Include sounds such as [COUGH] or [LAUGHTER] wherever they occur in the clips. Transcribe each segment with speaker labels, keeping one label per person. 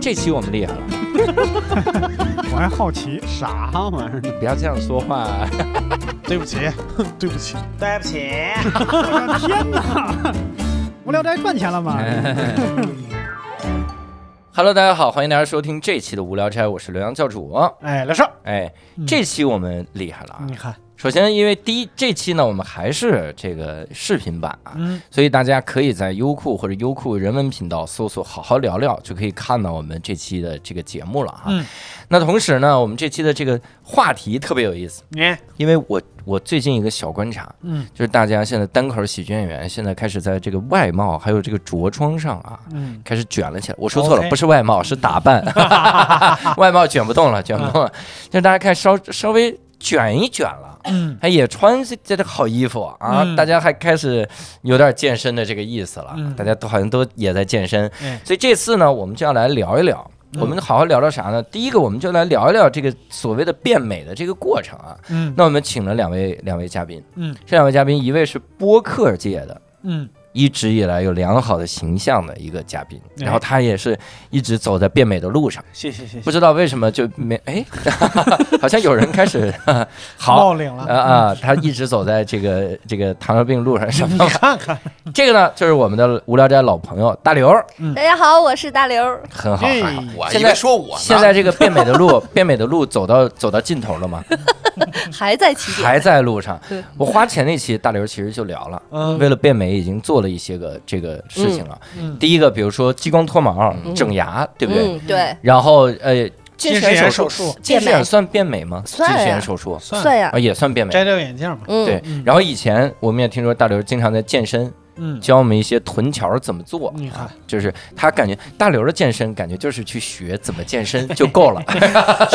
Speaker 1: 这期我们厉害了，
Speaker 2: 我还好奇，
Speaker 3: 啥玩意儿？
Speaker 1: 不要这样说话。
Speaker 4: 对不起，对不起，
Speaker 5: 对不起，
Speaker 2: 我的天哪！无聊斋赚钱了吗？
Speaker 1: [LAUGHS] Hello，大家好，欢迎大家收听这期的无聊斋，我是刘洋教主。
Speaker 4: 哎，来上，
Speaker 1: 哎，这期我们厉害了啊！
Speaker 4: 你看，
Speaker 1: 首先，因为第一这期呢，我们还是这个视频版啊，
Speaker 4: 嗯
Speaker 1: 所以大家可以在优酷或者优酷人文频道搜索“好好聊聊”，就可以看到我们这期的这个节目了哈。
Speaker 4: 嗯
Speaker 1: 那同时呢，我们这期的这个话题特别有意思，
Speaker 4: 你
Speaker 1: 因为我我最近一个小观察，
Speaker 4: 嗯，
Speaker 1: 就是大家现在单口喜剧演员现在开始在这个外貌还有这个着装上啊，
Speaker 4: 嗯，
Speaker 1: 开始卷了起来。我说错了
Speaker 4: OK
Speaker 1: 不是外貌，是打
Speaker 4: [LAUGHS]
Speaker 1: 扮，外貌卷不动了，卷不动了。就是大家看稍稍微卷一卷了，
Speaker 4: 嗯，
Speaker 1: 哎，也穿这这好衣服啊，
Speaker 4: 嗯
Speaker 1: 大家还开始有点健身的这个意思了，
Speaker 4: 嗯
Speaker 1: 大家都好像都也在健身。
Speaker 4: 哎嗯
Speaker 1: 所以这次呢，我们就要来聊一聊。我们好好聊聊啥呢？第一个，我们就来聊一聊这个所谓的变美的这个过程啊。
Speaker 4: 嗯
Speaker 1: 那我们请了两位两位嘉宾，
Speaker 4: 嗯，
Speaker 1: 这两位嘉宾，一位是播客界的，
Speaker 4: 嗯
Speaker 1: 一直以来有良好的形象的一个嘉宾，
Speaker 4: 哎
Speaker 1: 然后他也是一直走在变美的路上，
Speaker 4: 谢谢谢
Speaker 1: 不
Speaker 4: 谢，
Speaker 1: 知道为什么就没 [LAUGHS] 哎，好像有人开
Speaker 4: [LAUGHS]
Speaker 1: 始好
Speaker 4: 冒领
Speaker 1: [LAUGHS] 啊
Speaker 4: 了，
Speaker 1: 啊，他一直走在这个这个糖尿病路上什
Speaker 4: 你
Speaker 1: 么？
Speaker 4: 看看，
Speaker 1: 这个呢，就是我们的无聊斋老朋友大刘儿，
Speaker 6: 大家嗯哎好，我是大刘儿。
Speaker 1: 很好。很好
Speaker 4: 哎，
Speaker 7: 我还
Speaker 1: 现
Speaker 7: 以
Speaker 1: 在
Speaker 7: 为说我呢，
Speaker 1: 现在这个变美的路， [LAUGHS] 变美的路走到走到尽头了吗？
Speaker 6: 还在起点，
Speaker 1: 还在路上
Speaker 6: 对。
Speaker 1: 我花钱那期大刘其实就聊了，
Speaker 4: 嗯
Speaker 1: 为了变美已经做了一些个这个事情了。
Speaker 4: 嗯
Speaker 1: 第一个，比如说激光脱毛、整牙，对不对？
Speaker 6: 嗯，对，
Speaker 1: 然后呃，
Speaker 4: 近视眼手术
Speaker 1: 近视
Speaker 6: 变
Speaker 1: 眼
Speaker 6: 美
Speaker 1: 算变美吗？近
Speaker 6: 算呀
Speaker 1: 视眼手术
Speaker 6: 算呀
Speaker 1: 啊，，也算变美。
Speaker 4: 摘掉眼镜嘛，
Speaker 6: 嗯，
Speaker 1: 对，然后以前我们也听说大刘经常在健身，
Speaker 4: 嗯，
Speaker 1: 教我们一些臀桥怎么做。
Speaker 4: 你看，
Speaker 1: 就是他感觉大刘的健身，感觉就是去学怎么健身就够
Speaker 4: [LAUGHS]
Speaker 1: 了。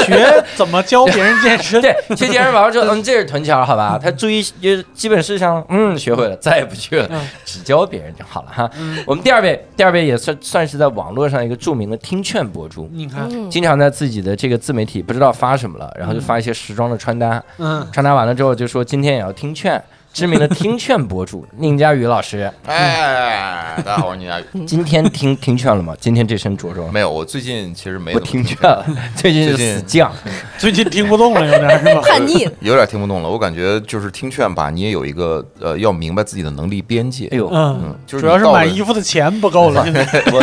Speaker 4: 学怎么教别人健身，
Speaker 1: 对，去健身房之后，嗯，这是臀桥，好吧？他注意就是基本事项，嗯，学会了，再也不去了，
Speaker 4: 嗯
Speaker 1: 只教别人就好了哈。我们第二位，第二位也算算是在网络上一个著名的听劝博主，
Speaker 4: 你看，
Speaker 1: 经常在自己的这个自媒体不知道发什么了，然后就发一些时装的穿搭，
Speaker 4: 嗯，
Speaker 1: 穿搭完了之后就说今天也要听劝。知名的听劝博主
Speaker 4: [LAUGHS]
Speaker 1: 宁佳宇老师，
Speaker 7: 哎，大家好，我是
Speaker 1: [LAUGHS]
Speaker 7: 倪佳宇。
Speaker 4: 嗯
Speaker 1: 今天听听劝了吗？今天这身着装
Speaker 7: 没有，我最近其实没
Speaker 1: 不
Speaker 7: 怎么
Speaker 1: 听劝了，最近是
Speaker 7: 最近
Speaker 1: 死犟。
Speaker 4: 最近听不动了，有点是吧？
Speaker 6: 叛逆，
Speaker 7: 有点听不懂了。我感觉就是听劝吧，你也有一个呃，要明白自己的能力边界。
Speaker 1: 哎呦，
Speaker 4: 嗯，
Speaker 7: 嗯，就是
Speaker 4: 主要是
Speaker 7: 你到了
Speaker 4: 买衣服的钱不够了，现在
Speaker 7: 对，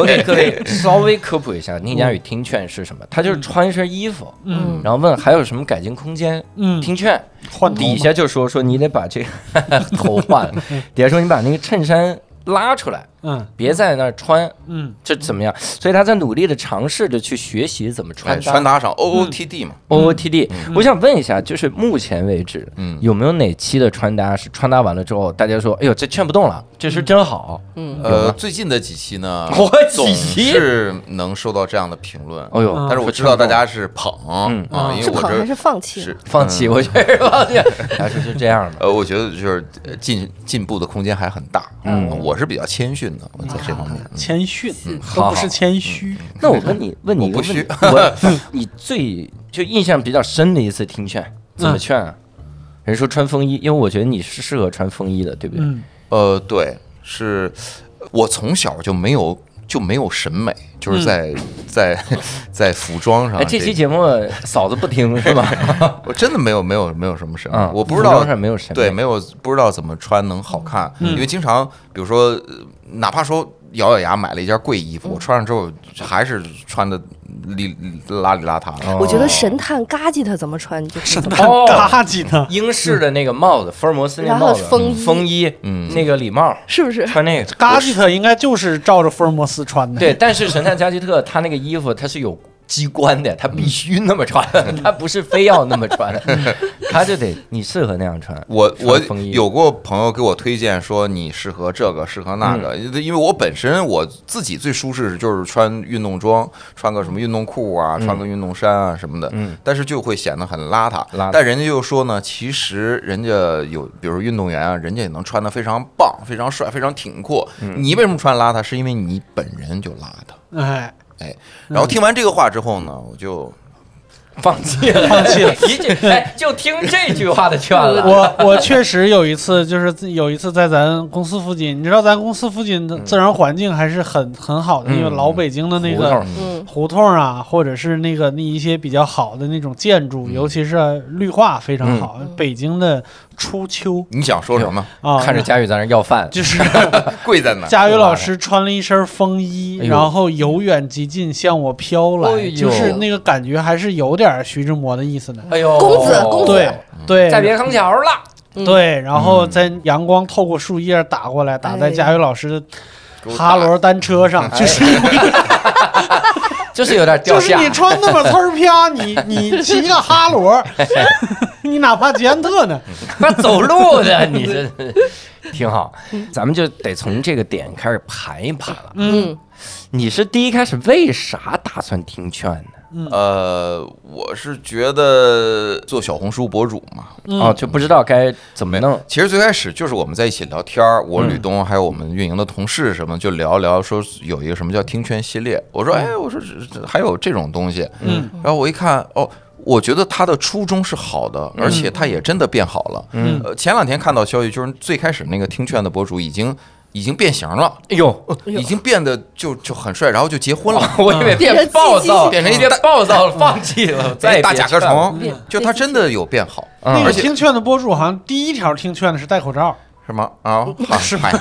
Speaker 1: 我给各
Speaker 7: [LAUGHS]
Speaker 1: 位稍微科普一下，宁佳宇听劝是什么？他就是穿一身衣服，
Speaker 4: 嗯
Speaker 1: 然后问还有什么改进空间？
Speaker 4: 嗯，
Speaker 1: 听劝
Speaker 4: 换头
Speaker 1: 底
Speaker 4: 嘛
Speaker 1: 下就说说你得把这个头换了，底下说你把那个衬衫拉出来，
Speaker 4: 嗯
Speaker 1: 别在那儿穿，
Speaker 4: 嗯
Speaker 1: 这怎么样？所以他在努力的尝试着去学习怎么穿
Speaker 7: 哎
Speaker 1: 搭。嗯
Speaker 7: 穿搭上 O O T D 嘛，
Speaker 1: OOTD，我想问一下，就是目前为止，
Speaker 7: 嗯
Speaker 1: 有没有哪期的穿搭是穿搭完了之后，大家说，哎呦，这劝不动了，这身真好，
Speaker 6: 嗯，
Speaker 1: 有
Speaker 7: 呃，
Speaker 1: 吗
Speaker 7: 最近的几期呢，
Speaker 1: [LAUGHS] 我
Speaker 7: 总
Speaker 1: 几期
Speaker 7: 是能收到这样的评论，
Speaker 1: 哎呦，
Speaker 7: 嗯但是我知道大家是捧
Speaker 1: 嗯
Speaker 7: 啊，因为
Speaker 6: 是
Speaker 7: 我
Speaker 6: 捧还
Speaker 7: 这
Speaker 6: 是放弃？
Speaker 7: 是
Speaker 1: 放弃，我觉得放弃，还是是这样的。
Speaker 7: 呃，我觉得就是呃进进步的空间还很大。
Speaker 1: 嗯
Speaker 7: 我是比较谦逊的，我在这方面。嗯
Speaker 4: 谦逊，
Speaker 1: 好
Speaker 4: 都不是谦虚，
Speaker 1: 那我问你，问你一个
Speaker 7: [LAUGHS] 我
Speaker 1: 问
Speaker 7: 不
Speaker 1: 题
Speaker 7: 虚，
Speaker 1: 我你最就印象比较深的一次听劝，怎么劝啊？人说穿风衣，因为我觉得你是适合穿风衣的，对不对？
Speaker 4: 嗯
Speaker 7: 呃，对，是我从小就没有就没有审美，就是在、在在服装
Speaker 1: 嗯
Speaker 7: 上
Speaker 1: 哎，这期节目嫂子不听是
Speaker 7: [LAUGHS]
Speaker 1: 吧？
Speaker 7: 我真的没有没有没有什么审美，
Speaker 1: 嗯
Speaker 7: 我不知
Speaker 1: 服
Speaker 7: 道
Speaker 1: 装上没有审美
Speaker 7: 对，没有不知道怎么穿能好看，
Speaker 1: 嗯
Speaker 7: 因为经常比如说，呃哪怕说咬咬牙买了一件贵
Speaker 1: 嗯
Speaker 7: 衣服，我穿上之后还是穿的里邋里邋遢的。
Speaker 6: 我觉得神探嘎吉他怎么穿就神探
Speaker 1: 哦
Speaker 4: [LAUGHS] 嘎叽呢，
Speaker 1: 英式的那个帽子，福尔摩斯那
Speaker 6: 然后
Speaker 1: 帽子，
Speaker 6: 风衣
Speaker 1: 风衣，
Speaker 7: 嗯
Speaker 1: 那个礼帽，
Speaker 6: 是不是？
Speaker 1: 穿那个。
Speaker 4: 嘎吉特应该就是照着福尔摩斯穿的，
Speaker 1: 对，但是神探加吉特他那个衣服他是有机关的，他必须那么穿，他不是非要那么穿，他就得你适合那样穿。
Speaker 7: 我
Speaker 1: 穿
Speaker 7: 我
Speaker 1: 风衣
Speaker 7: 有过朋友给我推荐说你适合这个适合那
Speaker 1: 嗯
Speaker 7: 个，因为我本身我自己最舒适就是穿运动装，穿个什么运动裤啊，穿个运动衫啊什么的，
Speaker 1: 嗯
Speaker 7: 但是就会显得很邋遢
Speaker 1: 邋遢。
Speaker 7: 但人家又说呢，其实人家有，比如运动员啊，人家也能穿得非常棒、非常帅、非常挺阔。
Speaker 1: 嗯
Speaker 7: 你为什么穿邋遢？是因为你本人就邋遢。
Speaker 4: 哎，
Speaker 1: 嗯
Speaker 7: 哎，然后听完这个话之后呢，我就
Speaker 1: 放弃了，
Speaker 4: 放弃了。
Speaker 1: [LAUGHS] 一句哎，就听这句话的劝了。
Speaker 4: 我我确实有一次，就是自有一次在咱公司附近，你知道咱公司附近的自然环境还是很很好的，
Speaker 1: 嗯
Speaker 4: 因为老北京的那
Speaker 1: 胡同
Speaker 4: 个
Speaker 1: 儿
Speaker 6: 嗯
Speaker 4: 胡同啊，或者是那个那一些比较好的那种建
Speaker 1: 嗯
Speaker 4: 筑，尤其是绿化非常好。北京的初秋
Speaker 7: 你想说什么？
Speaker 4: 啊，
Speaker 1: 看着佳宇在那儿要饭，
Speaker 4: 就是
Speaker 7: [LAUGHS] 跪在那儿，
Speaker 4: 佳宇老师穿了一身风衣，
Speaker 1: 哎呦
Speaker 4: 然后由远及近向我飘来，
Speaker 1: 哎呦
Speaker 4: 就是那个感觉还是有点徐志摩的意思的。
Speaker 1: 哎呦，
Speaker 6: 公子公子
Speaker 4: 对对，
Speaker 1: 再别康桥了，
Speaker 6: 嗯
Speaker 4: 对，然后在阳光透过树叶打过来，打在
Speaker 6: 哎
Speaker 4: 佳宇老师
Speaker 7: 给
Speaker 4: 的
Speaker 7: 我
Speaker 4: 哈罗单车上，
Speaker 1: 哎
Speaker 4: 就是
Speaker 1: 就是有点掉
Speaker 4: 就是
Speaker 1: 下
Speaker 4: 你。穿那么呲儿啪，你你骑个哈罗， [LAUGHS] 你哪怕捷安特呢？
Speaker 1: 那走路
Speaker 4: [LAUGHS]
Speaker 1: 的，你这挺好。咱们就得从这个点开始盘一盘了。
Speaker 6: 嗯，
Speaker 1: 你是第一开始为啥打算听劝呢？
Speaker 4: 嗯
Speaker 7: 呃，我是觉得做小红书博主嘛，
Speaker 4: 嗯
Speaker 1: 哦，就不知道该怎么弄。
Speaker 7: 其实最开始就是我们在一起聊天儿，
Speaker 4: 嗯
Speaker 7: 我吕东还有我们运营的同事什么，就聊聊说有一个什么叫听圈系列。我说，哎，我说这这还有这种东西。
Speaker 4: 嗯，
Speaker 7: 然后我一看，哦，我觉得他的初衷是好的，而且他也真的变好了。
Speaker 4: 嗯
Speaker 7: 呃，前两天看到消息，就是最开始那个听圈的博主已经已经变形了，
Speaker 1: 哎呦，
Speaker 6: 呦
Speaker 7: 已经变得就就很帅，然后就结婚了。
Speaker 1: 我
Speaker 4: 嗯
Speaker 1: 以为变暴躁，
Speaker 7: 变成一
Speaker 1: 变暴躁了，放弃了， [LAUGHS] 再也
Speaker 7: 哎大
Speaker 1: 别
Speaker 7: 甲壳
Speaker 1: 劝了。
Speaker 7: 虫，就他真的有变好，
Speaker 1: 嗯
Speaker 4: 那
Speaker 7: 而
Speaker 4: 个
Speaker 7: 且
Speaker 4: 听劝的博主好像第一条听劝的是戴口罩，
Speaker 7: 是吗？啊， [LAUGHS] 是吧？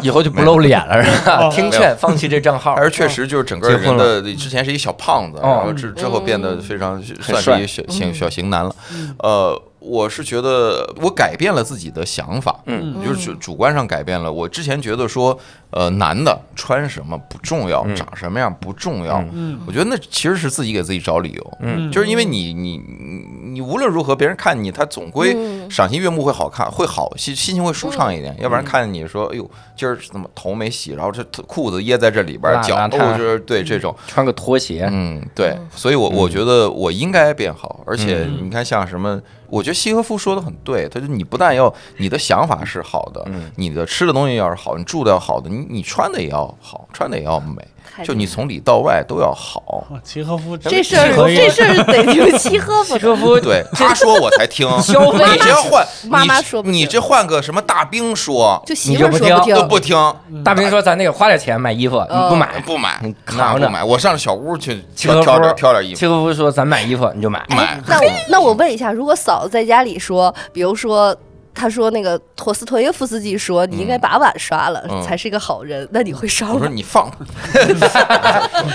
Speaker 1: 以后就不露脸了，是吧？
Speaker 4: 哦
Speaker 1: 听劝，放弃这账号。
Speaker 7: [LAUGHS]
Speaker 1: 嗯
Speaker 7: 而确实就是整个
Speaker 1: 结婚
Speaker 7: 人的之前是一小胖子，啊
Speaker 1: 哦
Speaker 7: 然后之之后
Speaker 1: 嗯
Speaker 7: 变得非常算是一个小型小型男了。呃，我是觉得我改变了自己的想法，
Speaker 1: 嗯
Speaker 7: 就是主主观上改变了。我之前觉得说，呃，男的穿什么不重要，
Speaker 1: 嗯
Speaker 7: 长什么样不重要，
Speaker 4: 嗯
Speaker 7: 我觉得那其实是自己给自己找理由，
Speaker 1: 嗯
Speaker 7: 就是因为你你你你无论如何，别人看你，他总归
Speaker 6: 嗯
Speaker 7: 赏心悦目，会好看，会好心心情会舒
Speaker 1: 嗯
Speaker 7: 畅一点，要不然看你说，哎呦，今儿怎么头没洗，然后这裤子掖在这里边
Speaker 1: 邋
Speaker 7: 儿，脚
Speaker 1: 邋
Speaker 7: 都
Speaker 1: 遢
Speaker 7: 是对这种，
Speaker 1: 穿个拖鞋，
Speaker 7: 嗯，嗯对，所以我我觉得我应该变好，而且你看像什么，我觉得西和夫说的很对，他说你不但要你的想法是好的，你的吃的东西要是好，你住的要好的，你你穿的也要好，穿的也要美
Speaker 6: 太，
Speaker 7: 就你从里到外都要好。
Speaker 4: 哇啊齐诃夫
Speaker 6: 这事
Speaker 4: 是
Speaker 6: 儿
Speaker 4: 可以
Speaker 6: 这事儿得听西诃夫
Speaker 1: 契诃夫
Speaker 7: 对， [LAUGHS] 他说我才
Speaker 6: [LAUGHS]
Speaker 7: 听，
Speaker 1: 消费
Speaker 7: 你只要换
Speaker 6: 妈妈
Speaker 7: 你
Speaker 6: 说不
Speaker 7: 你
Speaker 6: 听
Speaker 7: 这换个什么大兵说
Speaker 6: 就媳妇儿
Speaker 1: 你就不
Speaker 6: 说
Speaker 1: 听
Speaker 6: 听
Speaker 7: 都，不听，
Speaker 1: 大兵说：“咱那个花点钱买衣服，你不
Speaker 6: 嗯
Speaker 1: 买。
Speaker 7: 不买
Speaker 1: 你，扛
Speaker 7: 那
Speaker 1: 着
Speaker 7: 不买，我上小屋去
Speaker 1: 契诃
Speaker 7: 哦挑
Speaker 1: 夫
Speaker 7: 挑点挑点衣服
Speaker 1: 契诃夫说：“咱买衣服，你就买。
Speaker 7: 买。
Speaker 6: 哎那我那我问一下，如果嫂子在家里说，比如说。她说：“那个陀思妥耶夫斯基说，你应该把碗刷了、
Speaker 7: 嗯
Speaker 6: 才是一个好人。那你会刷
Speaker 1: 哦
Speaker 7: 我说
Speaker 6: 碗？
Speaker 1: [LAUGHS]
Speaker 7: 你放，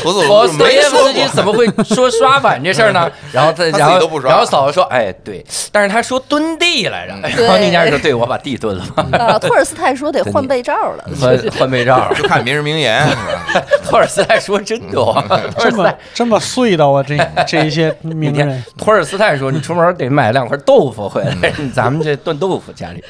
Speaker 7: 我总
Speaker 1: 我
Speaker 7: 没
Speaker 1: 耶夫
Speaker 7: 说
Speaker 1: 斯基
Speaker 7: [LAUGHS] 过。
Speaker 1: 怎么会说刷碗这事儿呢？ [LAUGHS] 然后他，
Speaker 7: 嗯他自己
Speaker 1: 然后
Speaker 7: 都不刷
Speaker 1: 然后嫂子说：“哎，对，但是他说蹲地来着。”然后宁佳说：“对，我把地蹲了，
Speaker 7: [LAUGHS]
Speaker 6: 啊，托尔斯泰说得换被罩了。
Speaker 1: 换换被罩。”
Speaker 7: 就看名人名言，是吧
Speaker 1: 托尔斯泰说：“真
Speaker 7: [LAUGHS]
Speaker 1: 多。”托 [LAUGHS] 尔
Speaker 4: 这
Speaker 1: 斯泰
Speaker 4: 么这么碎的啊我这这一些
Speaker 1: 那
Speaker 4: 名
Speaker 1: 天
Speaker 4: 人，
Speaker 1: 托尔斯泰说：“你出门得买两块豆腐回来， [LAUGHS] 咱们这炖豆腐家里。”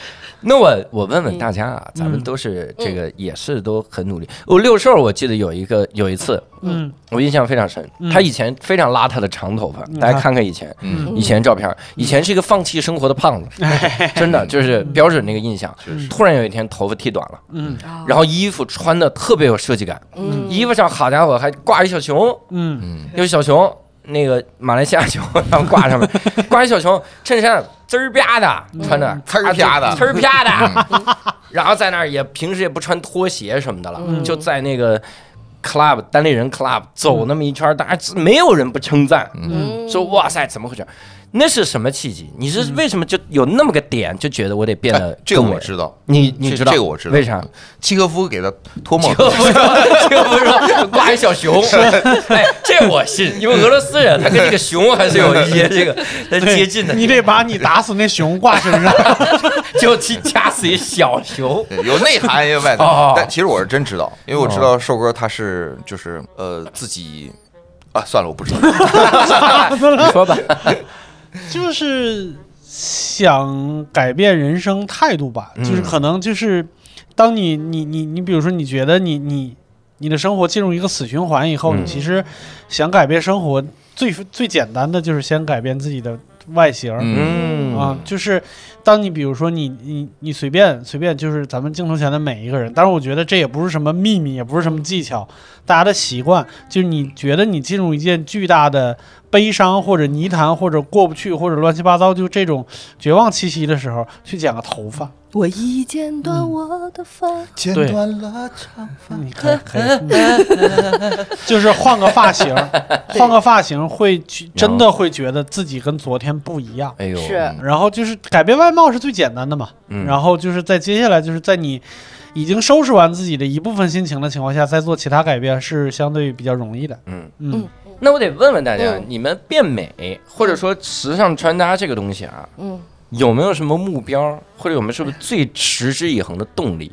Speaker 1: [LAUGHS] 那我我问问大家啊，咱们都是这个也是都很努力。我六兽我记得有一个有一次，
Speaker 4: 嗯，
Speaker 1: 我印象非常深，他以前非常邋遢的长头发，
Speaker 4: 嗯
Speaker 1: 大家看看以前，
Speaker 7: 嗯
Speaker 1: 以前照片，以前是一个放弃生活的胖子，真的就是标准那个印象。突然有一天头发剃短了，
Speaker 4: 嗯
Speaker 6: 啊
Speaker 1: 然后衣服穿的特别有设计感，
Speaker 6: 嗯
Speaker 1: 衣服上好家伙还挂一小熊，
Speaker 4: 嗯
Speaker 1: 有小熊，那个马来西亚熊，然后挂上面，挂一小熊衬衫，滋儿啪的穿着，
Speaker 7: 呲儿啪的嗯
Speaker 1: 呲儿啪的，然后在那儿也平时也不穿拖鞋什么的了，就在那个 club 单立人 club 走那么一圈儿，大家没有人不称赞，
Speaker 6: 嗯
Speaker 1: 说哇塞怎么回事？那是什么契机？你是为什么就有那么个点，就觉得我得变得
Speaker 7: 哎这个
Speaker 1: 更
Speaker 7: 我
Speaker 1: 伟
Speaker 7: 知道，
Speaker 1: 你你
Speaker 7: 这
Speaker 1: 知道
Speaker 7: 这个我知道
Speaker 1: 为啥？
Speaker 7: 契诃夫给他
Speaker 1: [LAUGHS]
Speaker 7: 托梦
Speaker 1: 这，不是这不是挂一小熊， [LAUGHS] 哎，这我信，因为俄罗斯人他跟这个熊还是有一些 [LAUGHS] 这个他接近的，
Speaker 4: 你得把你打死那熊挂身上，
Speaker 1: [LAUGHS] 就去掐死一小 [LAUGHS] 熊。
Speaker 7: 对有内涵也有
Speaker 1: [LAUGHS]
Speaker 7: 外
Speaker 1: 哦
Speaker 7: 涵。但其实我是真知道，因为我知道瘦哥他是就是呃自己啊，算了，我不知道。
Speaker 1: [LAUGHS] 你说吧，
Speaker 4: 就是想改变人生态度吧，就是
Speaker 1: 嗯
Speaker 4: 可能就是当你你你你，比如说你觉得你你你的生活进入一个死循环以后，
Speaker 1: 嗯
Speaker 4: 你其实想改变生活，最最简单的就是先改变自己的外形、
Speaker 1: 嗯
Speaker 4: 啊，就是当你比如说你你你随便随便就是咱们镜头前的每一个人，当然我觉得这也不是什么秘密，也不是什么技巧，大家的习惯就是你觉得你进入一件巨大的悲伤或者泥潭或者过不去或者乱七八糟就这种绝望气息的时候，去剪个头发，
Speaker 6: 我已剪
Speaker 1: 嗯
Speaker 6: 断我的发，
Speaker 7: 剪
Speaker 4: 对
Speaker 7: 断了长发。
Speaker 4: 你可以可以，嗯就是换个发型，换个发型会去真的会觉得自己跟昨天不一样。
Speaker 1: 哎呦，
Speaker 6: 是
Speaker 1: 嗯
Speaker 4: 然后就是改变外貌是最简单的嘛，
Speaker 1: 嗯
Speaker 4: 然后就是在接下来就是在你已经收拾完自己的一部分心情的情况下，再做其他改变是相对比较容易的。
Speaker 1: 嗯
Speaker 4: 嗯，
Speaker 1: 那我得问问大家，
Speaker 6: 嗯
Speaker 1: 你们变美或者说时尚穿搭这个东西啊，
Speaker 6: 嗯，
Speaker 1: 有没有什么目标，或者我们是不是最持之以恒的动力？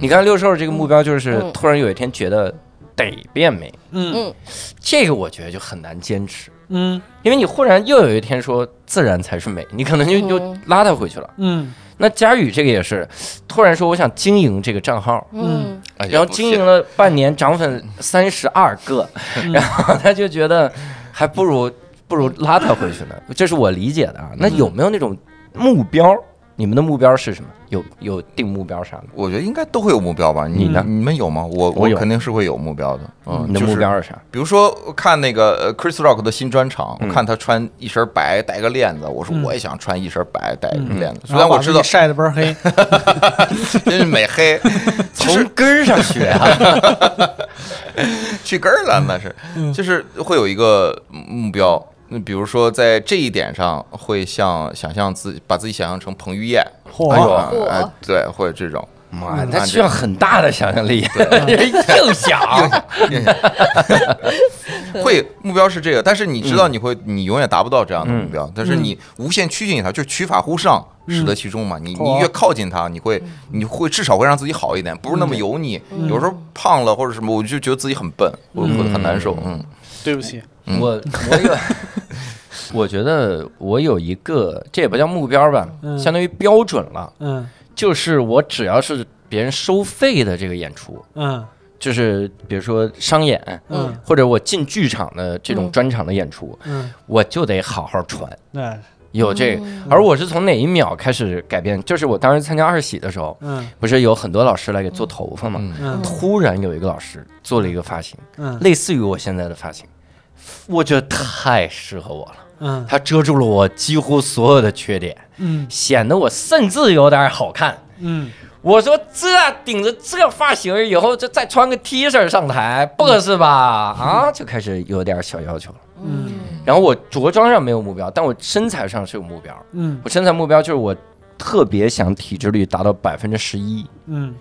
Speaker 1: 你看六兽这个目标就是
Speaker 6: 嗯
Speaker 1: 突然有一天觉得得变美，
Speaker 4: 嗯
Speaker 1: 这个我觉得就很难坚持，
Speaker 4: 嗯
Speaker 1: 因为你忽然又有一天说自然才是美，你可能就就
Speaker 6: 嗯
Speaker 1: 拉他回去了。
Speaker 4: 嗯
Speaker 1: 那佳宇这个也是，突然说我想经营这个账号，
Speaker 6: 嗯
Speaker 7: 哎呀
Speaker 1: 然后
Speaker 7: 不嗯
Speaker 1: 经
Speaker 7: 行
Speaker 1: 营了半年，涨粉三十二个， [LAUGHS] 然后他就觉得还不如不如拉他回去呢，这是我理解的啊。那
Speaker 7: 嗯
Speaker 1: 有没有那种目标？你们的目标是什么？有有定目标啥的？
Speaker 7: 我觉得应该都会有目标吧，你
Speaker 1: 你呢
Speaker 7: 你们有吗？我
Speaker 1: 我有
Speaker 7: 肯定是会有目标的，嗯，
Speaker 1: 你的
Speaker 7: 就是
Speaker 1: 目标是啥？
Speaker 7: 比如说我看那个呃 Chris Rock 的新专场，
Speaker 1: 嗯
Speaker 7: 我看他穿一身白戴个链子，我说
Speaker 4: 嗯
Speaker 7: 我也想穿一身白戴个链子，虽
Speaker 4: 后
Speaker 7: 嗯然
Speaker 4: 把
Speaker 7: 我知
Speaker 4: 自己
Speaker 7: 道
Speaker 4: 晒得倍儿黑，
Speaker 7: [LAUGHS] 真是美黑，就是
Speaker 1: 从根儿上学
Speaker 7: [LAUGHS]
Speaker 1: 啊！
Speaker 7: 去根儿了，那是，就是会有一个目标。那比如说，在这一点上，会像想象自己把自己想象成彭于晏，
Speaker 4: 嚯
Speaker 7: 哎呦
Speaker 6: 嚯
Speaker 7: 哎，对，或者这种，
Speaker 1: 妈，那需要很大的想象力， [LAUGHS] 硬
Speaker 7: [LAUGHS]
Speaker 1: 想。
Speaker 7: 会目标是这个，但是你知道你会，你永远达不到这样的目标，但是
Speaker 4: 嗯
Speaker 7: 你无限趋近于它，就是取法乎上，适得其中嘛。你你
Speaker 4: 好啊嗯
Speaker 7: 越靠近它，你会你会至少会让自己好一点，不是那么油腻。有时候胖了或者什么，我就觉得自己很笨，我会很难受。嗯，
Speaker 4: 对不起，
Speaker 7: 嗯
Speaker 1: 我我
Speaker 7: [LAUGHS]
Speaker 1: 有，我觉得我有一个，这也不叫目标吧，
Speaker 4: 嗯
Speaker 1: 相当于标准了，
Speaker 4: 嗯
Speaker 1: 就是我只要是别人收费的这个演出，
Speaker 4: 嗯
Speaker 1: 就是比如说商演，
Speaker 4: 嗯
Speaker 1: 或者我进剧场的这种专场的演出，
Speaker 4: 嗯，
Speaker 1: 我就得好好传。
Speaker 4: 对，
Speaker 1: 有这个，
Speaker 7: 哦
Speaker 1: 而我是从哪一秒开始改变？就是我当时参加二喜的时候，
Speaker 4: 嗯
Speaker 1: 不是有很多老师来给做头发嘛，
Speaker 7: 嗯
Speaker 4: 嗯
Speaker 1: 突然有一个老师做了一个发型，
Speaker 4: 嗯
Speaker 1: 类似于我现在的发型，我觉得太适合我了。
Speaker 4: 嗯
Speaker 1: 它遮住了我几乎所有的缺点，
Speaker 4: 嗯
Speaker 1: 显得我甚至有点好看。
Speaker 4: 嗯
Speaker 1: 我说这顶着这发型以后，这再穿个 T 恤上台，不合适吧？啊，就开始有点小要求了。
Speaker 4: 嗯
Speaker 1: 然后我着装上没有目标，但我身材上是有目标。
Speaker 4: 嗯
Speaker 1: 我身材目标就是我特别想体脂率达到百分之十一，
Speaker 4: 嗯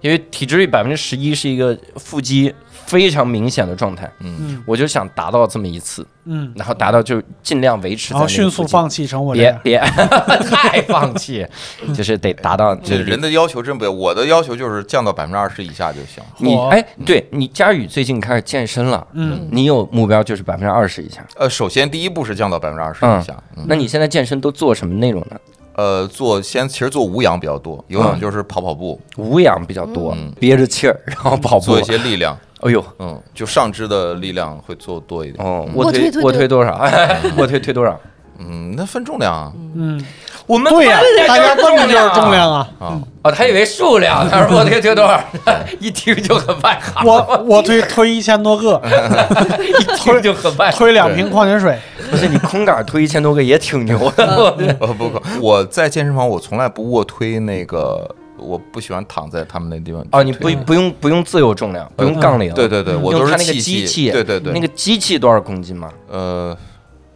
Speaker 1: 因为体脂率百分之十一是一个腹肌非常明显的状态，
Speaker 4: 嗯
Speaker 1: 我就想达到这么一次，
Speaker 4: 嗯，
Speaker 1: 然后达到就尽量维持在那
Speaker 4: 然后
Speaker 1: 个
Speaker 4: 迅
Speaker 1: 附
Speaker 4: 速
Speaker 1: 近
Speaker 4: 放弃成我这
Speaker 1: 别
Speaker 4: 样，
Speaker 1: 别太放弃，就是得达到
Speaker 7: 这
Speaker 1: 这
Speaker 7: 人的要求真不一样，我的要求就是降到百分之二十以下就行。
Speaker 1: 你
Speaker 4: 火
Speaker 1: 哎，对你佳宇最近开始健身了，
Speaker 4: 嗯，
Speaker 1: 你有目标就是百分之二十以下。
Speaker 7: 呃，首先第一步是降到百分之二十以下，嗯，
Speaker 1: 那你现在健身都做什么内容呢？
Speaker 7: 呃，做先其实做无氧比较多，有氧就是跑跑步，
Speaker 1: 无氧比较多，
Speaker 7: 嗯
Speaker 1: 憋着气儿，然后跑步
Speaker 7: 做一。些力量，
Speaker 1: 哎呦，
Speaker 7: 嗯，就上肢的力量会做多一点。
Speaker 1: 哦，
Speaker 6: 我
Speaker 1: 推
Speaker 6: 推推
Speaker 1: 我
Speaker 6: 推
Speaker 1: 推多少？我推推多少？
Speaker 7: 嗯，那分重量啊，
Speaker 4: 嗯，
Speaker 1: 我们
Speaker 4: 对呀
Speaker 1: 问的，
Speaker 4: 大家问的就是
Speaker 1: 啊
Speaker 4: 重量啊，
Speaker 7: 啊，
Speaker 1: 哦，他以为数量，他说我推推多少， [LAUGHS] 一听就很外行，
Speaker 4: 我我推推一千多个，
Speaker 1: 一听就很外行。
Speaker 4: 推两瓶矿泉水，
Speaker 1: 不是你空杆推一千多个也挺牛的，我
Speaker 7: [LAUGHS]
Speaker 1: 觉得
Speaker 7: 呃，不可，我在健身房我从来不卧推那个，我不喜欢躺在他们那地方。
Speaker 1: [LAUGHS] 哦，你不不用不用自由重量，不用杠铃，
Speaker 7: 对对对，我
Speaker 1: 用
Speaker 7: 都是
Speaker 1: 它那个
Speaker 7: 器
Speaker 1: 机
Speaker 7: 械对对对，
Speaker 1: 那个机器多少公斤嘛？
Speaker 7: 呃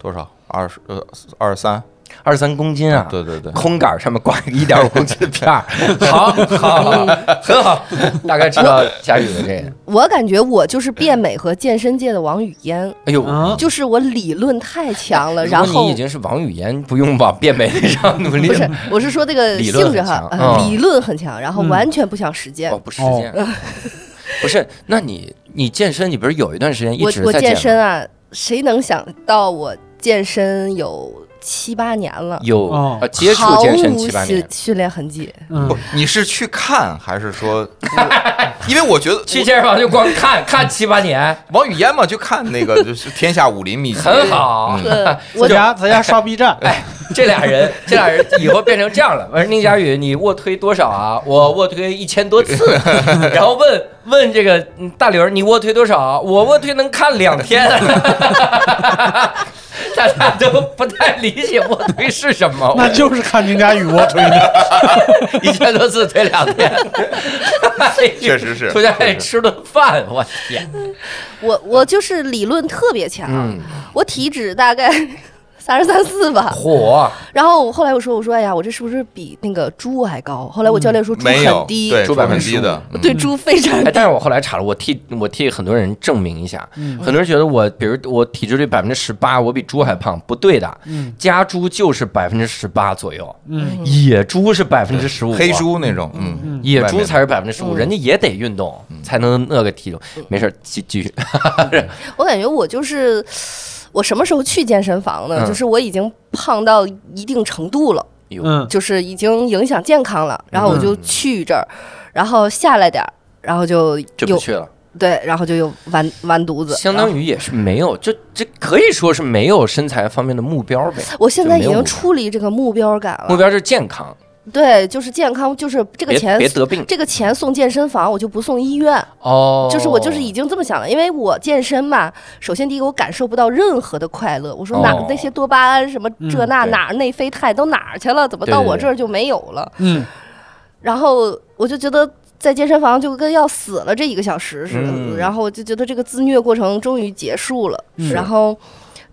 Speaker 7: 多少二十呃二十三，
Speaker 1: 二三公斤啊！
Speaker 7: 对对对
Speaker 1: 空杆上面挂一个一点五公斤的片儿，好，好，好 [LAUGHS] 很好，大概知道佳宇的这个。
Speaker 6: 我感觉我就是变美和健身界的王语嫣，
Speaker 1: [LAUGHS] 哎呦，
Speaker 4: 啊
Speaker 6: 就是我理论太强了，
Speaker 1: 如
Speaker 6: 然
Speaker 1: 果
Speaker 6: 后
Speaker 1: 你已经是王语嫣，不用往变美上努力
Speaker 6: 不是
Speaker 1: 了。，
Speaker 6: 我是说这个
Speaker 1: 理论
Speaker 6: 性质
Speaker 1: 很
Speaker 6: 哈
Speaker 1: 强，
Speaker 6: 呃
Speaker 1: 嗯
Speaker 6: 理论很强，然后
Speaker 4: 嗯
Speaker 6: 完全不想实践
Speaker 1: 哦，。不实践。不是，那你你健身，你不是有一段时间一
Speaker 6: 我啊
Speaker 1: 直
Speaker 6: 我
Speaker 1: 在
Speaker 6: 健
Speaker 1: 健
Speaker 6: 身
Speaker 1: 吗？
Speaker 6: 啊，谁能想到我健身有七八年了，
Speaker 1: 有
Speaker 4: 哦
Speaker 1: 呃接触
Speaker 6: 毫
Speaker 1: 健身
Speaker 6: 无
Speaker 1: 七八
Speaker 6: 训
Speaker 1: 年，
Speaker 6: 训练痕迹。
Speaker 4: 嗯
Speaker 7: 不，你是去看还是
Speaker 1: [LAUGHS]
Speaker 7: 说？因为我觉得
Speaker 1: 去健身房就光看看七八年，
Speaker 7: 王语嫣嘛，就看那个就是《天下武林秘籍》，
Speaker 1: 很好。 [LAUGHS]
Speaker 6: 呃，
Speaker 4: 在
Speaker 6: 我
Speaker 4: 家在家刷 B 站，
Speaker 1: 哎，这俩
Speaker 7: [LAUGHS]
Speaker 1: 人，这俩人以后变成这样了。我说宁佳宇，你卧推多少啊？我卧推一千
Speaker 7: [LAUGHS]
Speaker 1: 多次，然后问问这个嗯大刘，你卧推多少啊？我卧推能看两
Speaker 7: [LAUGHS]
Speaker 1: 天。大家都不太理解卧推是什么，
Speaker 4: 那就是看宁佳宇卧推的。
Speaker 1: 一千多次推两天，
Speaker 7: [LAUGHS] 确
Speaker 1: [LAUGHS]
Speaker 7: 实是
Speaker 1: 出去吃顿饭，我天，
Speaker 6: 我我就是理论特别强，
Speaker 1: 嗯
Speaker 6: 我体脂大概 [LAUGHS] 三十三四吧。
Speaker 7: 啊
Speaker 1: 火，
Speaker 6: 然后我后来我说我说哎呀，我这是不是比那个猪还高？后来我教练说猪
Speaker 1: 嗯
Speaker 7: 没有
Speaker 6: 很低，
Speaker 7: 对，
Speaker 1: 猪
Speaker 7: 百分
Speaker 1: 15%
Speaker 7: 低的，嗯
Speaker 6: 对猪非常
Speaker 1: 哎，
Speaker 6: 低。
Speaker 1: 但是我后来查了，我替我替很多人证明一下，
Speaker 4: 嗯
Speaker 1: 很多人觉得我，比如我体脂率百分之十八，我比猪还胖，不对的，
Speaker 4: 嗯
Speaker 1: 家猪就是百分之十八左右，
Speaker 4: 嗯，
Speaker 1: 野猪是百分之十五，
Speaker 7: 黑。猪那种，嗯，
Speaker 1: 野
Speaker 7: 外面
Speaker 1: 猪
Speaker 7: 的嗯
Speaker 1: 才是百分之十
Speaker 6: 嗯
Speaker 1: 五，人家也得运动才能那个体重。没事儿，继继续。
Speaker 6: 我感觉我就是我什么时候去健身房呢？
Speaker 1: 嗯
Speaker 6: 就是我已经胖到一定程度了，
Speaker 4: 嗯，
Speaker 6: 就是已经影响健康
Speaker 1: 嗯
Speaker 6: 了，然后我就去这儿，然后下来点儿。然后就
Speaker 1: 就不
Speaker 6: 又
Speaker 1: 去了，
Speaker 6: 对，然后就又完完犊子，
Speaker 1: 相当
Speaker 6: 于
Speaker 1: 于也是没有，这这可以说是没有身材方面的目标呗。
Speaker 6: 我现在已
Speaker 1: 就没有
Speaker 6: 经出离这个目标感了。
Speaker 1: 目标是健康，
Speaker 6: 对，就是健康，就是嗯这个
Speaker 1: 别
Speaker 6: 钱
Speaker 1: 别得病
Speaker 6: 这个钱送健身房，我就不送医院。
Speaker 1: 哦。
Speaker 6: 就是我就是已经这么想了，因为我健身嘛，首先第一个我感受不到任何的快乐。我说哪、
Speaker 1: 哦
Speaker 6: 那些多巴胺什么这
Speaker 4: 嗯
Speaker 6: 那、
Speaker 1: 对
Speaker 6: 哪儿内啡肽都哪儿去了，怎么
Speaker 1: 对
Speaker 6: 到
Speaker 1: 对
Speaker 6: 我
Speaker 1: 对
Speaker 6: 这儿就没有了？
Speaker 4: 嗯，
Speaker 6: 然后我就觉得。在健身房就跟要死了这一个小时似的，
Speaker 1: 嗯
Speaker 6: 然后我就觉得这个自虐过程终于结束了，
Speaker 4: 嗯
Speaker 6: 然后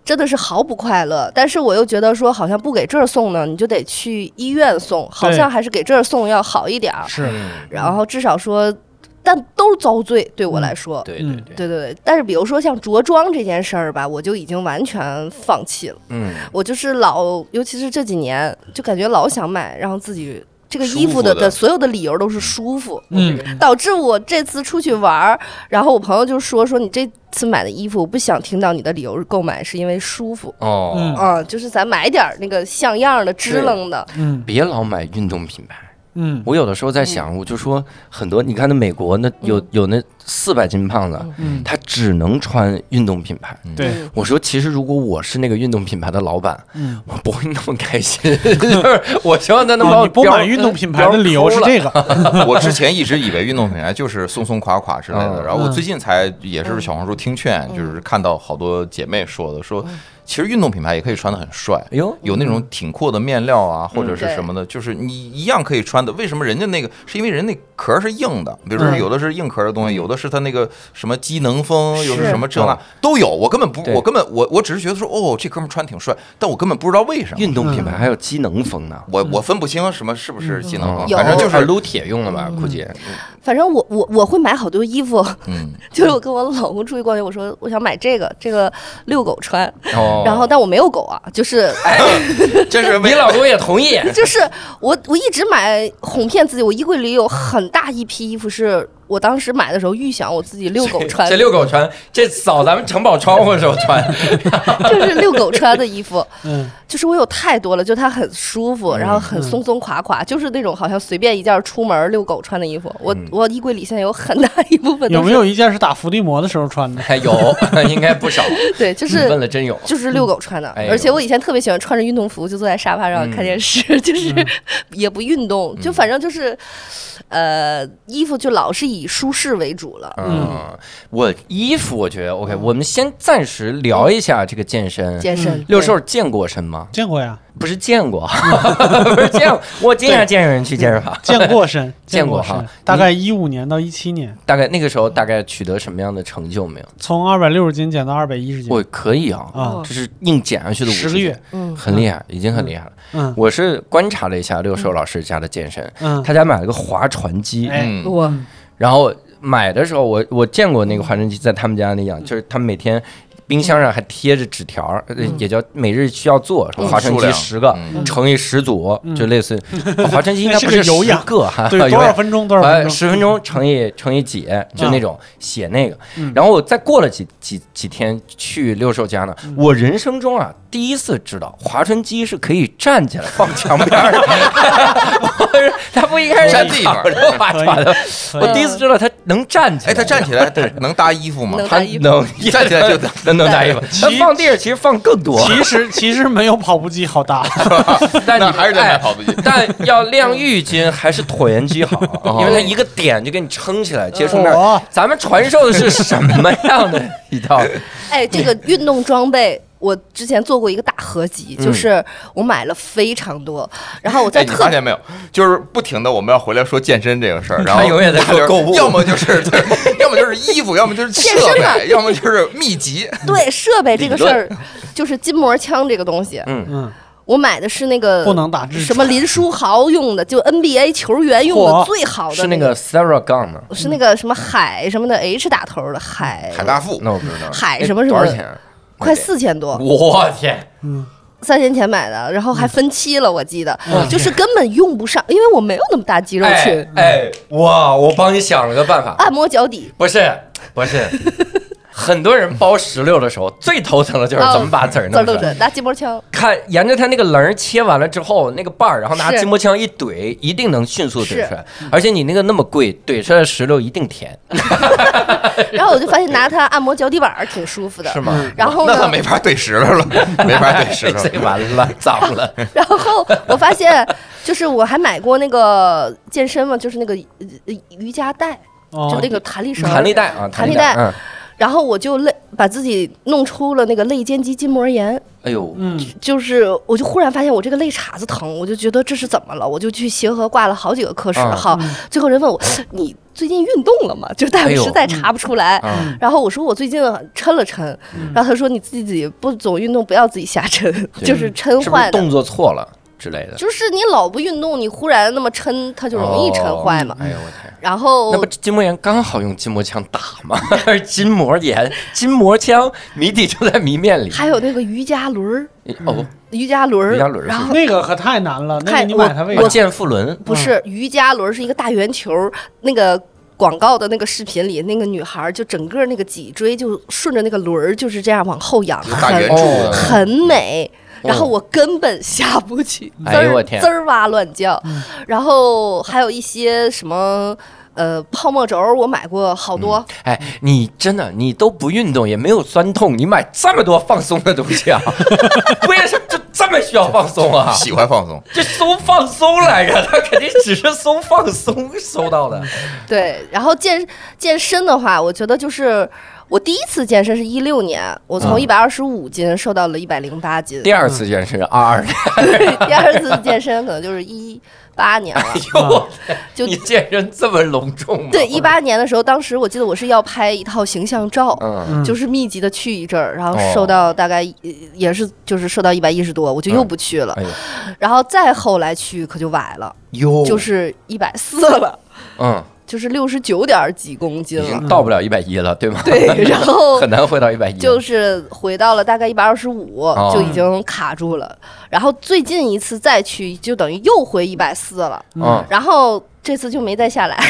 Speaker 6: 真的是毫不快乐。但是我又觉得说，好像不给这儿送呢，你就得去医院送，好
Speaker 4: 对
Speaker 6: 像还是给这儿送要好一点儿。
Speaker 4: 是，
Speaker 1: 嗯
Speaker 6: 然后至少说，但都是遭罪，对我来说。
Speaker 1: 对
Speaker 4: 嗯
Speaker 1: 对对，
Speaker 6: 对对对，但是比如说像着装这件事儿吧，我就已经完全放弃了。
Speaker 1: 嗯，
Speaker 6: 我就是老，尤其是这几年，就感觉老想买，然后自己这个
Speaker 7: 舒
Speaker 6: 衣服的
Speaker 7: 服的
Speaker 6: 的所有的理由都是舒服，
Speaker 4: 嗯，
Speaker 6: 导致我这次出去玩儿，然后我朋友就说说你这次买的衣服，我不想听到你的理由购买是因为舒服，
Speaker 1: 哦，
Speaker 4: 嗯
Speaker 6: 嗯，就是咱买点儿那个像样儿的、支棱的，
Speaker 4: 嗯
Speaker 1: 别老买运动品牌。
Speaker 4: 嗯
Speaker 1: 我有的时候在想，我就说很多，你看那美国那有
Speaker 6: 嗯
Speaker 1: 有那四百斤胖子，
Speaker 4: 嗯，
Speaker 1: 他只能穿运动品牌。
Speaker 4: 对，哦
Speaker 1: 我说，其实如果我是那个运动品牌的老板，
Speaker 4: 嗯，
Speaker 1: 我不会那么开心。 [LAUGHS] 就是我希望他能把
Speaker 4: 哦
Speaker 1: 我
Speaker 4: 你不
Speaker 1: 标
Speaker 4: 买运动品牌的理由是这个，
Speaker 1: [LAUGHS]
Speaker 7: 我之前一直以为运动品牌就是松松垮垮之类的，
Speaker 1: 嗯
Speaker 7: 然后我
Speaker 4: 嗯
Speaker 7: 最近才也是小红书听劝，就是看到好多姐妹说的，说其实运动品牌也可以穿的很帅，
Speaker 1: 哎呦，
Speaker 7: 有那种挺阔的面料啊，或者是
Speaker 6: 对
Speaker 7: 什么的，就是你一样可以穿的。为什么人家那个是因为人那壳是硬的，比如说
Speaker 4: 嗯
Speaker 7: 有的是硬壳的东西，有的是它那个什么机能风，有的
Speaker 6: 是
Speaker 7: 什么这那都有。我根本
Speaker 1: 嗯
Speaker 7: 不，
Speaker 1: 对
Speaker 7: 我根本我我只是觉得说，哦，这哥们儿穿挺帅，但我根本不知道为什么。
Speaker 1: 运动品牌
Speaker 4: 嗯
Speaker 1: 还有机能风
Speaker 4: [LAUGHS]
Speaker 1: 呢，
Speaker 7: 我我分不清什么是不是机能风，
Speaker 6: 有
Speaker 7: 反正就是
Speaker 1: 是撸哦铁用的吧，估计。
Speaker 6: 反正我我我会买好多衣服，
Speaker 7: 嗯，
Speaker 6: 就是我跟我老公出去逛街，我说我想买这个，这个遛狗穿，
Speaker 1: 哦
Speaker 6: 然后但我没有狗啊，就是
Speaker 1: [LAUGHS]
Speaker 7: 这是
Speaker 1: 你
Speaker 7: 为
Speaker 1: 老公也同意，
Speaker 6: 就是我我一直买哄骗自己，我衣柜里有很大一批衣服是我当时买的时候预想我自己遛狗穿
Speaker 1: 这，遛狗穿，这扫咱们城堡窗户的时候穿，
Speaker 6: 就是遛狗穿的衣服，
Speaker 4: [LAUGHS]
Speaker 1: [LAUGHS]
Speaker 4: 嗯
Speaker 6: 就是我有太多了，就它很舒服，然
Speaker 1: 嗯
Speaker 6: 后很松松垮垮，就是那种好像随便一件出门遛狗穿的衣服。我
Speaker 1: 嗯
Speaker 6: 我衣柜里现在有很大一部分都
Speaker 4: 有没
Speaker 6: 是
Speaker 4: 有一件是打伏地魔的时候
Speaker 1: [LAUGHS]
Speaker 4: 穿的？
Speaker 1: 还有应该不少。
Speaker 6: 对，就
Speaker 1: 你
Speaker 6: 是
Speaker 1: 问了真有，
Speaker 6: 就是遛狗穿的，
Speaker 1: 哦哎呦嗯
Speaker 6: 而且我以前特别喜欢穿着运动服就坐在沙发上看电视， [LAUGHS] 就是也不运动，就反正就是，呃，衣服就老是以舒适为主了。
Speaker 1: 嗯，我衣服我觉得 OK，我们先暂时聊一下这个健身。
Speaker 6: 健
Speaker 4: 嗯
Speaker 6: 身
Speaker 1: 嗯六
Speaker 6: 对
Speaker 1: 兽健过身吗？
Speaker 4: 见过呀，
Speaker 1: 不是见过， [LAUGHS] 不是见过，我经常见有人去健身房。
Speaker 4: 见过身，
Speaker 1: [LAUGHS] 见过
Speaker 4: 过
Speaker 1: 哈嗯
Speaker 4: 身，大概一五年到一七年，
Speaker 1: 大概那个时候大概取得什么样的成就没有？
Speaker 4: 从二百六十斤减到二百一十斤，
Speaker 1: 我可以啊，
Speaker 4: 啊，
Speaker 1: 就是硬减下去的五
Speaker 4: 十个月，，
Speaker 6: 嗯，
Speaker 1: 很厉害，已经很厉害了。
Speaker 4: 嗯
Speaker 1: 我是观察了一下六兽老师家的健身，
Speaker 4: 嗯
Speaker 1: 他家买了个划船机，
Speaker 4: 哎
Speaker 7: 嗯
Speaker 6: 我
Speaker 1: 然后买的时候我我见过那个划船机在他们家那
Speaker 4: 嗯
Speaker 1: 样，就是他们每天。冰箱上还贴着纸条儿，呃也叫每日需要做什么
Speaker 7: 嗯
Speaker 1: 划船
Speaker 7: 数
Speaker 1: 机
Speaker 7: 量
Speaker 1: 十个
Speaker 7: 嗯
Speaker 1: 乘以十组，就类
Speaker 4: [LAUGHS]
Speaker 1: 似于划船机应该不
Speaker 4: 嗯那是个有
Speaker 1: 十
Speaker 4: 氧
Speaker 1: 个哈，
Speaker 4: 对，
Speaker 1: [LAUGHS] 有
Speaker 4: 多
Speaker 1: 氧
Speaker 4: 少分钟？多少分
Speaker 1: 呃，
Speaker 4: 钟？
Speaker 1: 十分钟乘以乘以几，就那种写那个。然后我再过了几几几天去六兽家呢，我人生中啊第一次知道划船机是可以站起来放墙边儿的，我说它不应该是
Speaker 7: 站地方
Speaker 1: 躺着划船的。我第一次知道它能 [LAUGHS] 站起来，
Speaker 7: 哎，他站起来，他能搭衣服吗？
Speaker 6: 能
Speaker 1: 它
Speaker 6: 搭衣服
Speaker 1: 能
Speaker 7: [LAUGHS] 站起来就搭
Speaker 1: 能能搭衣服， [LAUGHS] 它啊放地儿其实放更多，
Speaker 4: 其实其实没有跑步机好
Speaker 1: [LAUGHS]
Speaker 4: 搭，
Speaker 1: 但你
Speaker 7: 那还是得买
Speaker 1: 哎
Speaker 7: 跑步机。
Speaker 1: 但要晾浴巾还是椭圆机好， [LAUGHS] 因为它一个点就给你撑起来，接触面
Speaker 4: 哦
Speaker 1: 儿。咱们传授的是什么样的一套？
Speaker 6: 哎，这个运动装备。我之前做过一个大合集，
Speaker 1: 嗯
Speaker 6: 就是我买了非常多，然后我
Speaker 7: 哎，
Speaker 6: 在
Speaker 7: 你
Speaker 6: 特
Speaker 7: 发现没有？就是不停的我们要回来说健身这个事儿，然后
Speaker 1: 他永远在说
Speaker 7: 就是
Speaker 1: 购物
Speaker 7: 要么就是对，要么就是衣服，要么就是
Speaker 6: 健
Speaker 7: 设
Speaker 6: 身嘛
Speaker 7: 备，要么就是秘籍。
Speaker 1: 哎
Speaker 6: 对设备这个
Speaker 1: 理
Speaker 6: 事
Speaker 1: 论
Speaker 6: 儿，就是筋膜枪这个东西，
Speaker 1: 嗯
Speaker 4: 嗯，
Speaker 6: 我买的是那个
Speaker 4: 不能打制
Speaker 6: 什么林书豪用的，就 NBA 球员用的
Speaker 4: 嚯
Speaker 6: 最好的
Speaker 1: 是那个 Sarah Gun 吗？
Speaker 6: 是那个什么海什么的 H 打头的海
Speaker 1: 嗯
Speaker 7: 海大富
Speaker 1: 那我不知道。
Speaker 6: 海什么什么
Speaker 1: 哎多
Speaker 6: 的，
Speaker 1: 少钱？啊
Speaker 6: 快四千
Speaker 1: 嗯
Speaker 6: 多，
Speaker 1: [LAUGHS] 我天！
Speaker 6: 三年前买的，然后还
Speaker 1: 嗯
Speaker 6: 分期了，我记得，就是根本用不上，因为我没有那么大肌肉群
Speaker 1: 哎。哎，哇！我帮你想了个办法，
Speaker 6: 按摩脚底，
Speaker 1: 不是不是， [LAUGHS] 很多人包石榴的时候最头疼的就是哦怎么把籽儿
Speaker 6: 字儿
Speaker 1: 弄出
Speaker 6: 都
Speaker 1: 来。
Speaker 6: 准，拿筋膜枪。
Speaker 1: 看，沿着它那个棱儿切完了之后，那个瓣儿，然后拿
Speaker 6: 是
Speaker 1: 筋膜枪一怼，一定能迅速怼出来。而且你那个那么贵，怼出来的石榴一定甜，
Speaker 6: 然后我就发现拿它按摩脚底板儿挺舒服的。
Speaker 1: 是吗？
Speaker 6: 然后
Speaker 7: 那他
Speaker 6: 呢？
Speaker 7: 没法对石榴了，没法对石榴
Speaker 1: 哎这
Speaker 7: 了。
Speaker 1: 完了，脏了。
Speaker 6: 然后我发现，就是我还买过那个健身嘛，就是那个呃瑜伽带，就
Speaker 4: 哦
Speaker 6: 那，个弹力绳儿。
Speaker 1: 弹力带啊，
Speaker 6: 弹
Speaker 1: 力
Speaker 6: 力带
Speaker 1: 嗯，
Speaker 6: 然后我就肋把自己弄出了那个肋间肌筋膜炎，
Speaker 1: 哎呦，
Speaker 4: 嗯，
Speaker 6: 就是我就忽然发现我这个肋叉子疼，我就觉得这是怎么了，我就去协和挂了好几个科室
Speaker 1: 啊
Speaker 6: 哈。最后人问我你最近运动了吗？就是大夫
Speaker 1: 哎呦
Speaker 6: 实在查不出来。
Speaker 1: 啊
Speaker 6: 然后我说我最近抻了抻，
Speaker 1: 嗯
Speaker 6: 然后他说你自己不总运动，不要自己瞎抻， [LAUGHS] 就是抻
Speaker 1: 是不
Speaker 6: 坏
Speaker 1: 是
Speaker 6: 的。
Speaker 1: 动作错了之类的？
Speaker 6: 就是你老不运动，你忽然那么抻，它就容易抻坏嘛
Speaker 1: 哦。哎呦我天！
Speaker 6: 然后
Speaker 1: 那不筋膜炎刚好用筋膜枪打吗？ [LAUGHS] 筋膜炎、筋膜枪，谜底就在谜面里。
Speaker 6: 还有那个瑜伽轮儿，
Speaker 1: 哦，
Speaker 6: 瑜伽轮儿，
Speaker 1: 瑜伽轮儿是
Speaker 6: 然后
Speaker 4: [LAUGHS] 那个可太难了，那个
Speaker 6: 太
Speaker 4: 你买它
Speaker 6: 嗯
Speaker 4: 为啥
Speaker 1: 我？见富伦
Speaker 6: 不是瑜伽轮是一个大圆球，那个广告的那个视频里，那个女孩就整个那个脊椎就顺着那个轮儿就是这样往后仰，
Speaker 7: 就大圆嗯
Speaker 6: 很
Speaker 7: 柱
Speaker 1: 哦
Speaker 7: 子，
Speaker 6: 很美。
Speaker 1: 哦
Speaker 6: 然后我根本下不去，滋
Speaker 1: 哎呦我
Speaker 6: 儿
Speaker 1: 天嗯
Speaker 6: 滋儿哇乱叫。然后还有一些什么呃泡沫轴，我买过好多。
Speaker 7: 嗯
Speaker 1: 哎，你真的你都不运动，也没有酸痛，你买这么多放松的东西啊？ [LAUGHS] 为什么就这么需要放松啊？
Speaker 7: 喜欢放松。
Speaker 1: 这搜放松来着，他肯定只是搜放松搜到
Speaker 7: 嗯
Speaker 1: 的。
Speaker 6: 对，然后健健身的话，我觉得就是我第一次健身是一六年，我从
Speaker 1: 嗯
Speaker 6: 一百二十五斤瘦到了一百零八斤。
Speaker 1: 第二次健身二二年，
Speaker 6: [LAUGHS] 第二次健身可能就是一八年
Speaker 1: 哎
Speaker 6: 了，
Speaker 7: 啊
Speaker 1: 哟，
Speaker 6: 就
Speaker 1: 你健身这么隆重吗？
Speaker 6: 对一八年的时候，当时我记得我是要拍一套形象照，
Speaker 1: 嗯，
Speaker 4: 嗯
Speaker 6: 就是密集的去一阵儿，然后
Speaker 1: 哦
Speaker 6: 瘦到大概、呃也是就是瘦到一百一十多，我就又不去了，
Speaker 1: 哎呦哦
Speaker 6: 然后再后来去可就崴了，
Speaker 1: 哟
Speaker 6: 就是一百四了，
Speaker 1: 嗯，
Speaker 6: 就是六十九点几公斤
Speaker 1: 已
Speaker 6: 了，
Speaker 1: 经到不了一百一了，对吗？[LAUGHS]
Speaker 6: 嗯对，然后
Speaker 1: 嗯很难回到一百一。
Speaker 6: 就是回到了大概一百二十五，
Speaker 1: 哦
Speaker 6: 就已经卡住了。然后最近一次再去，就等于又回一百四了。
Speaker 1: 嗯，
Speaker 6: 然后这次就没再下来，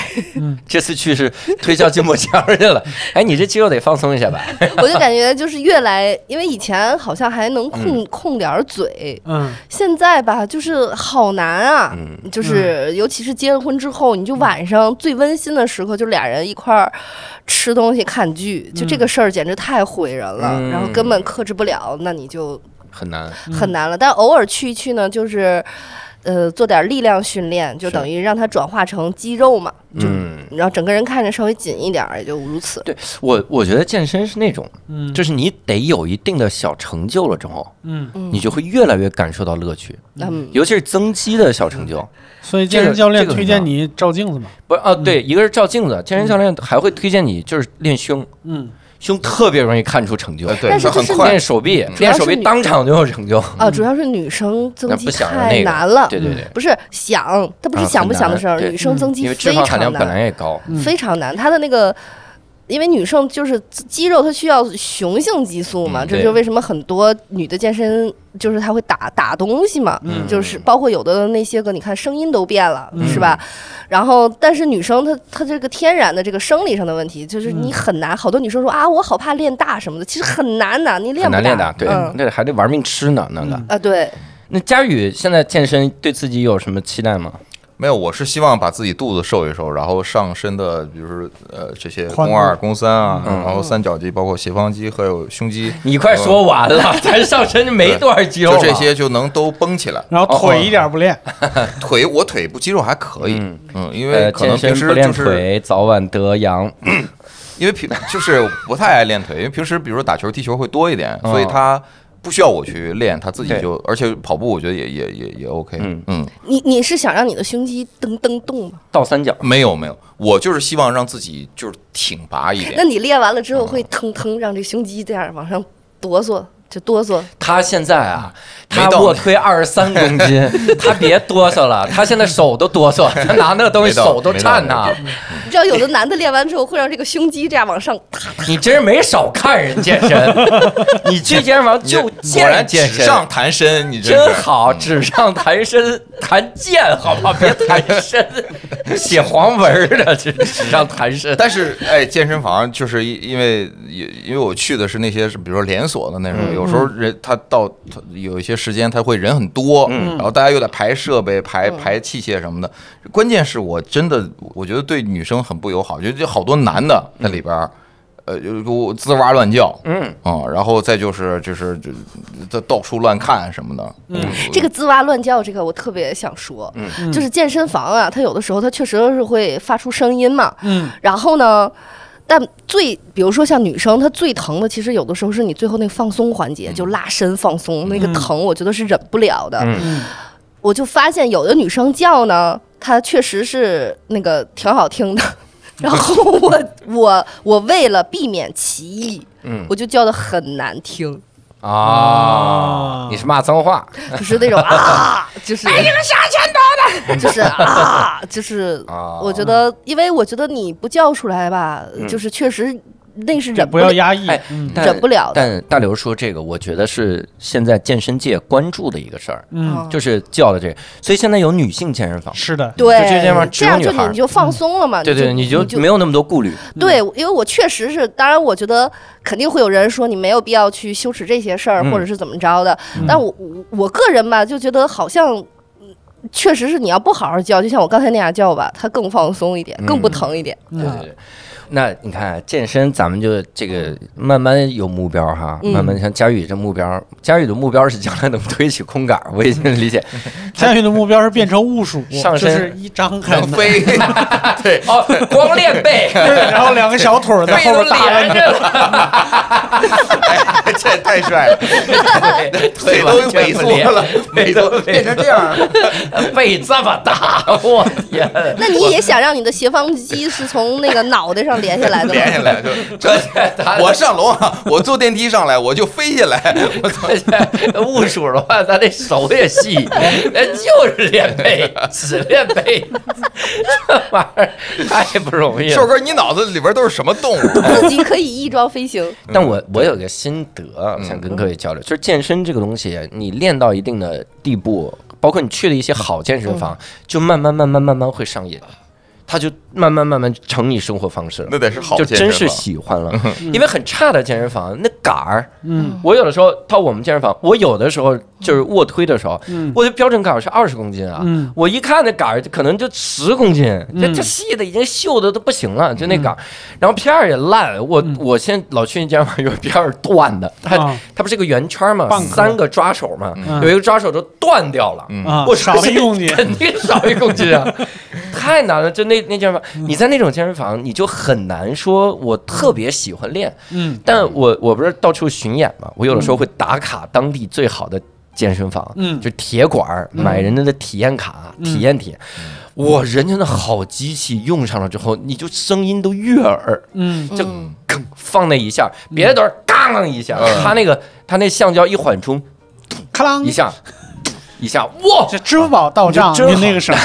Speaker 1: 这次去是推销筋膜枪去了。哎，你这肌肉得放松一下吧？
Speaker 6: 我就感觉就是越来，因为以前好像还能
Speaker 1: 嗯
Speaker 6: 控、控点儿嘴，
Speaker 4: 嗯，
Speaker 6: 现在吧就是好难啊。
Speaker 1: 嗯
Speaker 6: 就是尤其是结了婚之后，你就晚上最温馨的时刻，就俩人一块儿吃东西看剧，就这个事儿简直太毁人了，
Speaker 1: 嗯
Speaker 6: 然后根本克制不了，那你就
Speaker 1: 很难。
Speaker 6: 很难了。但偶尔去一去呢，就是。呃，做点力量训练，就是等于让它转化成肌肉嘛，
Speaker 1: 嗯，
Speaker 6: 然后整个人看着稍微紧一点儿，也就如此。
Speaker 1: 对我我觉得健身是那种，就是你得有一定的小成就了之后，
Speaker 4: 嗯，
Speaker 1: 你就会越来越感受到乐趣，
Speaker 6: 嗯，
Speaker 1: 尤其是增肌的小成就。
Speaker 4: 所以
Speaker 1: 这个
Speaker 4: 健身教练
Speaker 1: 这个很
Speaker 4: 推荐你照镜子嘛，
Speaker 1: 不是啊，对，一个是照镜子，健身教练还会推荐你就是练胸，
Speaker 4: 嗯，
Speaker 1: 胸特别容易看出成就
Speaker 7: 呃。对，
Speaker 6: 但是
Speaker 7: 那
Speaker 6: 就
Speaker 7: 很
Speaker 6: 是
Speaker 7: 快
Speaker 1: 练。手臂，
Speaker 6: 主要
Speaker 1: 练
Speaker 6: 是
Speaker 1: 手臂
Speaker 6: 女
Speaker 1: 当场就有成就。
Speaker 6: 啊，主要是女生增
Speaker 1: 嗯那
Speaker 6: 肌
Speaker 1: 不想着那
Speaker 6: 太
Speaker 1: 个
Speaker 6: 难了，
Speaker 1: 对对对，
Speaker 6: 不是想，它不是
Speaker 1: 啊
Speaker 6: 想
Speaker 1: 很
Speaker 6: 不想的
Speaker 1: 难
Speaker 6: 事儿，
Speaker 1: 对嗯
Speaker 6: 女生增
Speaker 1: 因
Speaker 6: 肌
Speaker 1: 为脂
Speaker 6: 非
Speaker 1: 肪含
Speaker 6: 常
Speaker 1: 量本
Speaker 6: 难，
Speaker 1: 来也高。
Speaker 6: 非常难。她的那个因为女生就是肌肉，它需要雄性激素嘛，
Speaker 1: 嗯
Speaker 6: 这
Speaker 1: 对
Speaker 6: 就为什么很多女的健身就是她会打打东西嘛，
Speaker 4: 嗯
Speaker 6: 就是包括有的那些个，你看声音都变了，
Speaker 4: 嗯
Speaker 6: 是吧？然后，但是女生她她这个天然的这个生理上的问题，就是你很难，好多女生说啊，我好怕练大什么的，其实很难呐，你练
Speaker 1: 很
Speaker 6: 不
Speaker 1: 难练
Speaker 6: 大
Speaker 1: 的，对
Speaker 6: 嗯，
Speaker 1: 那还得玩命吃呢，那个。
Speaker 6: 啊，对，
Speaker 1: 那佳宇现在健身对自己有什么期待吗？
Speaker 7: 没有，我是希望把自己肚子瘦一瘦，然后上身的，比如说呃这些
Speaker 4: 宽度
Speaker 7: 肱二、肱三啊，
Speaker 1: 嗯
Speaker 7: 然后三角肌，包括斜方肌，还有胸肌，
Speaker 1: 你快说完
Speaker 7: [LAUGHS]
Speaker 1: 了，咱上身没多少肌肉
Speaker 7: 就
Speaker 1: 了
Speaker 7: 这些就能都绷起来。
Speaker 4: 然后腿一点不练，
Speaker 1: 哦
Speaker 7: 腿我腿部肌肉还可以，
Speaker 1: 嗯
Speaker 7: 嗯，因为
Speaker 1: 呃，
Speaker 7: 可
Speaker 1: 健
Speaker 7: 能平
Speaker 1: 身
Speaker 7: 时
Speaker 1: 不练
Speaker 7: 就是
Speaker 1: 腿，早晚得阳。
Speaker 7: 因为平就是不太爱练腿，因为平时比如说打球、踢球会多一点，
Speaker 1: 嗯
Speaker 7: 所以他不需要我去练，他自己
Speaker 1: 对
Speaker 7: 就，而且跑步我觉得也也也也 OK，
Speaker 1: 嗯
Speaker 7: 嗯，
Speaker 6: 你你是想让你的胸肌噔噔动吗？
Speaker 1: 倒三角，
Speaker 7: 没有没有，我就是希望让自己就是挺拔一
Speaker 6: 那
Speaker 7: 点，
Speaker 6: 你练完了之后会腾腾让这胸肌这样往上哆嗦，就哆嗦，
Speaker 1: 他现在啊，
Speaker 7: 没
Speaker 1: 他
Speaker 7: 到
Speaker 1: 卧推二十三公斤，
Speaker 7: [LAUGHS]
Speaker 1: 他别哆嗦了，他现在手都哆嗦，他拿那个东西
Speaker 7: 没到
Speaker 1: 手都
Speaker 7: 没到
Speaker 1: 颤呐
Speaker 7: 没。
Speaker 6: 你知道有的男的练完之后会让这个胸肌这样往上塌，
Speaker 1: 你真是没少看人健
Speaker 7: [LAUGHS]
Speaker 1: 身，你去健身房
Speaker 7: 你
Speaker 1: 就
Speaker 7: 果然
Speaker 1: 健健
Speaker 7: 纸
Speaker 1: 身，
Speaker 7: 上谈身，你
Speaker 1: 真
Speaker 7: 是
Speaker 1: 好，纸上谈身谈健，好不好？别谈身，写黄文儿的这纸上谈身。
Speaker 7: 但是，哎，健身房就是因因为也因为我去的是那些是比如说连锁的那
Speaker 6: 嗯
Speaker 7: 种，有时候人他到他有一些时间他会人很多，然后大家又得排设备、
Speaker 6: 嗯
Speaker 7: 排排器械什么的。关键是我真的我觉得对女生很不友好，就就好多男的在里边儿。呃，就给我滋哇乱叫，嗯啊、然后再就是就是就就到处乱看什么的，嗯，
Speaker 6: 这个滋哇乱叫，这个我特别想说，就是健身房啊，它有的时候它确实是会发出声音
Speaker 1: 哦
Speaker 6: 嘛，
Speaker 4: 嗯，
Speaker 6: 然后呢。但最，比如说像女生，她最疼的，其实有的时候是你最后那个放松环节，就拉伸放松那个疼，我觉得是忍不了的。
Speaker 4: 嗯
Speaker 6: 我就发现有的女生叫呢，她确实是那个挺好听的。 [LAUGHS] 然后 [LAUGHS] 我我我为了避免歧义，
Speaker 1: 嗯
Speaker 6: 我就叫的很难听，
Speaker 1: 啊
Speaker 4: 啊，
Speaker 1: 你是骂脏话，
Speaker 6: 就是那种啊，就是哎，你们啥钱多的，就是啊，嗯就是
Speaker 1: 啊
Speaker 6: 我觉得，因为我觉得你不叫出来吧，就是确实那是忍
Speaker 4: 不要
Speaker 6: 了，
Speaker 4: 压抑
Speaker 1: 哎，
Speaker 4: 嗯
Speaker 1: 但
Speaker 6: 忍不了的。
Speaker 1: 但大刘说这个，我觉得是现在健身界关注的一个事儿，
Speaker 4: 嗯，
Speaker 6: 嗯
Speaker 1: 就是叫的这个，所以现在有女性健身房，
Speaker 4: 是的，
Speaker 6: 对，
Speaker 1: 就这地方只
Speaker 6: 这
Speaker 1: 有
Speaker 6: 样
Speaker 1: 女
Speaker 6: 就
Speaker 1: 孩儿嗯
Speaker 6: 你就放松了嘛，
Speaker 1: 对对，
Speaker 6: 你
Speaker 1: 你就
Speaker 6: 就
Speaker 1: 没有那么多顾虑。
Speaker 6: 对，因为我确实是，当然，我觉得肯定会有人说你没有必要去羞耻这些事儿，
Speaker 1: 嗯
Speaker 6: 或者是怎么着的。但我我我个人吧，就觉得好像，嗯确实是你要不好好教，就像我刚才那样教吧，它更放松一点，更
Speaker 1: 嗯
Speaker 6: 不疼一点。
Speaker 4: 嗯
Speaker 1: 对对对。那你看啊健身，咱们就这个慢慢有目标哈，
Speaker 6: 嗯
Speaker 1: 慢慢像佳宇这目标，佳宇的目标是将来能推起空杆，我已经理解。
Speaker 4: 佳宇的目标是变成雾鼠，
Speaker 1: 上
Speaker 4: 就
Speaker 1: 身
Speaker 4: 是一张开
Speaker 7: 能
Speaker 4: 门，
Speaker 7: 飞，对，
Speaker 1: 哦，光练背，
Speaker 4: [LAUGHS] 对，然后两个小腿儿在
Speaker 1: 背
Speaker 4: 后
Speaker 1: 都
Speaker 4: 边搭
Speaker 1: 连
Speaker 4: 着你，
Speaker 1: 着了，
Speaker 7: 哎 [LAUGHS] 这太帅 [LAUGHS] 了，腿都萎缩了，
Speaker 1: 腿
Speaker 7: 腿 [LAUGHS]
Speaker 1: 都
Speaker 7: 都变成这样了。
Speaker 1: 背这么大，我天！
Speaker 6: 那你也想让你的斜方肌是从那个脑袋上连下来的吗？
Speaker 7: 连下来就这，我上楼啊，我坐电梯上来，我就飞
Speaker 1: [LAUGHS]
Speaker 7: 下来，我操！
Speaker 1: 雾数的话，咱那手也细，那就是练背，只练背，这玩意儿太不容易
Speaker 7: 瘦
Speaker 1: 了。
Speaker 7: 哥，你脑子里边都是什么动物？啊
Speaker 6: 自己可以翼装飞行。
Speaker 1: 但我我有个心得，我想跟各位交流，就是健身这个东西，啊你练到一定的地步，包括你去了一些好健身房，就慢慢慢慢慢慢会上瘾，它就慢慢慢慢成你生活方式了。
Speaker 7: 那得是好
Speaker 1: 就
Speaker 7: 健嗯身
Speaker 1: 真是
Speaker 7: 吧
Speaker 1: 喜欢了，因为很差的健身房那杆儿，
Speaker 4: 嗯，
Speaker 1: 我有的时候到我们健身房，我有的时候就是卧推的时候，
Speaker 4: 嗯
Speaker 1: 我的标准杆儿是二十公斤啊，
Speaker 4: 嗯
Speaker 1: 我一看那杆儿可能就十公斤，这这细的已经锈的都不行了，就那杆儿，然后片儿也烂，我
Speaker 4: 嗯
Speaker 1: 我现在老去那健身房有片儿断的，它
Speaker 4: 啊
Speaker 1: 它不是个圆圈嘛，
Speaker 4: 半颗
Speaker 1: 三个抓手嘛，
Speaker 4: 嗯
Speaker 1: 有一个抓手都断掉了，
Speaker 7: 嗯
Speaker 4: 啊，
Speaker 1: 我
Speaker 4: 少
Speaker 1: 这
Speaker 4: 了用你，
Speaker 1: 肯定少一公斤啊，
Speaker 4: [LAUGHS]
Speaker 1: 太难了。就那那健身房，
Speaker 4: 嗯
Speaker 1: 你在那种健身房，你就很难说我特别喜欢练。
Speaker 4: 嗯
Speaker 1: 但我我不是到处巡演嘛，我有的时候会打卡当地最好的健身房，
Speaker 4: 嗯
Speaker 1: 就铁管儿买人家的体验卡，
Speaker 4: 嗯
Speaker 1: 体验体验。哇，人家那好机器用上了之后，你就声音都悦耳，
Speaker 4: 嗯
Speaker 1: 就
Speaker 6: 嗯
Speaker 1: 吭放那一下，别的都是嘎啷一下，
Speaker 7: 嗯
Speaker 1: [LAUGHS] 他那个他那橡胶一缓冲
Speaker 4: [LAUGHS] 咔啷
Speaker 1: 一下，一下，哇，
Speaker 4: 这支付宝到账，
Speaker 1: 你真
Speaker 4: 你那
Speaker 1: [LAUGHS]
Speaker 4: 个什么，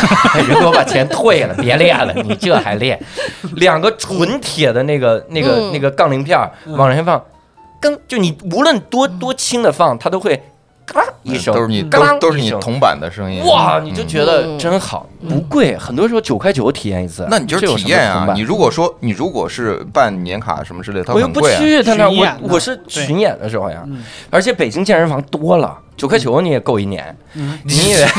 Speaker 1: 人给我把钱退了，别练了，你这
Speaker 4: [LAUGHS]
Speaker 1: 还练？两个纯铁的那个、那个、
Speaker 6: 嗯
Speaker 1: 那个杠铃片儿往上一放，更就你无论多多轻的放，它都会嘎啦一声，
Speaker 7: 都是你
Speaker 1: 嘎啦
Speaker 7: 都都是
Speaker 1: 一
Speaker 7: 你
Speaker 1: 声
Speaker 7: 铜板的声音。
Speaker 1: 哇，你就觉得
Speaker 6: 嗯
Speaker 1: 真好，不贵，很多时候九块九体验一次，
Speaker 7: 那你就
Speaker 1: 这有什
Speaker 7: 是体
Speaker 1: 么
Speaker 7: 验
Speaker 1: 铜
Speaker 7: 啊！
Speaker 1: 板
Speaker 7: 你如果说你如果是办年卡什么之类的，它
Speaker 1: 我又
Speaker 7: 很
Speaker 1: 不
Speaker 7: 贵啊。
Speaker 1: 去他那儿，
Speaker 4: 巡演
Speaker 1: 我
Speaker 4: 呢
Speaker 1: 我是
Speaker 4: 对
Speaker 1: 巡演的时候呀
Speaker 4: 嗯，
Speaker 1: 而且北京健身房多了，九块九你也够一年，
Speaker 8: 嗯
Speaker 1: 你以
Speaker 8: [LAUGHS]
Speaker 1: 为？ [LAUGHS]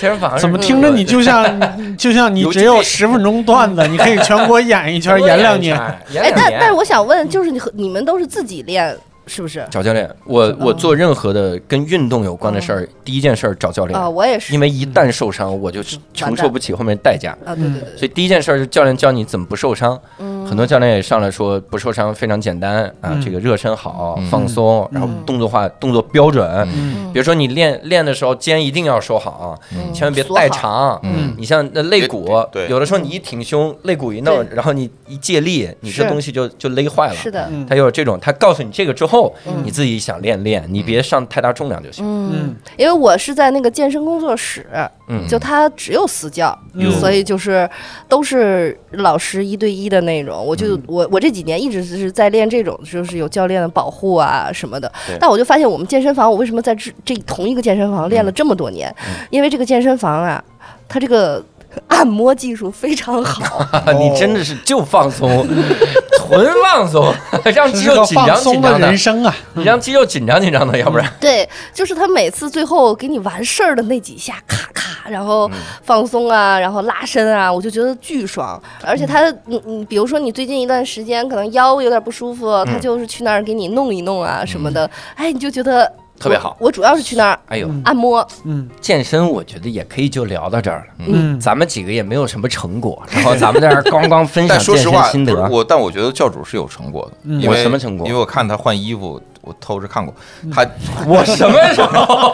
Speaker 1: 健身房是
Speaker 4: 怎么听着
Speaker 1: [LAUGHS]
Speaker 4: 你就像就像你只有十分钟段子，你可以全国演一圈，演两年。，
Speaker 1: 演
Speaker 6: 哎，
Speaker 1: 两
Speaker 6: 但
Speaker 1: 年
Speaker 6: 但是我想问，就是你和你们都是自己练，是不是？
Speaker 1: 找教练，我我做任何的跟运动有关的事儿，第一件事儿找教
Speaker 6: 啊，
Speaker 1: 练，
Speaker 6: 我也是
Speaker 1: 因为一旦受伤，我就承受不起后面的代价。
Speaker 6: 啊，对对对对，
Speaker 1: 所以第一件事儿就是教练教你怎么不受伤，
Speaker 6: 嗯，
Speaker 1: 很多教练也上来说不受伤非常简单啊，
Speaker 4: 嗯
Speaker 1: 这个热身好，
Speaker 7: 嗯
Speaker 1: 放松，然后动作化动作标准，
Speaker 6: 嗯
Speaker 1: 比如说你练练的时候肩一定要收好啊，
Speaker 6: 嗯
Speaker 1: 千万别
Speaker 6: 锁好
Speaker 1: 带长。
Speaker 7: 嗯
Speaker 1: 你像那肋骨
Speaker 7: 对，对
Speaker 1: 有的时候你一挺胸，肋骨一弄，
Speaker 6: 对
Speaker 1: 然后你一借力，你这
Speaker 4: 是
Speaker 1: 东西就就勒坏了。
Speaker 6: 是的，
Speaker 4: 嗯
Speaker 1: 他有这种，他告诉你这个之后，
Speaker 6: 嗯
Speaker 1: 你自己想练练，你别上太大重量就行。
Speaker 6: 嗯，因为我是在那个健身工作室，
Speaker 1: 嗯，
Speaker 6: 就他只有私教，
Speaker 4: 嗯
Speaker 6: 所以就是都是老师一对一的那种。我就、我我这几年一直是在练这种，就是有教练的保护啊什么的
Speaker 7: 对。
Speaker 6: 但我就发现我们健身房，我为什么在这这同一个健身房练了这么多年？因为这个健身房啊，它这个。按摩技术非常好，
Speaker 1: 啊
Speaker 8: 哦
Speaker 1: 你
Speaker 4: 哦
Speaker 1: 真的是就放松，
Speaker 4: [LAUGHS]
Speaker 1: 纯放松， [LAUGHS] 让
Speaker 4: 这
Speaker 1: 肌
Speaker 4: 是个
Speaker 1: 肉紧
Speaker 4: 放
Speaker 1: 张
Speaker 4: 松
Speaker 1: 紧
Speaker 4: 的
Speaker 1: 张的
Speaker 4: 人，生啊！
Speaker 1: 你让肌肉紧张紧张的，要不然
Speaker 6: 对，就是他每次最后给你完事儿的那几下，咔咔，然
Speaker 1: 嗯
Speaker 6: 后放松啊，然后拉伸啊，我就觉得巨爽。而
Speaker 1: 嗯
Speaker 6: 且他，你你比如说你最近一段时间可能腰有点不舒服，
Speaker 1: 嗯
Speaker 6: 他就是去那儿给你弄一弄啊什么的，哎，你就觉得
Speaker 1: 特别好。
Speaker 6: 我主要是去那儿
Speaker 1: 哎呦，
Speaker 4: 嗯
Speaker 6: 按摩，
Speaker 4: 嗯
Speaker 1: 健身我觉得也可以就聊到这儿了。
Speaker 4: 嗯，
Speaker 1: 咱们几个也没有什么成果，然后咱们在这儿咣咣分享
Speaker 7: 但说
Speaker 1: 健
Speaker 7: 实
Speaker 1: 身
Speaker 7: 话，
Speaker 1: 心得
Speaker 7: 不是。我但我觉得教主是有成果的，
Speaker 4: 嗯
Speaker 7: 因为
Speaker 1: 啊我什么成果
Speaker 7: 因为我看他换衣服，我偷着看过，
Speaker 1: 嗯
Speaker 7: 他
Speaker 1: 我什么时候？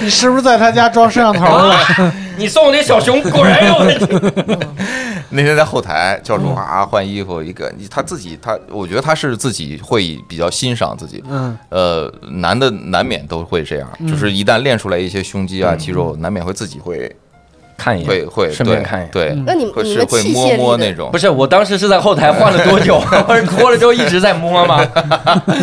Speaker 4: 你是不是在他家装摄像头了？
Speaker 1: 你送我那小熊果然有问题。
Speaker 7: 那天在后台，
Speaker 6: 嗯
Speaker 7: 教主啊换衣服，一个他自己他，我觉得他是自己会比较欣赏自己。
Speaker 4: 嗯
Speaker 7: 呃，男的难免都会这样，
Speaker 6: 嗯
Speaker 7: 就是一旦练出来一些胸肌啊、肌肉，难免会自己会
Speaker 1: 看一
Speaker 7: 会
Speaker 1: 眼，
Speaker 7: 会
Speaker 1: 嗯顺
Speaker 7: 对
Speaker 1: 便看一眼。
Speaker 7: 对，
Speaker 6: 那嗯你们
Speaker 7: 会
Speaker 6: 你
Speaker 7: 是
Speaker 6: 们
Speaker 7: 会
Speaker 6: 器
Speaker 7: 摸
Speaker 6: 械
Speaker 7: 摸
Speaker 6: 力
Speaker 7: 那
Speaker 6: 的，
Speaker 7: 种
Speaker 1: 不。是，我当时是在后台换了多久？ [LAUGHS] 我是脱了之后一直在摸吗？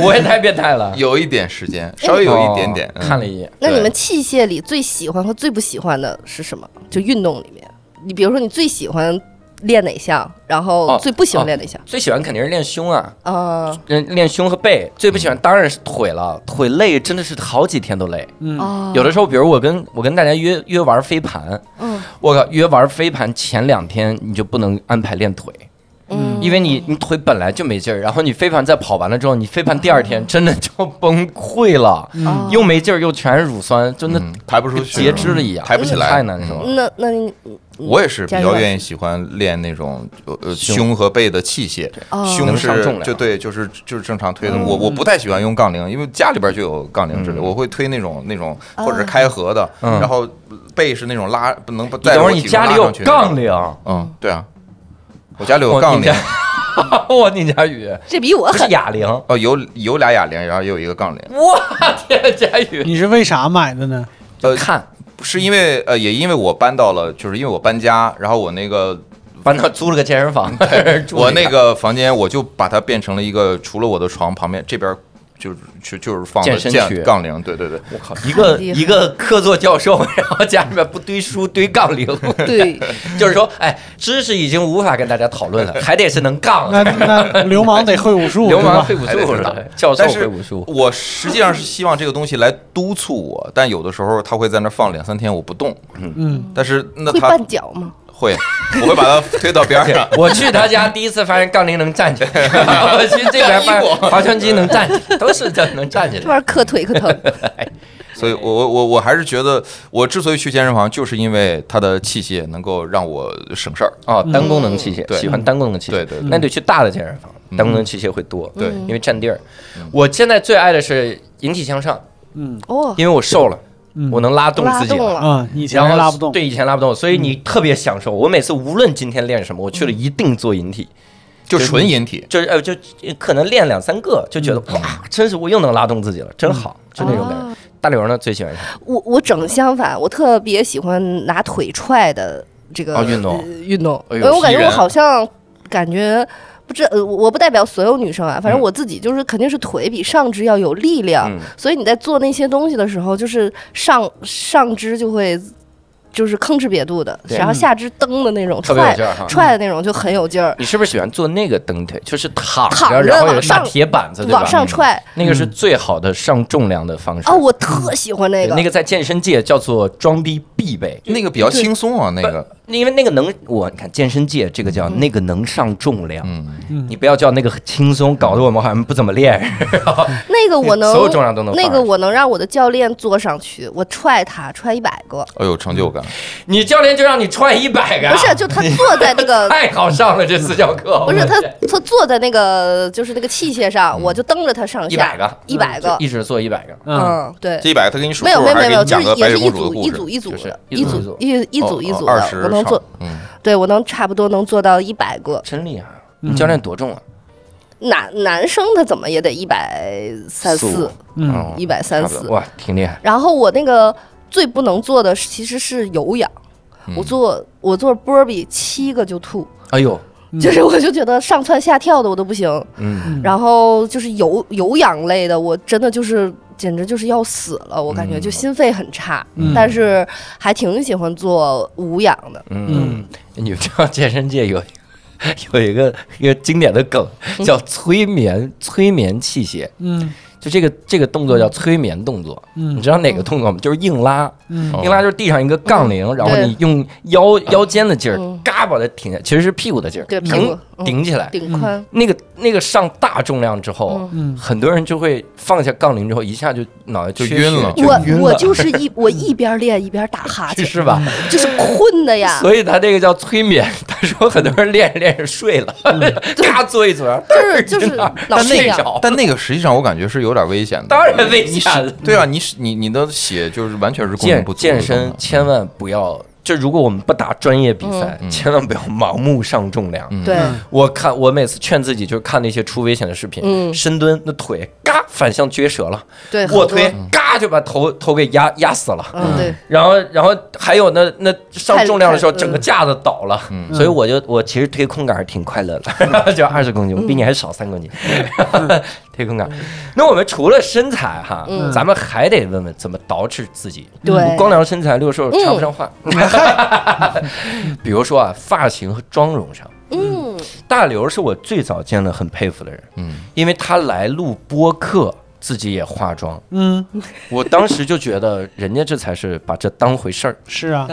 Speaker 1: 我也太变态了，
Speaker 7: 有一点时间，
Speaker 6: 哎
Speaker 7: 稍微有一点点嗯
Speaker 1: 哦，看了
Speaker 7: 一
Speaker 1: 一眼。
Speaker 6: 那你
Speaker 7: 对
Speaker 6: 们器械里最喜欢和最不喜欢的是什么？就运动里面，你比如说你最喜欢练哪项，然后
Speaker 1: 哦
Speaker 6: 最不喜欢
Speaker 1: 哦
Speaker 6: 练哪项？
Speaker 1: 最喜欢肯定是练胸啊，
Speaker 6: 啊
Speaker 1: 练练胸和背。最不喜欢当然是腿了，腿累真的是好几天都累。
Speaker 4: 嗯
Speaker 6: 哦，
Speaker 1: 有的时候，比如我跟我跟大家约约玩飞盘，
Speaker 6: 嗯
Speaker 1: 我靠，约玩飞盘前两天你就不能安排练腿，
Speaker 6: 嗯，
Speaker 1: 因为你你腿本来就没劲儿，然后你飞盘再跑完了之后，你飞盘第二天真的就崩溃了，
Speaker 6: 哦
Speaker 1: 又没劲儿，又全是乳酸，真的
Speaker 7: 嗯排不出去，
Speaker 1: 截肢了一样，
Speaker 7: 抬不起来嗯
Speaker 1: 太难受了。
Speaker 6: 那那你
Speaker 7: 我也是比
Speaker 6: 加油
Speaker 7: 较
Speaker 6: 吧
Speaker 7: 愿意喜欢练那种呃呃
Speaker 1: 胸
Speaker 7: 胸和背的器械，
Speaker 6: 哦
Speaker 7: 胸
Speaker 1: 能上
Speaker 7: 是
Speaker 1: 重量
Speaker 7: 就对，就是就是正常推的。我我不太喜欢用杠铃，因为家里边就有杠铃之类的，我会推那种那种或者是开合的，
Speaker 1: 嗯
Speaker 7: 然后背是那种拉不能
Speaker 1: 你等
Speaker 7: 带着
Speaker 1: 会
Speaker 7: 我
Speaker 1: 儿你
Speaker 7: 体重
Speaker 1: 家
Speaker 7: 拉
Speaker 1: 里有
Speaker 7: 上去。
Speaker 1: 杠铃， [LAUGHS]
Speaker 7: 嗯，对啊，我家里有
Speaker 1: 我
Speaker 7: 杠
Speaker 1: 你
Speaker 7: 铃
Speaker 1: 家，我你家宇
Speaker 6: 这比我 [LAUGHS]
Speaker 1: 不是
Speaker 6: 狠，
Speaker 1: 哑铃，
Speaker 7: 哦，有有俩哑铃，然后也有一个杠铃。
Speaker 1: 我天，家宇
Speaker 4: 你是为啥买的呢？
Speaker 7: 呃，
Speaker 1: 看
Speaker 7: 是因为呃，也因为我搬到了，就是因为我搬家，然后我那个
Speaker 1: 搬到租了个健身 [LAUGHS] 房，住
Speaker 7: 我
Speaker 1: 里
Speaker 7: 那个房间，我就把它变成了一个除了我的床旁边这边就是就就是放的
Speaker 1: 健身区
Speaker 7: 健杠铃，对对对，
Speaker 1: 我靠，一个
Speaker 6: 太厉害
Speaker 1: 一个客座教授， [LAUGHS] 然后家里面不堆书堆杠铃， [LAUGHS]
Speaker 6: 对，
Speaker 1: 就是说，哎，知识已经无法跟大家讨论了，还得是能杠
Speaker 8: [LAUGHS]
Speaker 4: 那
Speaker 1: 的。
Speaker 4: 那流氓得会武术，
Speaker 1: 流
Speaker 4: 对
Speaker 1: 氓
Speaker 4: 吧
Speaker 1: 会武
Speaker 7: 还得
Speaker 1: 术
Speaker 7: 是打
Speaker 1: 了，教授
Speaker 7: 但是
Speaker 1: 会武术，。
Speaker 7: 我实际上是希望这个东西来督促我，但有的时候它会在那放两三天我不动，
Speaker 4: 嗯，
Speaker 7: 但是那
Speaker 6: 会
Speaker 7: 它
Speaker 6: 绊脚吗？
Speaker 7: 会，我会把它推到 [LAUGHS] 边儿上
Speaker 1: [LAUGHS] 我去他家第一次发现杠铃能站
Speaker 7: [LAUGHS]
Speaker 1: 起来，我去这边发
Speaker 7: 干衣
Speaker 1: 现划船机能站起
Speaker 7: [LAUGHS]
Speaker 1: 来，都是这能站起
Speaker 6: 这
Speaker 1: 来。
Speaker 6: 玩意儿磕腿可疼。
Speaker 7: 所以我，我我我还是觉得，我之所以去健身房，就是因为它的器械能够让我省事儿。
Speaker 1: 哦，单功能器械，
Speaker 7: 对
Speaker 1: 喜欢单功能器械，
Speaker 7: 对对嗯对
Speaker 1: 那得去大的健身房，单功能器械会多，
Speaker 7: 对
Speaker 6: 嗯
Speaker 1: 因为占地儿。
Speaker 7: 嗯
Speaker 1: 我现在最爱的是引体向上，
Speaker 6: 哦，
Speaker 1: 因为我瘦了，
Speaker 4: 嗯
Speaker 1: 我能拉动
Speaker 6: 拉
Speaker 1: 自己
Speaker 6: 动
Speaker 1: 了。
Speaker 6: 了，
Speaker 4: 啊，以前
Speaker 1: 然后
Speaker 4: 还拉不动，
Speaker 7: 嗯
Speaker 1: 嗯对，以前拉不动，所以你特别享受。我每次无论今天练什么，我去了一定做引体，
Speaker 7: 就纯引体，
Speaker 8: 就是呃，就可能练两三个，就觉得
Speaker 1: 嗯
Speaker 8: 哇，真是我又能拉动自己了，真好，就那种
Speaker 1: 哦
Speaker 8: 感觉。大刘呢，最喜欢啥？
Speaker 6: 哦我我整相反，我特别喜欢拿腿踹的这个、
Speaker 8: 哦运动
Speaker 6: 呃运动，
Speaker 7: 哎呦
Speaker 6: 因为我感觉
Speaker 7: 踢人
Speaker 6: 我好像感觉。不知呃，我我不代表所有女生啊，反正
Speaker 8: 嗯
Speaker 6: 我自己就是肯定是腿比上肢要有力量，
Speaker 8: 嗯
Speaker 6: 所以你在做那些东西的时候，就是上上肢就会就是吭哧瘪肚的，
Speaker 8: 对
Speaker 6: 然后下肢蹬的那种
Speaker 7: 特别有
Speaker 6: 踹
Speaker 7: 劲儿哈。
Speaker 6: 踹的那种就很有劲儿，
Speaker 8: 你是不是喜欢做那个蹬腿？就是躺
Speaker 6: 躺
Speaker 8: 着，
Speaker 6: 着
Speaker 8: 然后有
Speaker 6: 往
Speaker 8: 个大
Speaker 6: 上
Speaker 8: 铁板子，对吧嗯
Speaker 6: 往？上踹
Speaker 8: 那个是最好的上重量的方式
Speaker 6: 啊，。我特喜欢那
Speaker 8: 对
Speaker 6: 个
Speaker 8: 那个在健身界叫做装逼必备，
Speaker 7: 那个比较轻松啊，那个，
Speaker 8: 因为那个能，我你看健身界这个
Speaker 6: 嗯
Speaker 8: 叫那个能上重量，
Speaker 7: 嗯，
Speaker 8: 你不要叫那个轻松，搞得我们好像不怎么练。
Speaker 6: 那个我能
Speaker 8: 所有重量都能放
Speaker 6: 那
Speaker 8: 上
Speaker 6: 个
Speaker 8: 去
Speaker 6: 我能让我的教练坐上去，我踹他踹一百个，
Speaker 7: 哎呦，成就
Speaker 6: 嗯
Speaker 7: 感，
Speaker 8: 你教练就让你踹一百个啊，
Speaker 6: 不是就他坐在那
Speaker 8: [LAUGHS]
Speaker 6: 个。
Speaker 8: 太好上了这私教课，
Speaker 6: 不是他，他坐在那个就是那个器械上，我就蹬着他上下
Speaker 8: 100个嗯
Speaker 6: 一百个
Speaker 8: 就，一直做一百个，
Speaker 4: 嗯，
Speaker 6: 嗯，对，
Speaker 7: 这一百个他给你数
Speaker 6: 没有
Speaker 7: 数
Speaker 6: 没有
Speaker 7: 还
Speaker 6: 没
Speaker 7: 给你
Speaker 6: 有没有，就
Speaker 7: 讲
Speaker 6: 是
Speaker 7: 个白
Speaker 6: 也
Speaker 7: 雪
Speaker 6: 是一
Speaker 7: 公主
Speaker 6: 组
Speaker 7: 的
Speaker 6: 一
Speaker 7: 故事，哦
Speaker 6: 组一组
Speaker 8: 就是
Speaker 6: 的，
Speaker 8: 一
Speaker 6: 组
Speaker 8: 组一组哦
Speaker 6: 一一组一组
Speaker 7: 二
Speaker 6: 的，
Speaker 7: 十
Speaker 6: 我能做，
Speaker 7: 嗯，
Speaker 6: 对我能差不多能做到一百个。
Speaker 8: 真厉害。你教练多重啊？
Speaker 6: 男男生他怎么也得一百三
Speaker 8: 四五
Speaker 6: 四，
Speaker 1: 哦
Speaker 4: 嗯，
Speaker 6: 一百三四，
Speaker 8: 哇，挺厉害。
Speaker 6: 然后我那个最不能做的其实是有氧，
Speaker 7: 嗯
Speaker 6: 我做我做波比七个就吐，
Speaker 8: 哎呦，
Speaker 6: 就是 [LAUGHS] 我就觉得上蹿下跳的我都不行，
Speaker 8: 嗯，
Speaker 6: 然后就是有有氧类的，我真的就是简直就是要死了，我感觉
Speaker 7: 嗯
Speaker 6: 就心肺很差，
Speaker 4: 嗯
Speaker 6: 但是还挺喜欢做无氧的，
Speaker 8: 嗯，你们知道健身界有有一个一个经典的梗
Speaker 6: 嗯
Speaker 8: 叫催眠催眠器械，
Speaker 4: 嗯
Speaker 8: 就这个这个动作叫催眠动作。你
Speaker 4: 嗯
Speaker 8: 知道哪个动作吗？就是硬拉，
Speaker 4: 嗯
Speaker 7: 哦
Speaker 8: 硬拉就是地上一个杠铃，然后
Speaker 6: 对
Speaker 8: 你用腰腰间的劲儿
Speaker 6: 嗯，
Speaker 8: 嘎把它挺下，其实是屁股的劲儿，
Speaker 6: 对屁
Speaker 8: 顶
Speaker 6: 股嗯
Speaker 8: 顶起来。
Speaker 6: 顶髋，
Speaker 8: 那个那个上大重量之后，
Speaker 4: 嗯
Speaker 8: 很多人就会放下杠铃之后，一下就脑袋
Speaker 7: 就
Speaker 8: 缺
Speaker 7: 晕
Speaker 8: 血
Speaker 7: 了
Speaker 6: 我我就是一我一边练一边打哈
Speaker 8: 去
Speaker 6: 欠，
Speaker 8: 是吧？
Speaker 6: 就是困的呀，
Speaker 8: [LAUGHS] 所以他这个叫催眠。 [LAUGHS] 他说很多人练着练着睡了，
Speaker 7: 嗯
Speaker 8: [LAUGHS] 嘎坐一坐，
Speaker 6: 就是就是
Speaker 8: 那儿
Speaker 6: 老
Speaker 8: 但
Speaker 6: 睡
Speaker 8: 那
Speaker 6: 着
Speaker 8: 着，
Speaker 7: 但那个实际上我感觉是有点危险的，
Speaker 8: 当然危险了。
Speaker 7: 对啊，你是你你的血就是完全是功能
Speaker 8: 健
Speaker 7: 不足的
Speaker 8: 健身千万不要，就如果我们不打专业比赛，
Speaker 7: 嗯
Speaker 8: 千万不要盲目上重量。
Speaker 7: 嗯
Speaker 6: 对。
Speaker 8: 我看我每次劝自己，就是看那些出危险的视频，
Speaker 6: 嗯
Speaker 8: 深蹲那腿嘎反向撅折了，
Speaker 6: 对，好
Speaker 8: 卧
Speaker 6: 多
Speaker 8: 推嘎就把头头给压压死了。
Speaker 6: 嗯对，
Speaker 8: 然后，然后还有那那上重量的时候，
Speaker 6: 太太
Speaker 8: 整个架子倒了，所以我就我其实推空杆儿挺快乐
Speaker 6: 嗯
Speaker 8: 的， [LAUGHS] 就二十公斤，我比你还少三公斤， [LAUGHS] 推空杆儿。那我们除了身材哈，咱们还得问问怎么捯饬自己。
Speaker 6: 嗯对
Speaker 8: 我光聊身材，六兽插不上话。 [LAUGHS] 比如说啊，发型和妆容上，
Speaker 6: 嗯，
Speaker 8: 大刘是我最早见的很佩服的人，
Speaker 7: 嗯，
Speaker 8: 因为他来录播客，自己也化妆，
Speaker 4: 嗯，
Speaker 8: 我当时就觉得人家这才是把这当回事儿。
Speaker 4: 是啊，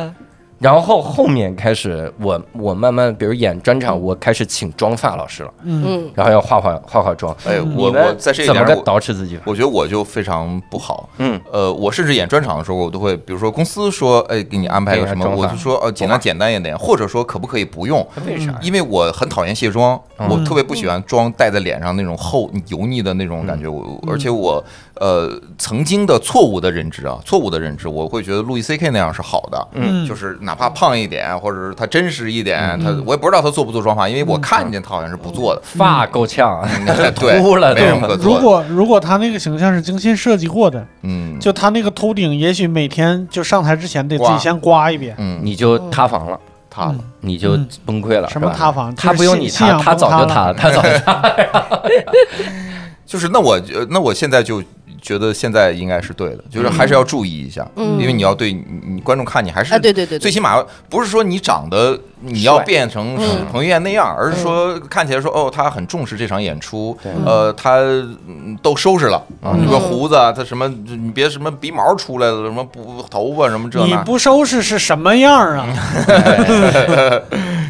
Speaker 8: 然后后面开始我我慢慢，比如演专场，我开始请妆发老师了，
Speaker 6: 嗯，
Speaker 8: 然后要化化化化妆。
Speaker 7: 哎，我
Speaker 8: 你们
Speaker 7: 我在这一
Speaker 8: 怎
Speaker 7: 点
Speaker 8: 么
Speaker 7: 儿
Speaker 8: 个
Speaker 7: 我嗯
Speaker 8: 捯饬自己法？
Speaker 7: 我觉得我就非常不好，
Speaker 8: 嗯，
Speaker 7: 呃，我甚至演专场的时候，我都会，比如说公司说，哎，给你安排个什么，
Speaker 8: 给你安
Speaker 7: 我
Speaker 8: 装
Speaker 7: 就说，呃，尽量简单一点，或者说可不可以不用？
Speaker 8: 为啥？
Speaker 7: 因为我很讨厌卸妆，
Speaker 8: 嗯嗯
Speaker 7: 我特别不喜欢妆带在脸上那种厚油腻的那种感觉。我而且我呃曾经的错误的认知啊，错误的认知，我会觉得路易 C K 那样是好的，
Speaker 8: 嗯
Speaker 7: 就是哪怕胖一点，或者是他真实一点，他我也不知道他做不做妆发，因为我看见他好像是不做的，
Speaker 8: 发够呛，啊
Speaker 7: [LAUGHS] 对，
Speaker 8: 秃了
Speaker 7: 没
Speaker 8: 都
Speaker 7: 什么可
Speaker 4: 如
Speaker 7: 做的。
Speaker 4: 果如果他那个形象是精心设计过的，
Speaker 7: 嗯，
Speaker 4: 就他那个头顶，也许每天就上台之前得自
Speaker 7: 刮
Speaker 4: 己先刮一遍，
Speaker 7: 嗯，
Speaker 8: 你就塌房了，
Speaker 7: 塌了，
Speaker 8: 你就
Speaker 4: 嗯
Speaker 8: 崩溃了。
Speaker 4: 什么
Speaker 8: 是吧
Speaker 4: 塌房
Speaker 8: 他
Speaker 4: 就是
Speaker 8: 不用你
Speaker 4: 信信
Speaker 8: 塌，
Speaker 4: 仰
Speaker 8: 他早就
Speaker 4: 崩
Speaker 8: 塌
Speaker 4: 塌
Speaker 8: 了，他早就塌了。
Speaker 7: 就是那我呃那我现在就觉得现在应该是对的，就是还是要注意一下，
Speaker 6: 嗯
Speaker 7: 因为你要对你你观众看你还是
Speaker 6: 啊，对对对，对
Speaker 7: 最起码不是说你长得你要
Speaker 8: 帅
Speaker 7: 变成
Speaker 6: 嗯
Speaker 7: 彭于晏那样，而是说看起来说哦，他很重视这场演出
Speaker 8: 对，
Speaker 7: 呃，他嗯都收拾了，
Speaker 8: 嗯
Speaker 7: 你说胡子啊，他什么你别什么鼻毛出来了，什么不头发什么这
Speaker 4: 你
Speaker 8: 嗯
Speaker 7: 那，
Speaker 4: 不收拾是什么样啊？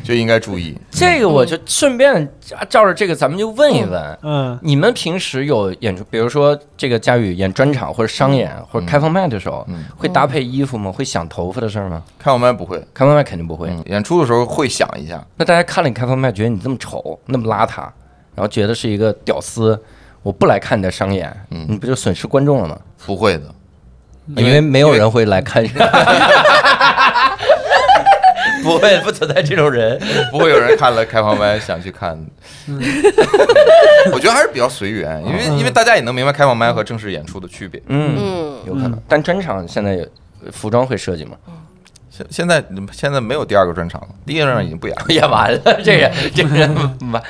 Speaker 7: 就应该注意。
Speaker 8: 这个我就顺便照着这个，咱们就问一问，
Speaker 6: [LAUGHS]
Speaker 4: 嗯
Speaker 8: 你们平时有演出，比如说这个佳宇演专场或者商演或者开放麦的时候
Speaker 7: 嗯，
Speaker 8: 会搭配衣服吗？会想头发的事儿吗？
Speaker 7: 看我们不会，
Speaker 8: 开放麦肯定不会。
Speaker 7: 嗯演出的时候会想一下，
Speaker 8: 那大家看了你开放麦，觉得你这么丑，那么邋遢，然后觉得是一个屌丝，我不来看你的商演，你不就损失观众了吗？
Speaker 7: 不会
Speaker 8: [LAUGHS]
Speaker 7: 的，
Speaker 8: 因为没有人会来看。 [LAUGHS] 不会不存在这种人。
Speaker 7: 不会有人看了开放麦想去看。
Speaker 8: 嗯
Speaker 7: [LAUGHS] 我觉得还是比较随缘，因为因为大家也能明白开放麦和正式演出的区别。
Speaker 8: 嗯，
Speaker 6: 嗯，
Speaker 8: 有可能。但专场现在有服装会设计吗？
Speaker 7: 现现在现在没有第二个专场了，第一个专场已经不演了。
Speaker 8: [LAUGHS] 也完了，这 [LAUGHS] 个这个人完。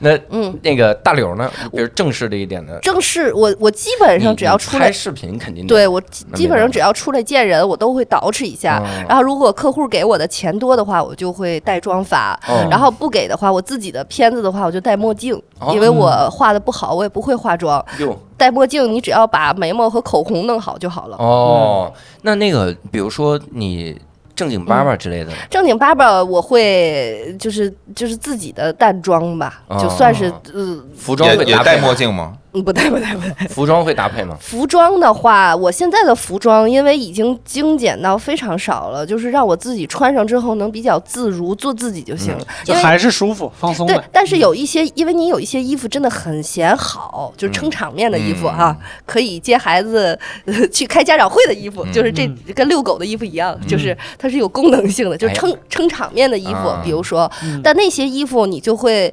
Speaker 8: 那
Speaker 6: 嗯
Speaker 8: 那个大柳呢？比如正式的一点的，
Speaker 6: 正式我我基本上只要出来
Speaker 8: 拍视频肯定得
Speaker 6: 对我基
Speaker 8: 那
Speaker 6: 基
Speaker 8: 没
Speaker 6: 本上
Speaker 8: 办
Speaker 6: 只要出来见人，我都会捯饬一下。
Speaker 8: 嗯
Speaker 6: 然后如果客户给我的钱多的话，我就会带妆发；
Speaker 8: 哦
Speaker 6: 然后不给的话，我自己的片子的话，我就戴墨镜，
Speaker 8: 哦
Speaker 6: 因为我画的不好，我也不会化妆。
Speaker 8: 哟
Speaker 6: 戴墨镜，你只要把眉毛和口红弄好就好了。
Speaker 8: 哦。那那个比如说你正经八八之类的，
Speaker 6: 正经八百，我会就是就是自己的淡妆吧，就算是
Speaker 8: 哦
Speaker 6: 呃嗯
Speaker 8: 服装
Speaker 7: 也
Speaker 8: 会
Speaker 7: 也
Speaker 8: 搭配
Speaker 7: 戴
Speaker 8: 吗
Speaker 7: 墨，镜吗？
Speaker 6: 不戴不戴不戴。
Speaker 8: 服装会搭配吗？
Speaker 6: 服装的话，我现在的服装因为已经精简到非常少了，就是让我自己穿上之后能比较自如，做自己就行了。
Speaker 4: 嗯就
Speaker 6: 因为
Speaker 4: 还是舒服放松
Speaker 6: 对
Speaker 4: 呗，。
Speaker 6: 但是有一些，因为你有一些衣服真的很显好，就是撑场面的衣
Speaker 4: 嗯
Speaker 6: 服啊，可以接孩子、呃去开家长会的衣服，就是这
Speaker 4: 嗯
Speaker 6: 跟遛狗的衣服一样，就是它是有功能性的，就
Speaker 8: 哎呀
Speaker 6: 撑、撑场面的衣服，
Speaker 8: 啊
Speaker 6: 比如说，
Speaker 4: 嗯
Speaker 6: 但那些衣服你就会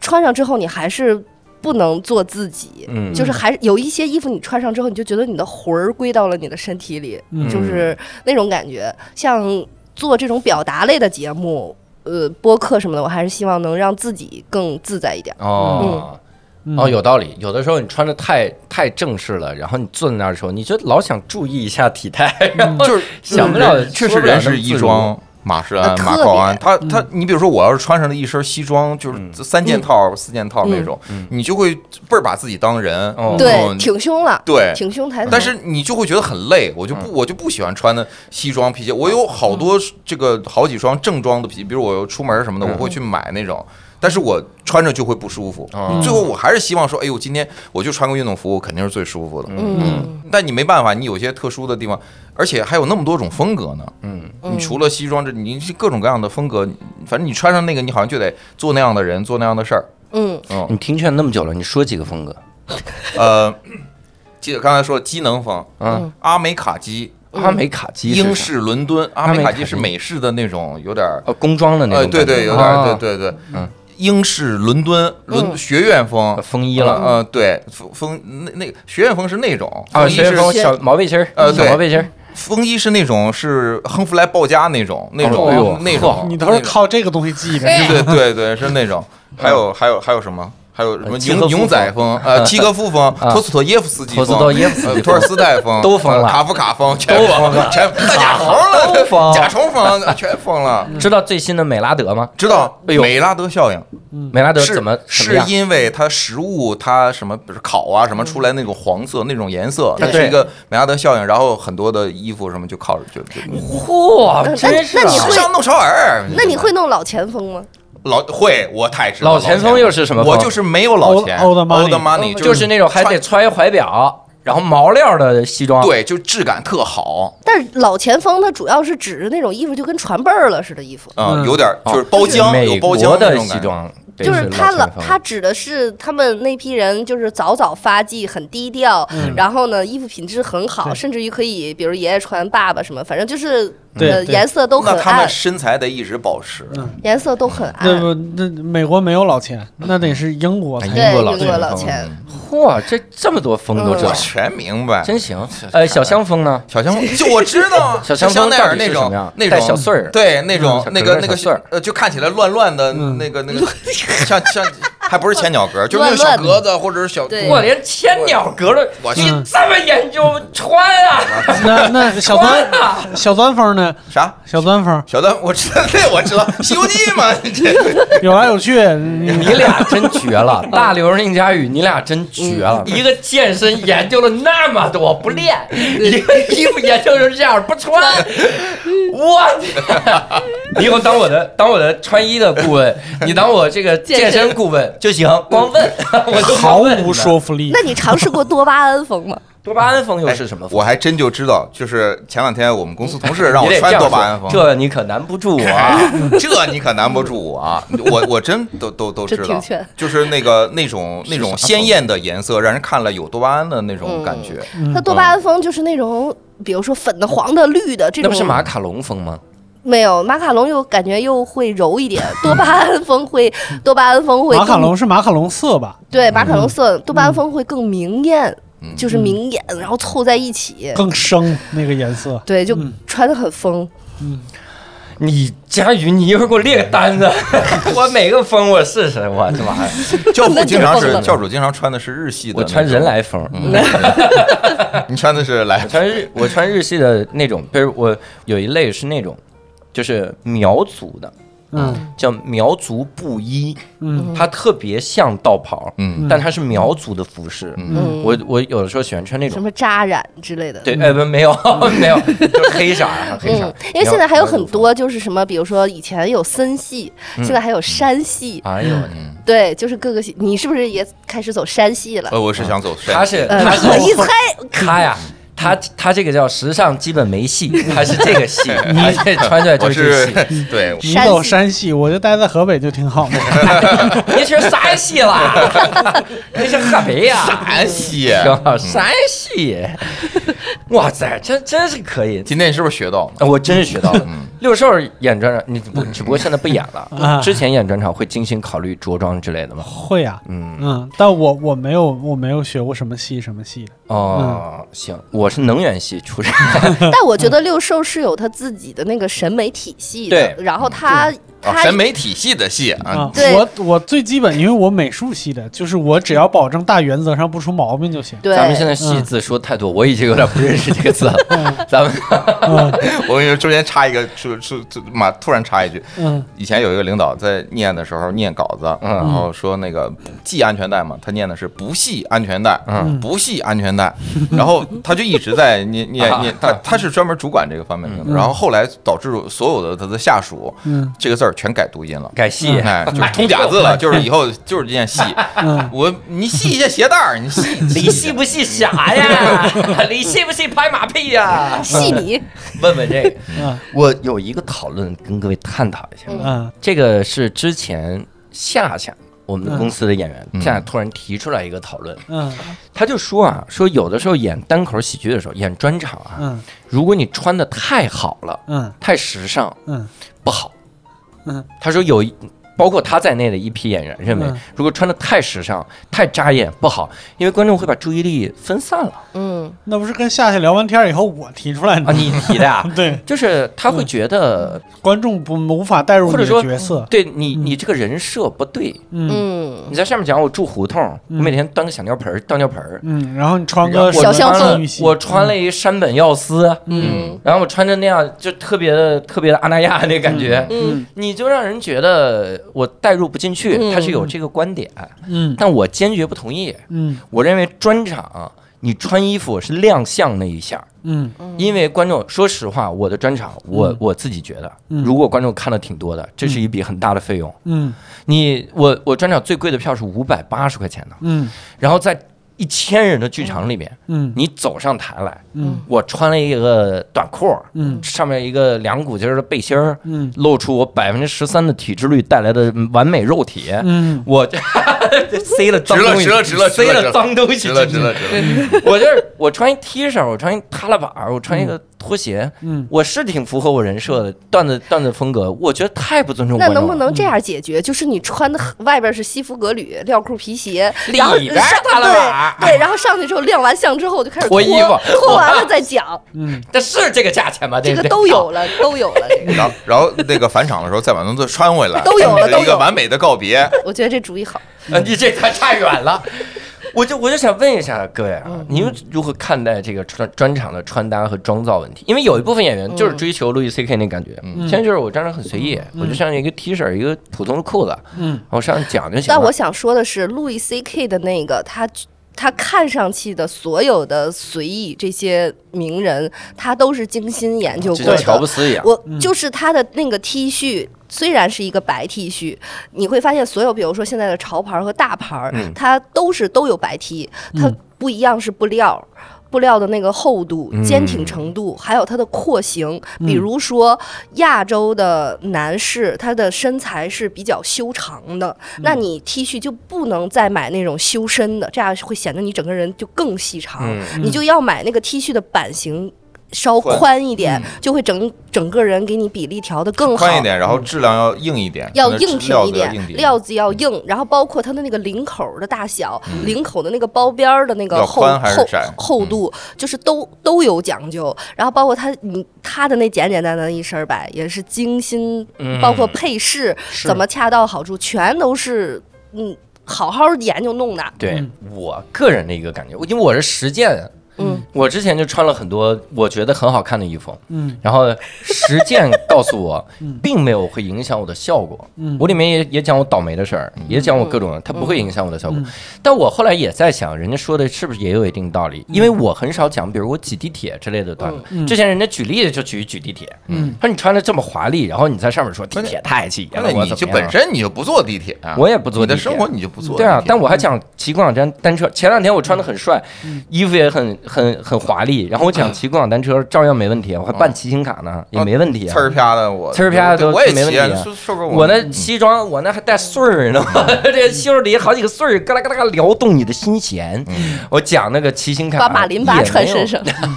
Speaker 6: 穿上之后，你还是不能做自己。
Speaker 8: 嗯，
Speaker 6: 就是还是有一些衣服，你穿上之后，你就觉得你的魂儿归到了你的身体里，
Speaker 4: 嗯
Speaker 6: 就是那种感觉。像做这种表达类的节目，呃，播客什么的，我还是希望能让自己更自在一点。
Speaker 8: 哦。
Speaker 4: 嗯
Speaker 8: 哦，有道理。有的时候你穿的太太正式了，然后你坐在那儿的时候，你就老想注意一下体态，然后
Speaker 7: 就是
Speaker 8: 想不了，
Speaker 7: 确
Speaker 8: 说
Speaker 7: 实
Speaker 8: 呃不了
Speaker 7: 人
Speaker 8: 那么
Speaker 7: 是衣
Speaker 8: 自如
Speaker 7: 装，马是
Speaker 6: 啊
Speaker 7: 鞍、马
Speaker 6: 特
Speaker 7: 靠
Speaker 6: 别嗯
Speaker 7: 鞍。他他，你比如说，我要是穿上了一身西装，
Speaker 8: 嗯
Speaker 7: 就是三件套、四件套那种，你就会倍儿把自己当人。
Speaker 8: 哦
Speaker 7: 然后
Speaker 6: 嗯对，挺胸了，
Speaker 7: 对嗯
Speaker 6: 挺胸抬头。
Speaker 8: 嗯
Speaker 7: 但是你就会觉得很累，我就不我就不喜欢穿的西装皮鞋，我有好
Speaker 8: 嗯
Speaker 7: 多这个好几双正装的皮，比如我有出门什么的，
Speaker 8: 嗯
Speaker 7: 我会去买那种，但是我穿着就会不舒服
Speaker 8: 哦。
Speaker 7: 最后我还是希望说，哎呦，今天我就穿个运动服，肯定是最舒服的。
Speaker 6: 嗯，
Speaker 7: 但你没办法，你有些特殊的地方，而且还有那么多种风格呢。
Speaker 8: 嗯，
Speaker 7: 你除了西装，这你是各种各样的风格，反正你穿上那个，你好像就得做那样的人，做那样的事儿。
Speaker 6: 嗯
Speaker 8: 你听劝那么久了，你说几个风格？
Speaker 7: 呃，记得刚才说机能风，
Speaker 8: 嗯，
Speaker 7: 阿美卡基，
Speaker 8: 阿美卡基是啥
Speaker 7: 英式伦敦，阿
Speaker 8: 阿
Speaker 7: 美
Speaker 8: 美
Speaker 7: 卡
Speaker 8: 卡
Speaker 7: 基
Speaker 8: 基
Speaker 7: 是美式的那种，有点儿，
Speaker 8: 哦，工装的那种
Speaker 7: 呃，
Speaker 8: 感觉，
Speaker 7: 对对，有点
Speaker 8: 啊
Speaker 7: 儿，对对对，
Speaker 8: 嗯，
Speaker 7: 英式伦敦伦学院风
Speaker 8: 呃，风衣了
Speaker 7: 呃，呃对，风风那那个学院风是那种
Speaker 8: 啊，
Speaker 7: 风衣
Speaker 8: 学
Speaker 7: 是
Speaker 8: 风小毛背心儿，
Speaker 7: 呃
Speaker 8: 小
Speaker 7: 对
Speaker 8: 毛背心儿，
Speaker 7: 风衣是那种是亨弗莱鲍嘉那种那
Speaker 8: 哦哎呦
Speaker 7: 种那种，
Speaker 4: 你都是
Speaker 7: 那种
Speaker 4: 靠这个东西记的，
Speaker 7: 对对对，是那种。
Speaker 6: 嗯
Speaker 7: 还有还有还有什么？还有什么
Speaker 8: 呃契诃
Speaker 7: 牛
Speaker 8: 夫
Speaker 7: 牛仔风？呃，契诃夫风、
Speaker 8: 啊
Speaker 7: 托斯托耶夫斯基
Speaker 8: 托
Speaker 7: 风、
Speaker 8: 斯托耶夫斯基
Speaker 7: 呃
Speaker 8: 风
Speaker 7: 托尔斯泰风呃
Speaker 8: 都疯了
Speaker 7: 卡夫卡风全疯了，全大甲虫
Speaker 8: 都
Speaker 7: 了，
Speaker 8: 疯
Speaker 7: 甲虫风全疯了。
Speaker 8: 知道最新的美拉德吗？
Speaker 7: 知道
Speaker 8: 哎呦
Speaker 7: 美拉德效应
Speaker 8: 美拉德
Speaker 7: 是
Speaker 8: 怎么怎么
Speaker 7: 是
Speaker 8: 样
Speaker 7: 因为它食物它什么，比如烤啊什么出来那种黄色那种颜色，它
Speaker 8: 对
Speaker 7: 是一个美拉德效应。然后很多的衣服什么就靠着就就
Speaker 8: 嚯，真是啊
Speaker 6: 那你会
Speaker 7: 时尚弄潮儿。
Speaker 6: 那你会弄老前锋吗？
Speaker 7: 老会，我太知道
Speaker 8: 老前锋又是什么风
Speaker 7: 我就是没有老钱
Speaker 4: Old- old money
Speaker 7: old money，
Speaker 8: 就是是那种还得穿一怀表，然后毛料的西装，，
Speaker 7: 对，就质感特好，
Speaker 6: 但是老前锋它主要是指着那种衣服，就跟船辈儿了似的衣服。
Speaker 7: 嗯，
Speaker 4: 嗯
Speaker 7: 有点就是包浆，有
Speaker 8: 哦美
Speaker 7: 包
Speaker 8: 国
Speaker 7: 浆那
Speaker 8: 的
Speaker 7: 种
Speaker 8: 西
Speaker 7: 感觉。
Speaker 8: 装，对
Speaker 6: 就是他
Speaker 8: 老
Speaker 6: 老
Speaker 8: 前锋
Speaker 6: 他指的是他们那批人，就是早早发迹，很低调，然后呢，衣服品质很好，
Speaker 4: 对
Speaker 6: 甚至于可以，比如爷爷穿爸爸什么，反正就是
Speaker 4: 对
Speaker 6: 呃
Speaker 4: 对
Speaker 6: 颜色都很
Speaker 7: 那他
Speaker 6: 暗
Speaker 7: 们，身材得一直保持，
Speaker 4: 嗯
Speaker 6: 颜色都很暗
Speaker 4: 那。不那美国没有老钱，那得是英国才
Speaker 8: 哎
Speaker 4: 有。
Speaker 8: 英
Speaker 6: 对，
Speaker 8: 国老
Speaker 6: 英国
Speaker 8: 前
Speaker 6: 老
Speaker 8: 锋
Speaker 6: 钱，
Speaker 8: 嚯，这这么多风都知道
Speaker 7: 我，全明白。
Speaker 8: 真行。呃，小香风呢？ [LAUGHS]
Speaker 7: 小香，就我知道
Speaker 8: 小香
Speaker 7: 香
Speaker 8: 风
Speaker 7: 奈
Speaker 8: 到
Speaker 7: 儿
Speaker 8: 底
Speaker 7: 那
Speaker 8: 是什
Speaker 7: 种
Speaker 8: 么样
Speaker 7: 那
Speaker 8: 带
Speaker 7: 种
Speaker 8: 小穗儿嗯
Speaker 7: 对那种
Speaker 8: 小
Speaker 7: 那
Speaker 8: 格
Speaker 7: 个
Speaker 8: 儿
Speaker 7: 那
Speaker 8: 小
Speaker 7: 个
Speaker 8: 穗儿
Speaker 7: 呃，就看起来乱乱的
Speaker 4: 嗯
Speaker 8: [LAUGHS]
Speaker 7: 那个那个，像像还不是前脚格，就是那个小
Speaker 6: 乱乱的
Speaker 7: 格子或者是小
Speaker 6: 对 [LAUGHS]
Speaker 8: 我连千鸟格的
Speaker 7: 我，
Speaker 8: 你这么研究穿啊？
Speaker 4: 那那小
Speaker 6: [LAUGHS]
Speaker 4: 钻小钻风呢？
Speaker 7: 啥
Speaker 4: 小钻风
Speaker 7: 小段，我知道， [LAUGHS] 那我知道《西游记》嘛，这
Speaker 4: 有来有去，
Speaker 8: [LAUGHS]
Speaker 4: 嗯
Speaker 8: 你俩真绝了，大刘宁佳宇，你俩真绝了。嗯一个健身研究了那么多不练，一个衣服研究成这样不穿，我天！嗯 [LAUGHS] 你以后当我的当我的穿衣的顾问，你当我这个健身顾问就行，光问我就
Speaker 4: 毫
Speaker 8: 光问
Speaker 4: 无说服力
Speaker 6: 那。你尝试过多巴胺风吗？
Speaker 8: 多巴胺风又是什么
Speaker 7: 哎
Speaker 8: 风？
Speaker 7: 我还真就知道，就是前两天我们公司同事让
Speaker 8: 你
Speaker 7: 我
Speaker 8: 得这
Speaker 7: 穿
Speaker 8: 样
Speaker 7: 多
Speaker 8: 说
Speaker 7: 巴胺风，
Speaker 8: 这你可难不住 [LAUGHS] 我啊。
Speaker 7: 这这你可难不住我啊！我我真都都都知
Speaker 6: 这
Speaker 7: 道
Speaker 6: 挺劝，
Speaker 7: 就是那个那种那种鲜艳的颜色，让人看了有多巴胺的那
Speaker 6: 嗯
Speaker 7: 种感觉。
Speaker 6: 它多巴胺风就是那种，比如说粉的、黄的、绿的这
Speaker 8: 那
Speaker 6: 种
Speaker 8: 不，是马卡龙风吗？
Speaker 6: 没有马卡龙又感觉又会柔一点，多巴胺风会多巴胺风会
Speaker 4: 马卡
Speaker 6: 更
Speaker 4: 龙是马卡龙色吧？
Speaker 6: 对马卡龙色多巴胺风会更明艳，
Speaker 7: 嗯
Speaker 6: 就是明艳，然后凑在一起，
Speaker 4: 更生那个颜色。
Speaker 6: 对，就
Speaker 4: 嗯
Speaker 6: 穿的很疯。
Speaker 1: 你佳宇，你一会儿给我列个单
Speaker 8: [LAUGHS]
Speaker 1: 子，我每个风我试试，我这玩意儿，
Speaker 7: 教主经常
Speaker 6: [LAUGHS] 那就疯
Speaker 7: 是
Speaker 6: 了
Speaker 7: 教主经常穿的是日系的，
Speaker 1: 我穿人，来风，
Speaker 8: 嗯
Speaker 7: 你穿的是来
Speaker 8: [LAUGHS]
Speaker 1: 我，穿日我穿日系的那种，比如我有一类是那种，就是苗族的，
Speaker 4: 嗯
Speaker 1: 叫苗族布衣，
Speaker 4: 嗯
Speaker 1: 它特别像道袍，
Speaker 7: 嗯
Speaker 1: 但它是苗族的服饰。
Speaker 6: 嗯，
Speaker 1: 我我有的时候喜欢穿那
Speaker 6: 什
Speaker 1: 种，
Speaker 6: 么扎染之类的。
Speaker 1: 对，哎不没有 [LAUGHS] 没有，就是黑色儿啊黑色
Speaker 6: 嗯
Speaker 1: 儿，，
Speaker 6: 因为现在还有很
Speaker 1: 苗
Speaker 6: 多就是什么，比如说以前有森系，现在还有山系
Speaker 1: 族，服。哎呦，
Speaker 6: 对，就是各个系。你是不是也开始走山系了？
Speaker 7: 呃，我是想走
Speaker 1: 他
Speaker 7: 山，
Speaker 1: 是
Speaker 6: 呃
Speaker 1: 他，
Speaker 6: 我一
Speaker 1: 是
Speaker 8: [LAUGHS]
Speaker 6: 猜，
Speaker 1: 他呀。他他这个叫时尚基本没戏，他是这
Speaker 6: [LAUGHS]
Speaker 1: 个戏，而且穿出来
Speaker 7: 我
Speaker 1: 就是这
Speaker 7: 是
Speaker 1: 个戏。
Speaker 7: 对，
Speaker 4: [LAUGHS] 你
Speaker 6: 山
Speaker 4: 走
Speaker 6: 西
Speaker 4: 山西，我就待在河北就挺好的。
Speaker 1: [LAUGHS]
Speaker 8: [LAUGHS]
Speaker 1: 你学啥戏啦？ [LAUGHS] 你是河北呀？
Speaker 7: 陕西。
Speaker 1: 挺好，山西。哇塞，真真是可以。
Speaker 7: 今天你是不是学到了？
Speaker 1: 啊我真是学到了
Speaker 7: 嗯。
Speaker 1: 六兽演专场，你不只不过现在不演了
Speaker 4: 啊。
Speaker 1: 之前演专场会精心考虑着装之类的吗？
Speaker 4: 会呀、
Speaker 1: 嗯，
Speaker 4: 嗯，但我我没有我没有学过什么戏什么戏的。
Speaker 1: 哦，行，我是能源系出身。
Speaker 6: 但我觉得六兽是有他自己的那个审美体系的，
Speaker 1: 对
Speaker 6: 然后他
Speaker 7: 啊，
Speaker 6: 他
Speaker 7: 审美体系的戏啊
Speaker 4: 啊，，
Speaker 6: 对
Speaker 4: 我我最基本，因为我美术系的，就是我只要保证大原则上不出毛病就行。
Speaker 6: 对
Speaker 1: 咱们现在戏字说太多，我已经有点不认识这个字了。咱们
Speaker 7: 我跟你说，中间插一个，就就就马突然插一句，
Speaker 4: 嗯，
Speaker 7: 以前有一个领导在念的时候念稿子，然后说那个系安全带嘛，他念的是不系安全带，
Speaker 1: 嗯
Speaker 7: 不系安全带，然后他就一直在念
Speaker 1: 啊
Speaker 7: 念念，他他是专门主管这个方面的，然后后来导致所有的他的下属，
Speaker 4: 嗯
Speaker 7: 这个字儿全改读音了。
Speaker 1: 改戏，
Speaker 8: [LAUGHS]
Speaker 7: 哎，就是通假字了， [LAUGHS] 就是以后就是这件系，
Speaker 4: 嗯
Speaker 7: 我你系一下鞋带儿，你系
Speaker 1: 你信不信啥呀？
Speaker 7: [LAUGHS]
Speaker 1: 你信不信拍马屁呀？
Speaker 6: 戏迷，
Speaker 1: 问问这个
Speaker 4: [LAUGHS] 嗯，
Speaker 1: 我有一个讨论跟各位探讨一下。
Speaker 4: 嗯
Speaker 1: 这个是之前夏夏，我们的公司的演员
Speaker 7: 嗯
Speaker 1: 夏夏突然提出来一个讨论，
Speaker 4: 嗯
Speaker 1: 他就说啊，说有的时候演单口喜剧的时候，演专场啊，
Speaker 4: 嗯
Speaker 1: 如果你穿的太好了，
Speaker 4: 嗯
Speaker 1: 太时尚
Speaker 4: 嗯
Speaker 1: 不好。
Speaker 4: 嗯，
Speaker 1: 他说有一。包括他在内的一批演员认为
Speaker 4: 嗯，
Speaker 1: 如果穿的太时尚、太扎眼不好，因为观众会把注意力分散了
Speaker 6: 嗯，
Speaker 4: 那不是跟夏夏聊完天儿以后我提出来的
Speaker 1: 啊。 [LAUGHS] 你提的啊，
Speaker 4: 对，
Speaker 1: 就是他会觉得，
Speaker 4: 观众不无法带入
Speaker 1: 或
Speaker 4: 你
Speaker 1: 者说
Speaker 4: 的角色。
Speaker 1: 对你你这个人设不对，
Speaker 4: 嗯
Speaker 6: 嗯，
Speaker 1: 你在上面讲我住胡同，我
Speaker 4: 嗯
Speaker 1: 每天端个小尿盆儿、倒尿盆儿，
Speaker 4: 嗯，然后你穿
Speaker 1: 然后
Speaker 4: 个
Speaker 1: 我
Speaker 6: 小香
Speaker 1: 穿了
Speaker 7: 嗯
Speaker 4: 僧
Speaker 1: 我穿了一山本耀司，
Speaker 6: 嗯
Speaker 1: 然后我穿着那样就特别的特别的阿那亚啊那
Speaker 7: [LAUGHS]
Speaker 1: 感觉，
Speaker 6: 嗯
Speaker 1: 你就让人觉得我代入不进去。
Speaker 6: 嗯
Speaker 1: 他是有这个观点，
Speaker 4: 嗯
Speaker 1: 但我坚决不同意。
Speaker 4: 嗯
Speaker 1: 我认为专场你穿衣服是亮相那一下，
Speaker 4: 嗯
Speaker 1: 因为观众说实话，我的专场我我自己觉得，
Speaker 4: 嗯
Speaker 1: 如果观众看的挺多的，这是一笔很大的费用。
Speaker 4: 嗯
Speaker 1: 你我我专场最贵的票是五百八十块钱呢，
Speaker 4: 嗯
Speaker 1: 然后在一千人的剧场里面。
Speaker 4: 嗯
Speaker 1: 你走上台来，
Speaker 4: 嗯
Speaker 1: 我穿了一个短裤，
Speaker 4: 嗯
Speaker 1: 上面一个两股筋儿的背心儿，
Speaker 4: 嗯
Speaker 1: 露出我百分之十三的体脂率带来的完美肉体。
Speaker 4: 嗯
Speaker 1: 我塞了脏
Speaker 7: 值了
Speaker 1: 东西，
Speaker 7: 值了值了
Speaker 1: 塞
Speaker 7: 值了值
Speaker 1: 了
Speaker 7: 了
Speaker 1: 脏东西
Speaker 7: 值
Speaker 1: 进去，
Speaker 7: 了值了值了，
Speaker 1: 我就是我穿一 T 恤，我穿一踏拉板儿，我穿一个拖鞋，
Speaker 4: 嗯
Speaker 1: 我是挺符合我人设的段子段子风格，我觉得太不尊重
Speaker 6: 那
Speaker 1: 观众了。
Speaker 6: 能不能这样解决？就是你穿的外边是西服革履、料裤、皮鞋，
Speaker 1: 里
Speaker 6: 然后
Speaker 1: 边儿
Speaker 6: 上
Speaker 1: 大了板儿
Speaker 6: 对对，然后上去之后亮完相之后我就开始
Speaker 1: 脱衣服
Speaker 6: 脱完了再讲，
Speaker 4: 嗯
Speaker 1: 这是这个价钱吗？
Speaker 6: 这
Speaker 1: 不 [LAUGHS]
Speaker 6: 个
Speaker 1: 对
Speaker 6: 都有了，都有了。这个
Speaker 7: 然后然后那个返场的时候再把东西穿回来，
Speaker 6: 都有了
Speaker 7: 是一
Speaker 6: 都
Speaker 7: 个
Speaker 6: 有
Speaker 7: 完美的告别。
Speaker 6: 我觉得这主意好。
Speaker 1: 呃，你这太差远了。我就我就想问一下各位
Speaker 6: 嗯
Speaker 1: 啊，你们如何看待这个专专场的穿搭和妆造问题？因为有一部分
Speaker 6: 嗯
Speaker 1: 演员就是追求路易 C K 那感觉，嗯
Speaker 4: 嗯
Speaker 1: 现在就是我穿着很随意，我就像一个 T 恤，一个普通的裤子，
Speaker 4: 嗯，
Speaker 1: 我上去讲就 [LAUGHS] 行了。
Speaker 6: 但我想说的是，路易 C K 的那个他。他看上去的所有的随意，这些名人，他都是精心研究
Speaker 1: 就
Speaker 6: 过
Speaker 1: 像
Speaker 6: 的。
Speaker 1: 乔布斯一样，
Speaker 6: 我就是他的那个 T 恤，虽然是一个白 T 恤，你会发现所有，比如说现在的潮牌儿和大牌儿，
Speaker 1: 嗯
Speaker 6: 它都是都有白 T，它不一样是布料。
Speaker 1: 嗯
Speaker 6: 布料的那个厚度、坚挺程度，还有它的廓形，
Speaker 1: 嗯
Speaker 6: 比如说亚洲的男士，他的身材是比较修长的，
Speaker 1: 嗯
Speaker 6: 那你 T 恤就不能再买那种修身的，这样会显得你整个人就更细长。
Speaker 1: 嗯
Speaker 6: 你就要买那个 T 恤的版型稍
Speaker 7: 宽
Speaker 6: 宽一点，就会整整个人给你比例调的更好。
Speaker 7: 宽一点，然后质量要硬一点，
Speaker 6: 要
Speaker 7: 那
Speaker 6: 硬挺
Speaker 7: 料
Speaker 6: 一
Speaker 7: 子要
Speaker 6: 点
Speaker 7: 硬，
Speaker 6: 料子要硬，然后包括它的那个领口的大小、领口的那个包边儿的那个
Speaker 7: 嗯要
Speaker 6: 厚
Speaker 7: 宽还是
Speaker 6: 厚
Speaker 7: 窄
Speaker 6: 厚
Speaker 7: 嗯
Speaker 6: 度，就是都都有讲究。然后包括它，你它的那简简单单的一身儿摆，也是精心，包括
Speaker 1: 嗯
Speaker 6: 配饰
Speaker 4: 是
Speaker 6: 怎么恰到好处，全都是嗯好好研究弄的。
Speaker 1: 对
Speaker 4: 嗯
Speaker 1: 我个人的一个感觉，因为我是实践，
Speaker 6: 嗯，
Speaker 1: 我之前就穿了很多我觉得很好看的衣服，
Speaker 4: 嗯
Speaker 1: 然后实践告诉我
Speaker 4: 嗯，
Speaker 1: 并没有会影响我的效果。
Speaker 4: 嗯
Speaker 1: 我里面也也讲我倒霉的事儿，也讲我各种，它不会影响我的效果。但我后来也在想，人家说的是不是也有一定道理？因为我很少讲，比如我挤地铁之类的段子
Speaker 4: 嗯，
Speaker 1: 之前人家举例就举举地铁，
Speaker 4: 嗯，
Speaker 1: 说你穿的这么华丽，然后你在上面说地铁太挤了，
Speaker 7: 那
Speaker 1: 我
Speaker 7: 你
Speaker 1: 怎
Speaker 7: 就
Speaker 1: 么样啊
Speaker 7: 本身你就不坐地铁啊，
Speaker 1: 我也不坐
Speaker 7: 你的嗯
Speaker 1: 地铁
Speaker 7: 生活你就不坐地
Speaker 1: 对
Speaker 7: 铁。
Speaker 1: 啊，但我还讲骑共享单单车。前两天我穿的很帅，
Speaker 7: 嗯
Speaker 1: 衣服也很很很华丽，然后我讲骑共享单车照样没问题，啊我还办骑行卡呢，也没问题啊
Speaker 7: 呲。哦儿嗯啪的我
Speaker 1: 呲儿啪的
Speaker 7: 对
Speaker 1: 都
Speaker 7: 我也
Speaker 1: 没问
Speaker 7: 骑啊
Speaker 1: 题啊
Speaker 7: 受受过
Speaker 1: 我那西装，我那还带穗儿呢，
Speaker 7: 嗯
Speaker 1: [LAUGHS] 这袖里好几个穗儿，嘎啦嘎啦嘎啦撩动你的心弦。
Speaker 7: 嗯
Speaker 1: 我讲那个骑行卡，
Speaker 6: 把马淋巴穿身
Speaker 1: 上，
Speaker 6: 上，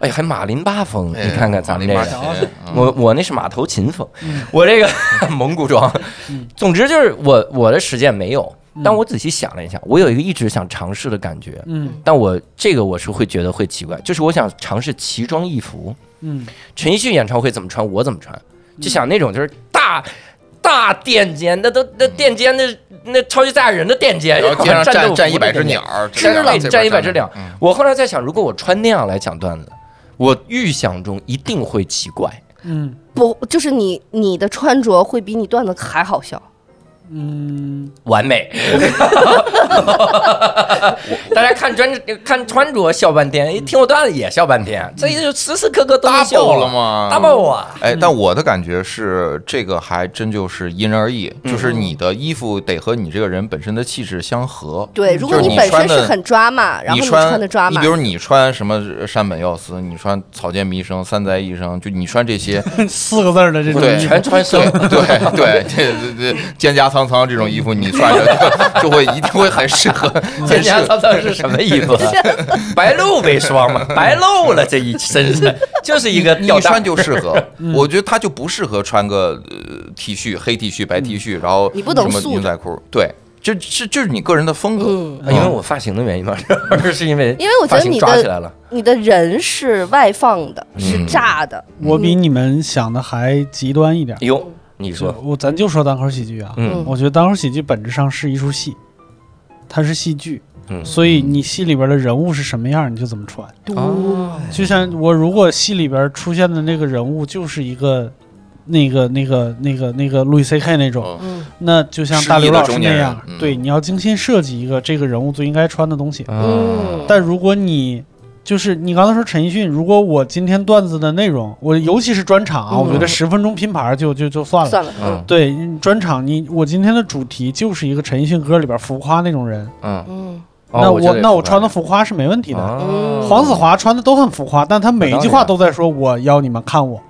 Speaker 1: 哎呀，还马淋巴风，
Speaker 7: 哎
Speaker 1: 你看看咱们这
Speaker 7: 马
Speaker 1: 个啊
Speaker 7: 里。
Speaker 4: 瞧
Speaker 7: 马
Speaker 4: 瞧
Speaker 7: 鞋嗯
Speaker 1: 我我那是马头琴风，我
Speaker 6: [LAUGHS]
Speaker 1: 这个蒙古装。总之就是我我的实践没有，
Speaker 7: 嗯
Speaker 1: 但我仔细想了一下，我有一个一直想尝试的感觉，
Speaker 4: 嗯
Speaker 1: 但我这个我是会觉得会奇怪，就是我想尝试奇装异服，
Speaker 4: 嗯 [LAUGHS]
Speaker 1: 陈奕迅演唱会怎么穿我怎么穿，就想那种就是大。大垫肩，那都那垫肩，那那超级赛亚人的垫肩，
Speaker 7: 哎然后街上
Speaker 1: 战斗服
Speaker 7: 站
Speaker 1: 的
Speaker 7: 站一百只
Speaker 1: 垫肩
Speaker 7: 鸟儿，
Speaker 1: 是
Speaker 7: 这边
Speaker 1: 了
Speaker 7: 站这边
Speaker 1: 站一百
Speaker 7: 站
Speaker 1: 只鸟
Speaker 7: 嗯
Speaker 1: 我后来在想，如果我穿那样来讲段子，我预想中一定会奇怪。
Speaker 4: 嗯
Speaker 6: 不就是你你的穿着会比你段子还好笑。
Speaker 4: 嗯，
Speaker 1: 完美。大家看穿看穿着笑半
Speaker 7: 嗯
Speaker 1: 天，一听我段子也笑半天，这就时时刻刻都
Speaker 7: 搭
Speaker 1: 能笑
Speaker 7: 嗯爆
Speaker 1: 我
Speaker 7: 了？吗？
Speaker 1: 搭爆我！
Speaker 7: 哎，但我的感觉是，这个还真就是因人而异，
Speaker 1: 嗯
Speaker 7: 就是你的衣服得和你这个人本身的气质相合。
Speaker 6: 对，如果
Speaker 7: 就是
Speaker 6: 你
Speaker 7: 你
Speaker 6: 本身
Speaker 7: 穿
Speaker 6: 是
Speaker 7: 的
Speaker 6: 很抓马，然后
Speaker 7: 你
Speaker 6: 你
Speaker 7: 穿
Speaker 6: 穿的抓
Speaker 7: 你
Speaker 6: 马
Speaker 7: 比，如你穿什么山本耀司，你穿草间弥生、三宅一生，就你穿
Speaker 1: [LAUGHS]
Speaker 7: 这些，
Speaker 4: 四个字儿的这种
Speaker 7: 对
Speaker 4: 衣服
Speaker 1: 全穿生
Speaker 7: [LAUGHS] 对，对对，这这这蒹葭苍苍这种衣服你穿着就就会一定会很适
Speaker 1: [LAUGHS]
Speaker 7: 合，
Speaker 1: 蒹葭苍苍是什么衣
Speaker 7: [LAUGHS]
Speaker 1: 服？白露为霜嘛，白露了这一身上就是一个
Speaker 7: 你
Speaker 1: 吊带
Speaker 7: 穿就适
Speaker 1: [LAUGHS]
Speaker 7: 合，
Speaker 1: 嗯
Speaker 7: 我觉得他就不适合穿个呃 T 恤、黑 T 恤、
Speaker 1: 嗯
Speaker 7: 白 T 恤，然后
Speaker 6: 你不懂
Speaker 7: 什么
Speaker 6: 素
Speaker 7: 牛
Speaker 6: 质
Speaker 7: 仔裤，对，这这就是你个人的风格。
Speaker 6: 嗯，
Speaker 1: 啊因为我发型的原因吧， [LAUGHS] 是因为
Speaker 6: 因为我觉
Speaker 1: 发
Speaker 6: 得
Speaker 1: 型
Speaker 6: 你
Speaker 1: 抓起
Speaker 6: 的
Speaker 1: 来了，
Speaker 6: 你的人是外放的，是
Speaker 7: 嗯
Speaker 6: 炸的。
Speaker 4: 我比你们想的还极端一点儿。
Speaker 1: 哟，你说，
Speaker 4: 我咱就说单口喜剧啊，
Speaker 1: 嗯
Speaker 4: 我觉得单口喜剧本质上是一出戏，它是戏剧，
Speaker 1: 嗯
Speaker 4: 所以你戏里边的人物是什么样儿，你就怎么穿。
Speaker 6: 哎
Speaker 1: 哦
Speaker 4: 就像我如果戏里边出现的那个人物就是一个。那个、那个、那个、那个路易 C K 那种，
Speaker 7: 嗯
Speaker 6: 嗯
Speaker 4: 那就像大刘老师那样
Speaker 7: 失忆的中年人，嗯
Speaker 4: 对，你要精心设计一个这个人物最应该穿的东西。
Speaker 1: 嗯，
Speaker 4: 但如果你就是你刚才说陈奕迅，如果我今天段子的内容，我尤其是专场啊，
Speaker 6: 嗯
Speaker 4: 我觉得十分钟拼盘儿就就就算了。
Speaker 6: 算了，
Speaker 1: 嗯
Speaker 4: 对，你专场你我今天的主题就是一个陈奕迅歌里边浮夸那种人，
Speaker 7: 嗯，
Speaker 6: 嗯
Speaker 1: 哦
Speaker 4: 那
Speaker 1: 我就得
Speaker 4: 那
Speaker 1: 服
Speaker 4: 我穿的
Speaker 1: 他
Speaker 4: 浮夸是没问题的。
Speaker 1: 哦
Speaker 4: 黄子华穿的都很浮夸，但他每一句
Speaker 1: 那当
Speaker 4: 话
Speaker 1: 然
Speaker 4: 都在说我要你们看我，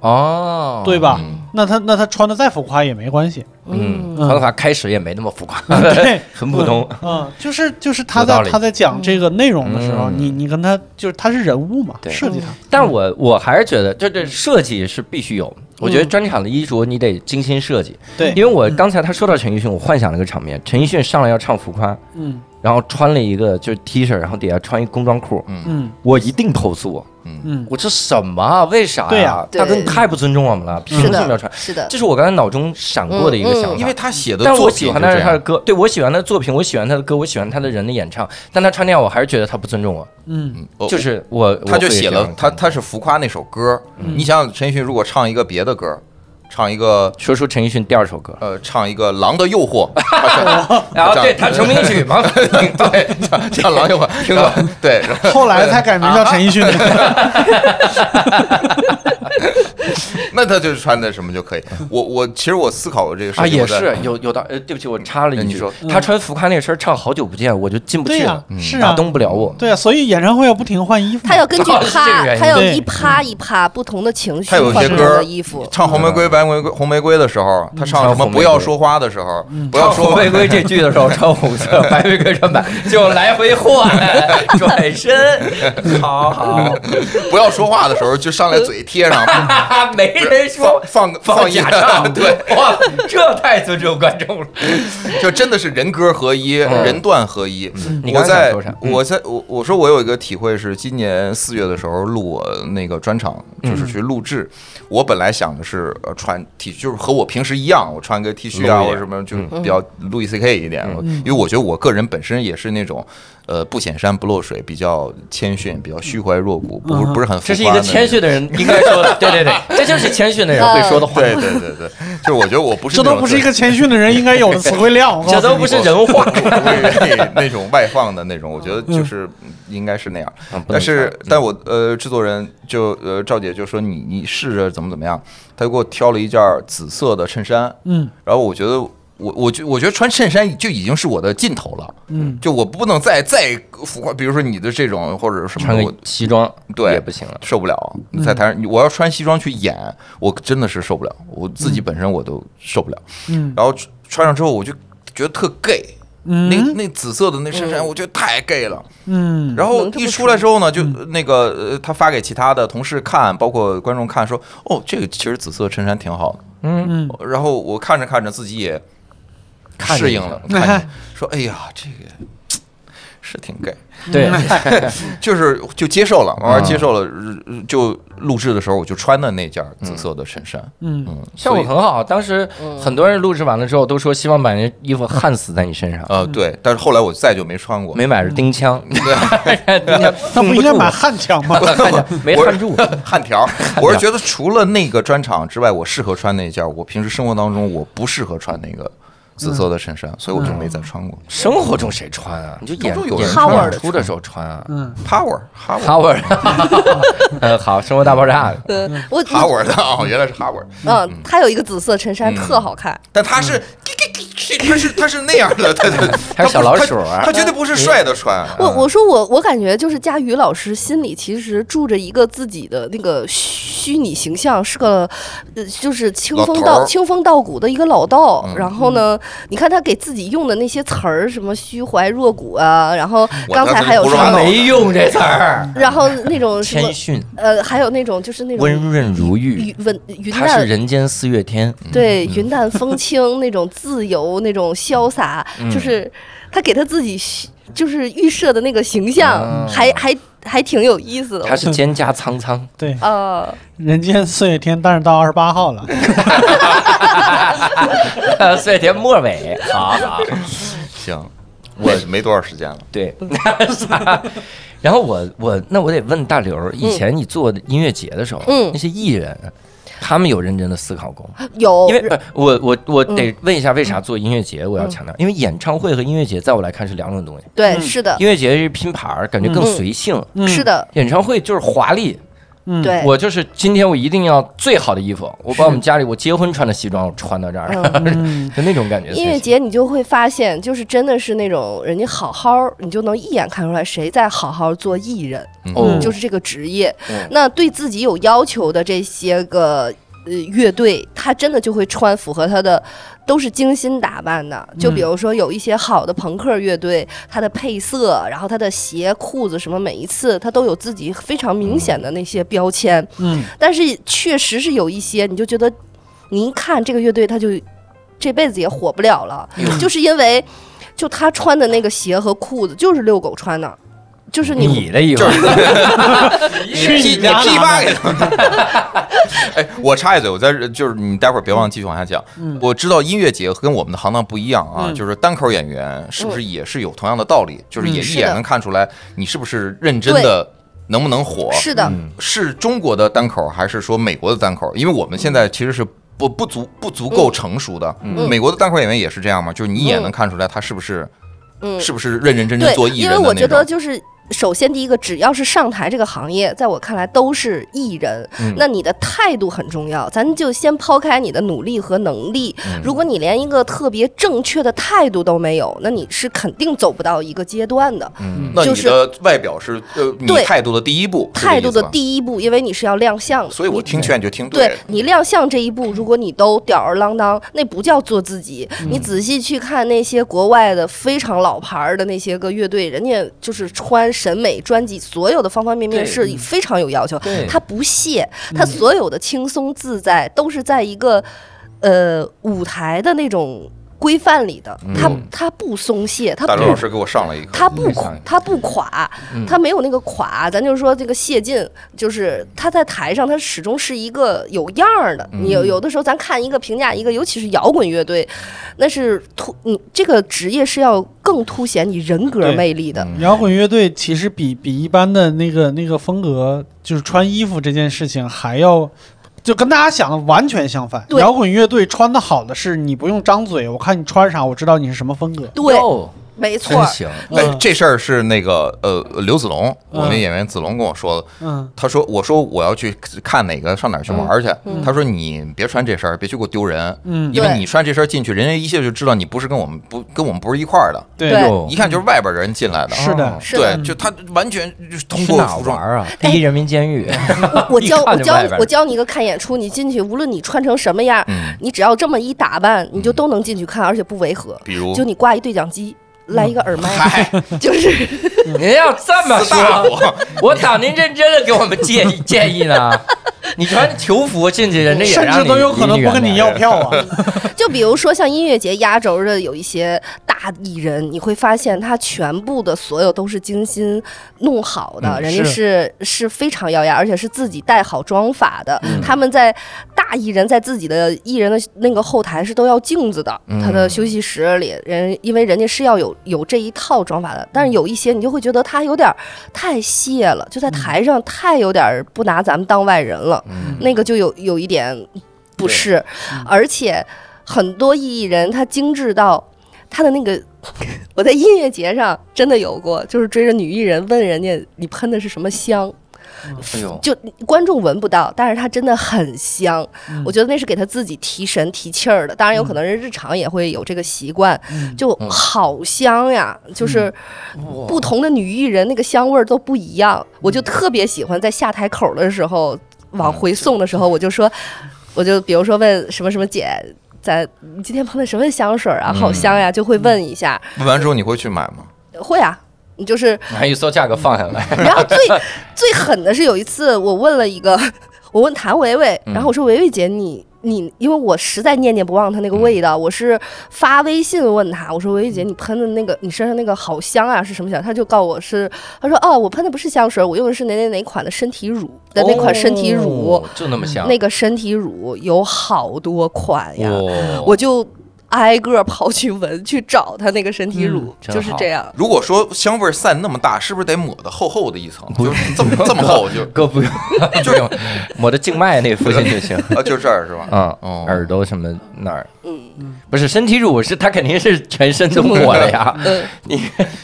Speaker 1: 哦，
Speaker 4: 对吧？
Speaker 7: 嗯
Speaker 4: 那他那他穿的再浮夸也没
Speaker 1: [LAUGHS]
Speaker 4: 关系，
Speaker 1: 嗯，
Speaker 4: 嗯
Speaker 1: 黄子华开始也没那么浮夸， [LAUGHS]
Speaker 4: 对，
Speaker 1: 很普通。
Speaker 4: 嗯，就是就是他
Speaker 1: 有道
Speaker 4: 在
Speaker 1: 理
Speaker 4: 他在讲这个内容的时候，
Speaker 1: 嗯
Speaker 4: 你你跟他就是他是人物嘛，
Speaker 1: 对嗯
Speaker 4: 设计他，
Speaker 1: 但我我还是觉得，这这设计是必须有。我觉得专场的衣着你得精心设计，
Speaker 4: 对
Speaker 1: 因为我刚才他说到陈奕迅，我幻想了一个场面，陈奕迅上来要唱浮夸，
Speaker 4: 嗯
Speaker 1: 然后穿了一个就是 T 恤，然后底下穿一工装裤，
Speaker 4: 嗯
Speaker 1: 我一定投诉，
Speaker 4: 嗯，
Speaker 1: 我这什么啊？为啥
Speaker 4: 对
Speaker 1: 呀
Speaker 4: 呀？嗯
Speaker 6: 对
Speaker 1: 大哥，你太不尊重我们了，凭
Speaker 6: 是
Speaker 1: 什么要
Speaker 6: 的
Speaker 1: 嗯穿，？
Speaker 6: 是的，
Speaker 1: 这是我刚才脑中闪过的一个想法，
Speaker 7: 嗯因为他写的
Speaker 1: 但
Speaker 7: 作
Speaker 1: 我喜
Speaker 7: 品
Speaker 1: 欢
Speaker 7: 就
Speaker 1: 的
Speaker 7: 这
Speaker 1: 是他的
Speaker 7: 样，
Speaker 1: 歌，对我喜欢他的作品，我喜欢他的歌，我喜欢他的人的演唱，但他穿那样，我还是觉得他不尊重我。
Speaker 4: 嗯
Speaker 1: [LAUGHS]
Speaker 7: 嗯哦
Speaker 1: 就是我，
Speaker 7: 他就写
Speaker 1: 我会
Speaker 7: 了
Speaker 1: 这样
Speaker 7: 他
Speaker 1: 看
Speaker 7: 他是浮夸那首歌，
Speaker 4: 嗯
Speaker 7: 你想想陈奕迅如果唱一个别的歌，唱一个
Speaker 1: 说出陈奕迅第二首歌，
Speaker 7: 呃唱一个《狼的诱
Speaker 1: [LAUGHS]
Speaker 7: 惑》
Speaker 1: 然后
Speaker 7: 这样
Speaker 1: 对弹成名曲
Speaker 7: [LAUGHS]
Speaker 1: 嘛，
Speaker 7: 对，唱唱《狼诱惑》听过对，然后
Speaker 4: 后来才改名
Speaker 1: 啊
Speaker 4: 叫陈奕
Speaker 1: [LAUGHS]
Speaker 4: 迅的，
Speaker 7: 那他就是穿的什么就可以。我我其实我思考过这个
Speaker 1: 嗯
Speaker 7: 事
Speaker 1: 啊，
Speaker 7: 情，
Speaker 1: 也
Speaker 7: 我在
Speaker 1: 是有有道，呃，对不起，我插了一句，
Speaker 7: 嗯你说
Speaker 1: 他穿浮夸那个身儿唱《好久不见》，我就进不
Speaker 4: 对
Speaker 1: 去
Speaker 4: 呀
Speaker 1: 了，，
Speaker 4: 是
Speaker 1: 打
Speaker 4: 啊，
Speaker 1: 动不了我。
Speaker 4: 对啊，所以演唱会要不停地换衣服嘛，
Speaker 6: 他要根据
Speaker 1: 哦是这个
Speaker 6: 趴，
Speaker 1: 原因
Speaker 6: 他要
Speaker 4: 对
Speaker 6: 一趴一趴不同的情绪
Speaker 7: 他有
Speaker 6: 换
Speaker 7: 些
Speaker 6: 不
Speaker 7: 歌
Speaker 6: 同的衣服。
Speaker 7: 唱《红玫瑰白白玫瑰红玫瑰的时候，他
Speaker 1: 嗯
Speaker 7: 唱
Speaker 1: 唱
Speaker 7: 什么
Speaker 1: 红
Speaker 7: 不
Speaker 1: 玫
Speaker 7: 要
Speaker 1: 瑰嗯
Speaker 7: 说花的时候，不要
Speaker 1: 唱
Speaker 7: 说
Speaker 1: 红玫瑰这句的时候穿红色，白玫瑰穿白，就来回换转身，好好，
Speaker 7: 不要说话的时候就上来嘴贴
Speaker 1: [LAUGHS]
Speaker 7: 上，
Speaker 1: 哈哈，没人说
Speaker 7: 放放
Speaker 1: 放
Speaker 7: 一
Speaker 1: 假唱，
Speaker 7: 对，，
Speaker 1: 哇，这太尊重观众了。
Speaker 7: [LAUGHS] 就真的是人歌合一，
Speaker 1: 嗯
Speaker 7: 人段合一。
Speaker 1: 你
Speaker 7: 我
Speaker 1: 刚才想
Speaker 7: 在
Speaker 1: 说啥嗯
Speaker 7: 我在我我说我有一个体会是，今年四月的时候录我那个专场，就是去录制。我本来想的是呃穿 T，就是和我平时一样，我穿个 T 恤啊
Speaker 1: 露一点
Speaker 7: 或者什么，就是比较 Louis C K 一点。
Speaker 1: 嗯
Speaker 7: 我嗯因为我觉得我个人本身也是那种。呃，不显山不露水，比较谦逊，比较虚怀若谷，不是不是很浮
Speaker 1: 这是一
Speaker 7: 夸
Speaker 1: 个
Speaker 7: 的
Speaker 1: 谦逊的人应该说的，对对对，这就是谦逊的人会说的话，
Speaker 7: 对对对对，就是我觉得我不是
Speaker 4: 这
Speaker 7: 那
Speaker 4: 都
Speaker 7: 种
Speaker 4: 不是一
Speaker 7: 特
Speaker 4: 个谦逊的人应该有的词汇量。我告诉
Speaker 1: 这
Speaker 4: 你
Speaker 1: 都不是人
Speaker 7: [LAUGHS]
Speaker 1: 话。
Speaker 7: 对那种外放的那种，我觉得
Speaker 4: 嗯
Speaker 7: 就是应该是那样。嗯
Speaker 1: 嗯
Speaker 7: 但是，但我呃，制作人就呃赵姐就说你你试着怎么怎么样，她就给我挑了一件紫色的衬衫，
Speaker 4: 嗯
Speaker 7: 然后我觉得。我我觉我觉得穿衬衫就已经是我的尽头了，
Speaker 4: 嗯，
Speaker 7: 就我不能再再浮夸，比如说你的这种或者什么
Speaker 1: 穿
Speaker 7: 我
Speaker 1: 个西装
Speaker 7: 对
Speaker 1: 也不行了。嗯
Speaker 7: 受不了，在台上我要穿西装去演，我真的是受不了，我自己本身我都受不了。
Speaker 4: 嗯，
Speaker 7: 然后穿穿上之后我就觉得特 gay，、那
Speaker 4: 嗯
Speaker 7: 那紫色的那衬衫
Speaker 6: 嗯
Speaker 7: 我觉得太 gay 了。
Speaker 4: 嗯，
Speaker 7: 然后
Speaker 6: 能这么
Speaker 7: 一出来之后呢，就
Speaker 1: 嗯
Speaker 7: 那个呃，他发给其他的同事看，包括观众看，说哦，这个其实紫色衬衫挺好的。
Speaker 1: 嗯，
Speaker 4: 嗯，
Speaker 7: 然后我看着看着自己也
Speaker 1: 看着
Speaker 7: 适应了，
Speaker 4: 一下
Speaker 7: 看着说哎呀，这个。是挺 gay，
Speaker 1: 对，
Speaker 7: 就是就接受了，慢慢
Speaker 1: 嗯
Speaker 7: 接受了。呃就录制的时候，我就穿的那件紫色的衬衫，
Speaker 4: 嗯
Speaker 7: 嗯，
Speaker 1: 效果
Speaker 7: 所以
Speaker 1: 很好。当时
Speaker 6: 嗯
Speaker 1: 很多人录制完了之后都说希望把那衣服焊死在你身上，
Speaker 6: 嗯
Speaker 7: 呃对，但是后来我再就没穿 [LAUGHS] 过，
Speaker 1: 没买是钉枪，钉枪
Speaker 4: 那不应该买焊枪吗？
Speaker 1: 没焊住。[LAUGHS]
Speaker 7: 焊条。我是觉得除了那个专场之外，我适合穿那一件。我平时生活当中我不适合穿那个紫色的衬
Speaker 6: 嗯
Speaker 7: 衫，所以我就没再穿过。
Speaker 1: 生活中谁穿啊？你就演
Speaker 7: 都有
Speaker 1: 演
Speaker 7: 人
Speaker 1: 出
Speaker 7: 穿
Speaker 1: 演出的时候穿啊。
Speaker 4: 嗯，
Speaker 7: Power 哈
Speaker 1: 哈
Speaker 7: 维
Speaker 1: 维尔，呃，好，生活大爆炸，
Speaker 6: 嗯，我
Speaker 7: 哈维的 [LAUGHS] 啊，原来是哈维，
Speaker 6: 嗯，他有一个紫色衬衫
Speaker 7: 嗯
Speaker 6: 特好看，
Speaker 7: 但他是。他是他是那样
Speaker 1: [LAUGHS]
Speaker 7: 的，他他
Speaker 1: 嗯还有小老鼠
Speaker 7: 他
Speaker 1: 啊
Speaker 7: 他绝对不是帅的穿。嗯
Speaker 6: 我我说我我感觉就是佳宇老师心里其实住着一个自己的那个虚拟形象，是个呃就是清
Speaker 7: 老
Speaker 6: 风
Speaker 7: 头
Speaker 6: 道
Speaker 7: 儿
Speaker 6: 清风道骨的一个老道。
Speaker 7: 嗯
Speaker 6: 然后呢，你看他给自己用的那些词儿，什么虚怀若谷啊，然后
Speaker 7: 我
Speaker 6: 刚
Speaker 7: 那
Speaker 6: 才
Speaker 7: 是
Speaker 6: 还有
Speaker 7: 胡
Speaker 6: 什
Speaker 7: 说八
Speaker 6: 么，
Speaker 7: 道
Speaker 1: 没用这词儿，
Speaker 6: 然后那种什么
Speaker 1: 谦逊、
Speaker 6: 呃，还有那种就是那种
Speaker 1: 温润如玉
Speaker 6: 云，稳云
Speaker 1: 他是
Speaker 6: 淡。
Speaker 1: 人间四月天，
Speaker 6: 对，
Speaker 1: 嗯
Speaker 6: 云淡风轻那种自由，那种潇洒，
Speaker 1: 嗯
Speaker 6: 就是他给他自己虚就是预设的那个形象，
Speaker 1: 啊
Speaker 6: 还还还挺有意思的。
Speaker 1: 他是蒹葭苍苍，
Speaker 4: 对，
Speaker 6: 呃，
Speaker 4: [LAUGHS] 人间四月天，但是到二十八号了。
Speaker 1: [LAUGHS] 四月天末尾，好好，
Speaker 7: 行，我没多少时间了。
Speaker 1: 对，然后我我那我得问大刘儿，以前你做音乐节的时候，
Speaker 6: 嗯
Speaker 1: 那些艺人，他们有认真的思考过吗？
Speaker 6: 有
Speaker 1: 因为哦不是嗯我我我得问一下，为啥做音乐节？我要强调，因为演唱会和音乐节在我来看是两种东西。
Speaker 6: 对，是的，
Speaker 1: 音乐节是拼盘儿，感觉更随性；
Speaker 4: 嗯
Speaker 6: 是的，
Speaker 1: 演唱会就是华丽。
Speaker 4: 嗯，
Speaker 6: 对，
Speaker 1: 我就是今天我一定要最好的衣服，我把我们家里我结婚穿的西装我穿到这儿，
Speaker 4: 嗯
Speaker 1: [LAUGHS] 就那种感觉才行。
Speaker 6: 音乐节你就会发现，就是真的是那种人家好好，你就能一眼看出来谁在好好做艺人，
Speaker 1: 哦，
Speaker 6: 就是这个职业。
Speaker 1: 嗯
Speaker 6: 那对自己有要求的这些个。呃，乐队他真的就会穿符合他的，都是精心打扮的。就比如说有一些好的朋克乐队，它的配色，然后它的鞋、裤子什么，每一次它都有自己非常明显的那些标签。
Speaker 4: 嗯
Speaker 6: 但是确实是有一些，你就觉得，你一看这个乐队，他就这辈子也火不了了，就是因为就他穿的那个鞋和裤子就是遛狗穿的，就是你
Speaker 1: 你的衣服
Speaker 7: 就，
Speaker 4: 去
Speaker 7: 你
Speaker 4: 你
Speaker 7: 你
Speaker 4: 家
Speaker 7: 批
Speaker 4: 拿
Speaker 7: 发给他们。 [LAUGHS] 哎，我插一嘴，我在这就是你待会儿别忘了继续往下讲。
Speaker 6: 嗯
Speaker 7: 我知道音乐节跟我们的行当不一样啊，
Speaker 4: 嗯
Speaker 7: 就是单口演员是不是也是有同样的道理？就是也
Speaker 4: 嗯
Speaker 7: 一
Speaker 6: 是
Speaker 7: 眼
Speaker 6: 的
Speaker 7: 能看出来你是不是认真的，能不能火？嗯
Speaker 6: 是的，
Speaker 7: 是中国的单口还是说美国的单口？因为我们现在其实是。不不足不足够成熟的，嗯美国的单口演员也是这样嘛，就是你一眼
Speaker 6: 嗯嗯
Speaker 7: 能看出来他是不是
Speaker 6: 嗯，
Speaker 7: 是不是认认真真
Speaker 6: 对
Speaker 7: 做，艺
Speaker 6: 因
Speaker 7: 人的
Speaker 6: 为
Speaker 7: 那种。
Speaker 6: 我觉得就是首先第一个，只要是上台这个行业，在我看来都是艺人，
Speaker 1: 嗯
Speaker 6: 那你的态度很重要。咱就先抛开你的努力和能力，
Speaker 7: 嗯
Speaker 6: 如果你连一个特别正确的态度都没有，那你是肯定走不到一个阶段的。
Speaker 7: 嗯那
Speaker 6: 就
Speaker 7: 你
Speaker 6: 是
Speaker 7: 的外表是呃，你
Speaker 6: 对
Speaker 7: 态度的第一步，是这
Speaker 6: 态度
Speaker 7: 意思
Speaker 6: 的
Speaker 7: 吗，
Speaker 6: 第一步，因为你是要亮相的，
Speaker 7: 所以我
Speaker 6: 你
Speaker 7: 听劝就听
Speaker 6: 对你亮相这一步，如果你都吊儿郎当，那不叫做自己。你
Speaker 1: 嗯
Speaker 6: 仔细去看那些国外的非常老牌儿的那些个乐队，人家就是穿审美、专辑所有的方方面面
Speaker 1: 对嗯
Speaker 6: 是非常有要求
Speaker 1: 对。嗯
Speaker 6: 他不屑，他所有的轻松自在都是在一个呃舞台的那种规范里的，他他不松懈，他
Speaker 7: 嗯大周
Speaker 6: 不
Speaker 7: 老师给我上了一课，
Speaker 6: 他不
Speaker 1: 嗯
Speaker 6: 垮，他不垮，
Speaker 7: 嗯
Speaker 6: 他没有那个垮。咱就说这个谢晋，就是他在台上，他始终是一个有样儿的。
Speaker 7: 嗯
Speaker 6: 你有有的时候，咱看一个评价一个，尤其是摇滚乐队，那是突你这个职业是要更凸显你人格
Speaker 4: 对
Speaker 6: 魅力
Speaker 7: 嗯
Speaker 6: 的。
Speaker 4: 摇滚乐队其实比比一般的那个那个风格，就是穿衣服这件事情还要。就跟大家想的完全相反。
Speaker 6: 对
Speaker 4: 摇滚乐队穿的好的是你不用张嘴，我看你穿啥，我知道你是什么风格。
Speaker 6: 对，
Speaker 1: 哟
Speaker 6: 没
Speaker 1: 哦真
Speaker 6: 错儿，
Speaker 1: 行，
Speaker 7: 哎
Speaker 4: 嗯，
Speaker 7: 这事儿是那个呃，刘子龙，我们
Speaker 4: 嗯
Speaker 7: 演员子龙跟我说的。
Speaker 4: 嗯，
Speaker 7: 他说：“我说我要去看哪个，上哪儿去玩儿去。
Speaker 6: 嗯
Speaker 7: 他说：“你别穿这身儿，别去给我丢人。
Speaker 4: 嗯
Speaker 7: 因为
Speaker 6: 对
Speaker 7: 你穿这身儿进去，人家一下就知道你不是跟我们不跟我们不是一块儿的，
Speaker 4: 对
Speaker 6: 对
Speaker 1: 哟
Speaker 7: 一看就是外边人进来的。
Speaker 4: 是的
Speaker 1: 哦
Speaker 6: 是的
Speaker 7: 对，就他完全就是通
Speaker 1: 去
Speaker 7: 过
Speaker 1: 哪
Speaker 7: 服装
Speaker 1: 玩儿啊？第一人民监狱，
Speaker 6: 我我
Speaker 1: 一
Speaker 6: 教
Speaker 1: 看
Speaker 6: 我
Speaker 1: 就
Speaker 6: 教
Speaker 1: 外
Speaker 6: 你
Speaker 1: 边儿
Speaker 6: 我教你一个看演出，你进去无论你穿成什么样儿，
Speaker 7: 嗯，
Speaker 6: 你只要这么一打扮，你就都能进去看，而且不违和。
Speaker 7: 比如嗯
Speaker 6: 就你挂一对讲机，来一个耳麦， [LAUGHS]
Speaker 7: 嗨，
Speaker 6: 就是。
Speaker 1: 您要这么
Speaker 7: 四大
Speaker 1: 说，
Speaker 7: 伙，
Speaker 1: 我党您认真的给我们建议建议呢。你穿囚服进去，人家也
Speaker 4: 甚
Speaker 1: 让
Speaker 4: 至
Speaker 1: 你
Speaker 4: 都有可能
Speaker 1: 离
Speaker 4: 不
Speaker 1: 远
Speaker 4: 跟你
Speaker 1: 点
Speaker 4: 要票啊。
Speaker 1: [LAUGHS]
Speaker 6: 就比如说像音乐节压轴的有一些大艺人，你会发现他全部的所有都是精心弄好的，
Speaker 7: 嗯
Speaker 6: 人家是是非常耀眼，而且是自己带好妆法的。
Speaker 1: 嗯
Speaker 6: 他们在大艺人在自己的艺人的那个后台是都要镜子的，
Speaker 7: 嗯
Speaker 6: 他的休息室里人，因为人家是要有有这一套妆法的。但是有一些你就会觉得他有点儿太卸了，就在台上太有点儿不拿咱们当外人了。
Speaker 7: 嗯
Speaker 6: 那个就有有一点不适，而且很多艺人他精致到他的那个， [LAUGHS] 我在音乐节上真的有过，就是追着女艺人问人家你喷的是什么香，
Speaker 1: 哎呦，
Speaker 6: 就观众闻不到，但是他真的很香，我觉得那是给他自己提神提气儿的，当然有可能人日常也会有这个习惯，
Speaker 4: 嗯
Speaker 6: 就好香呀，就是不同的女艺人那个香味儿都不一样，我就特别喜欢在下台口的时候往回送的时候，我就说，我就比如说问什么什么姐。咱你今天喷的什么香水啊？好香呀！就会问一下，
Speaker 7: 问完之后你会去买吗？
Speaker 6: 会啊，你就是
Speaker 1: 把一搜价格放下来，
Speaker 6: [LAUGHS] 然后最最狠的是有一次，我问了一个， [LAUGHS] 我问谭维维，
Speaker 1: 嗯
Speaker 6: 然后我说维维姐你。你因为我实在念念不忘它那个味
Speaker 1: 嗯
Speaker 6: 道，我是发微信问她，我说维维姐，你喷的那个你身上那个好香啊，是什么香？她就告我是，她说哦，我喷的不是香水，我用的是哪哪哪款的身体乳的那款身体乳，
Speaker 1: 哦就那么香。
Speaker 6: 那个身体乳有好多款呀，
Speaker 1: 哇
Speaker 6: 我就挨个跑去闻去找她那个身体乳，
Speaker 1: 嗯真
Speaker 6: 就是
Speaker 1: 好
Speaker 6: 这样。
Speaker 7: 如果说香味儿散那么大，是不是得抹的厚厚的一层？就是这么这么厚，就
Speaker 1: 哥不用，就用抹的静脉那附近就
Speaker 6: [LAUGHS]
Speaker 1: 行。
Speaker 7: 啊，就这儿是吧？
Speaker 1: 嗯，
Speaker 7: 哦
Speaker 1: 耳朵什么那儿？
Speaker 6: 嗯，
Speaker 1: 不是身体乳是它肯定是全身都抹了
Speaker 7: [LAUGHS]
Speaker 1: 呀。
Speaker 6: 嗯，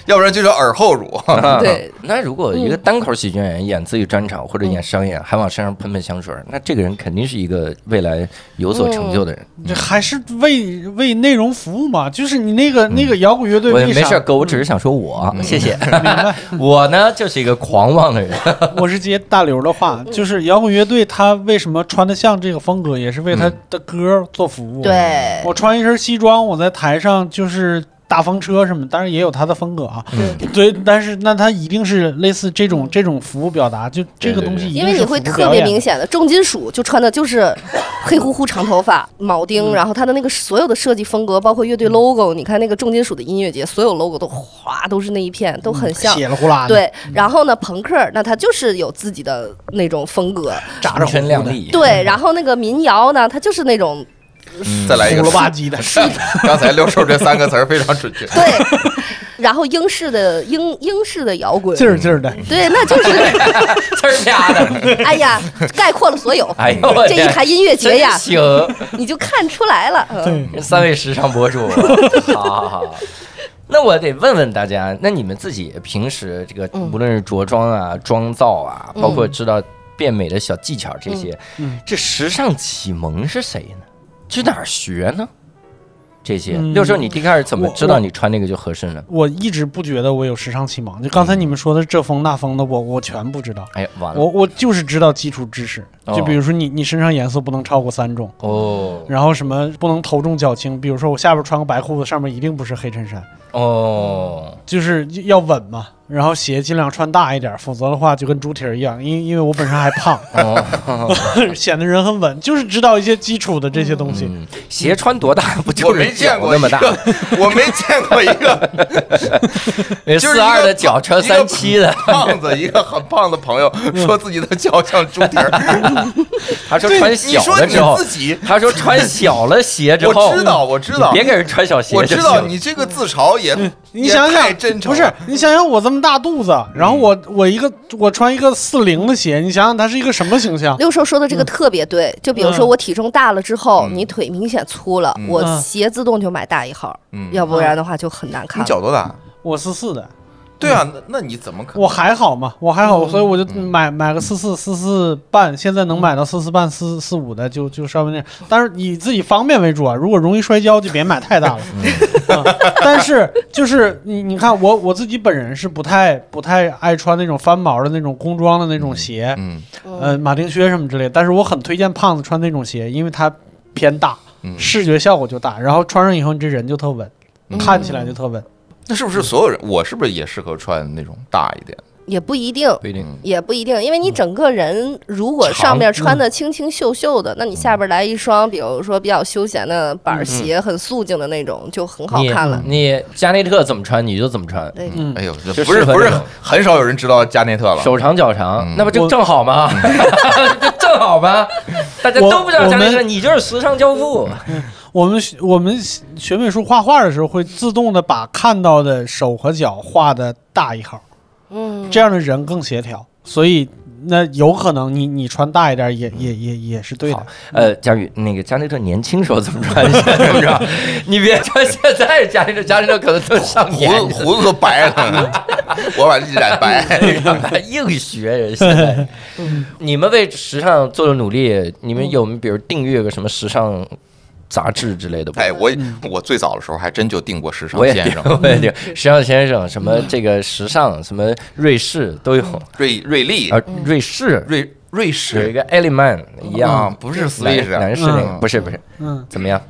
Speaker 7: 要不然就叫耳
Speaker 1: [LAUGHS]
Speaker 7: 后乳。
Speaker 6: 对。
Speaker 1: 啊
Speaker 6: 嗯
Speaker 1: 那如果一个单口喜剧演员演自己专场或者演商演，还往身上喷喷香水儿，那这个人肯定是一个未来有所成就的人。
Speaker 6: 嗯
Speaker 4: 这还是为为内容服务嘛？就是你那个那个摇滚乐队
Speaker 1: 嗯我也
Speaker 4: 为啥？
Speaker 1: 没事儿，哥，我只是想说我，谢谢。
Speaker 4: 嗯明白。
Speaker 1: [LAUGHS] 我呢就是一个狂妄的人，
Speaker 6: [LAUGHS]
Speaker 4: 我是接大刘的话，
Speaker 6: 嗯
Speaker 4: 就是摇滚乐队他为什么穿得像这个风格，也是为他的歌做服务。，
Speaker 6: 嗯对，
Speaker 4: 我穿一身西装，我在台上就是大风车什么，当然也有他的风格啊。
Speaker 6: 嗯
Speaker 4: 对，但是那他一定是类似这种这种服务表达，就这个东西一定
Speaker 6: 因
Speaker 4: 是
Speaker 6: 为你
Speaker 4: 服务
Speaker 6: 会特
Speaker 4: 表
Speaker 6: 别
Speaker 4: 演
Speaker 6: 明显的，重金属就穿的就是 [COUGHS] 黑乎乎长头发、铆
Speaker 4: 嗯
Speaker 6: 钉，然后它的那个所有的设计风格，包括乐队 logo，你看那个重金属的音乐节，所有 logo 都哗都是那一片，都很像。
Speaker 4: 血了呼啦的，
Speaker 6: 对，然后呢，朋克那它就是有自己的那种风格，
Speaker 4: 炸着
Speaker 1: 光鲜
Speaker 4: 红
Speaker 1: 亮
Speaker 4: 的，
Speaker 1: 丽。
Speaker 6: 对，然后那个民谣呢，它就是那种
Speaker 7: 再来一
Speaker 4: 呼
Speaker 1: 嗯
Speaker 7: 个
Speaker 4: 了吧唧
Speaker 6: [LAUGHS]
Speaker 4: 的，
Speaker 7: [LAUGHS] 刚才六兽这三个词儿非常准确。
Speaker 6: 对，
Speaker 4: [LAUGHS]
Speaker 6: 然后英式的英英式的摇滚，
Speaker 4: 劲儿劲儿的。
Speaker 6: 对，那就是
Speaker 1: 呲儿啪的，
Speaker 6: [LAUGHS] 哎呀，概括了所有，
Speaker 1: 哎呦我
Speaker 6: 这一
Speaker 1: 天
Speaker 6: 台音乐节呀
Speaker 1: 真，行。
Speaker 6: 你就看出来了，嗯
Speaker 4: 对，
Speaker 1: 三位时尚博主，好好好。那我得问问大家，那你们自己平时这个
Speaker 6: 嗯
Speaker 1: 无论是着装啊、妆造啊，
Speaker 6: 嗯
Speaker 1: 包括知道变美的小技巧这些
Speaker 4: 嗯，
Speaker 1: 这时尚启蒙是谁呢？去哪儿学呢？这些
Speaker 4: 嗯
Speaker 1: 六兽，你第一开始怎么
Speaker 4: 我
Speaker 1: 知道你穿那个就合身了？
Speaker 4: 我一直不觉得我有时尚启蒙，就刚才你们说的这风那风的，我我全不知道。
Speaker 1: 哎呀，完了
Speaker 4: 我我就是知道基础知识，
Speaker 1: 哦
Speaker 4: 就比如说你你身上颜色不能超过三种，
Speaker 1: 哦
Speaker 4: 然后什么不能头重脚轻，比如说我下边穿个白裤子，上面一定不是黑衬衫，
Speaker 1: 哦，
Speaker 4: 就是要稳嘛。然后鞋尽量穿大一点，否则的话就跟猪蹄儿一样，因因为我本身还胖，
Speaker 7: 哦
Speaker 4: [LAUGHS] 显得人很稳，就是知道一些基础的这些东西。
Speaker 1: 嗯，鞋穿多大不
Speaker 7: 我
Speaker 1: [LAUGHS] 就是
Speaker 7: 没见过
Speaker 1: 脚那么大
Speaker 7: 一？个嗯 [LAUGHS] 我没见过一个就是一
Speaker 1: 四
Speaker 7: 个
Speaker 1: 二的脚穿
Speaker 7: 一个
Speaker 1: 哦三七的，嗯
Speaker 7: 胖子，一个很胖的朋友说自己的脚像猪
Speaker 1: [LAUGHS]
Speaker 7: 蹄儿。
Speaker 1: 他说
Speaker 7: 对
Speaker 1: 穿
Speaker 7: 你
Speaker 1: 小
Speaker 7: 说
Speaker 1: 了
Speaker 7: 你
Speaker 1: 之后
Speaker 7: 自，己，
Speaker 1: 他说穿小了鞋之后，嗯
Speaker 7: 我知道，我知道
Speaker 1: 别，给人穿小鞋
Speaker 7: 我
Speaker 1: 就
Speaker 7: 知
Speaker 1: 行，
Speaker 7: 道，你这个自嘲也，
Speaker 4: 嗯你
Speaker 7: 也
Speaker 4: 想想
Speaker 7: 太，真诚
Speaker 4: 不是
Speaker 7: 了嗯
Speaker 4: 你想想我这么大肚子，然后我我一个我穿一个四零的鞋，你想想它是一个什么形象？
Speaker 6: 六兽说的这个特别对，就比如说
Speaker 4: 啊嗯
Speaker 6: 我体重大了之后，
Speaker 7: 嗯
Speaker 6: 你腿明显粗了，
Speaker 7: 嗯
Speaker 6: 我
Speaker 4: 嗯
Speaker 6: 鞋自动就买大一号，
Speaker 7: 嗯
Speaker 6: 要不然的话就很难看
Speaker 7: 你
Speaker 6: 了。
Speaker 7: 脚多大？
Speaker 4: 我四四的，
Speaker 7: 对
Speaker 4: 嗯
Speaker 7: 啊，那那你怎么可
Speaker 4: 我还好嘛，我还好，所以我就
Speaker 7: 嗯
Speaker 4: 买买个四四四四半，现在能买到四四半、四四五的就就稍微那样，但是以自己方便为主啊。如果容易摔跤，就别买太大了。
Speaker 7: 嗯
Speaker 4: [LAUGHS] 啊但是就是你你看我我自己本人是不太不太爱穿那种翻毛的那种工装的那种鞋，
Speaker 7: 嗯
Speaker 4: 呃，马丁靴什么之类的，但是我很推荐胖子穿那种鞋，因为它偏大，
Speaker 7: 嗯，
Speaker 4: 视觉效果就大，然后穿上以后你这人就特稳，
Speaker 7: 嗯
Speaker 4: 看起来就特稳。
Speaker 7: 那是不是所有人？我是不是也适合穿那种大一点？
Speaker 6: 也不一定，
Speaker 1: 不一定。
Speaker 7: 嗯
Speaker 6: 也不一定，因为你整个人如果上面穿的清清秀秀的，那你下边来一双，比如说比较休闲的板鞋，很素净的那种，就很
Speaker 8: 嗯
Speaker 6: 好看了。
Speaker 1: 你你加内特怎么穿你就怎么穿，
Speaker 6: 对，
Speaker 4: 嗯
Speaker 7: 哎呦，这
Speaker 1: 就
Speaker 7: 不
Speaker 1: 适
Speaker 7: 是
Speaker 1: 合
Speaker 7: 不是
Speaker 1: 那种，
Speaker 7: 很少有人知道加内特了。
Speaker 1: 手长脚长
Speaker 7: 嗯，
Speaker 1: 那不就
Speaker 4: 我
Speaker 1: 正好吗？就 [LAUGHS] 正好吗？大家
Speaker 4: 我
Speaker 1: 都不知道加内
Speaker 4: 我
Speaker 1: 特，你就是时尚教父。
Speaker 4: 我们学我们学美术画画的时候，会自动的把看到的手和脚画的大一号，
Speaker 6: 嗯，
Speaker 4: 这样的人更协调。所以那有可能你你穿大一点也也也也是对的
Speaker 1: 好。呃，佳宇，那个加内特年轻时候怎么穿，现在怎么着？你别穿现在加内特，加内特可能都
Speaker 8: [LAUGHS]
Speaker 1: 上
Speaker 7: 胡
Speaker 1: 年
Speaker 7: 子
Speaker 1: 纪
Speaker 7: 胡子都白了， [LAUGHS] 我把自己染白。
Speaker 1: 了，硬学人现
Speaker 7: [LAUGHS]
Speaker 1: 在。你们为时尚做了努力，你们有没有比如订阅个什么时尚杂志之类的吗？
Speaker 7: 哎，我我最早的时候还真就定过时尚
Speaker 1: 我也
Speaker 7: 先生，
Speaker 1: 订， [LAUGHS] 我也订
Speaker 7: 嗯
Speaker 1: 时尚先生，什么这个时尚，什么瑞士都有
Speaker 7: 瑞瑞丽
Speaker 1: 啊，瑞士
Speaker 7: 嗯瑞瑞
Speaker 1: 有一
Speaker 7: 士
Speaker 1: 个 Element 一
Speaker 7: 啊，
Speaker 1: 样，
Speaker 7: 不是斯
Speaker 1: 男
Speaker 7: 威士，
Speaker 1: 男士那个
Speaker 7: 嗯
Speaker 1: 不是不是，
Speaker 4: 嗯，
Speaker 1: 怎么样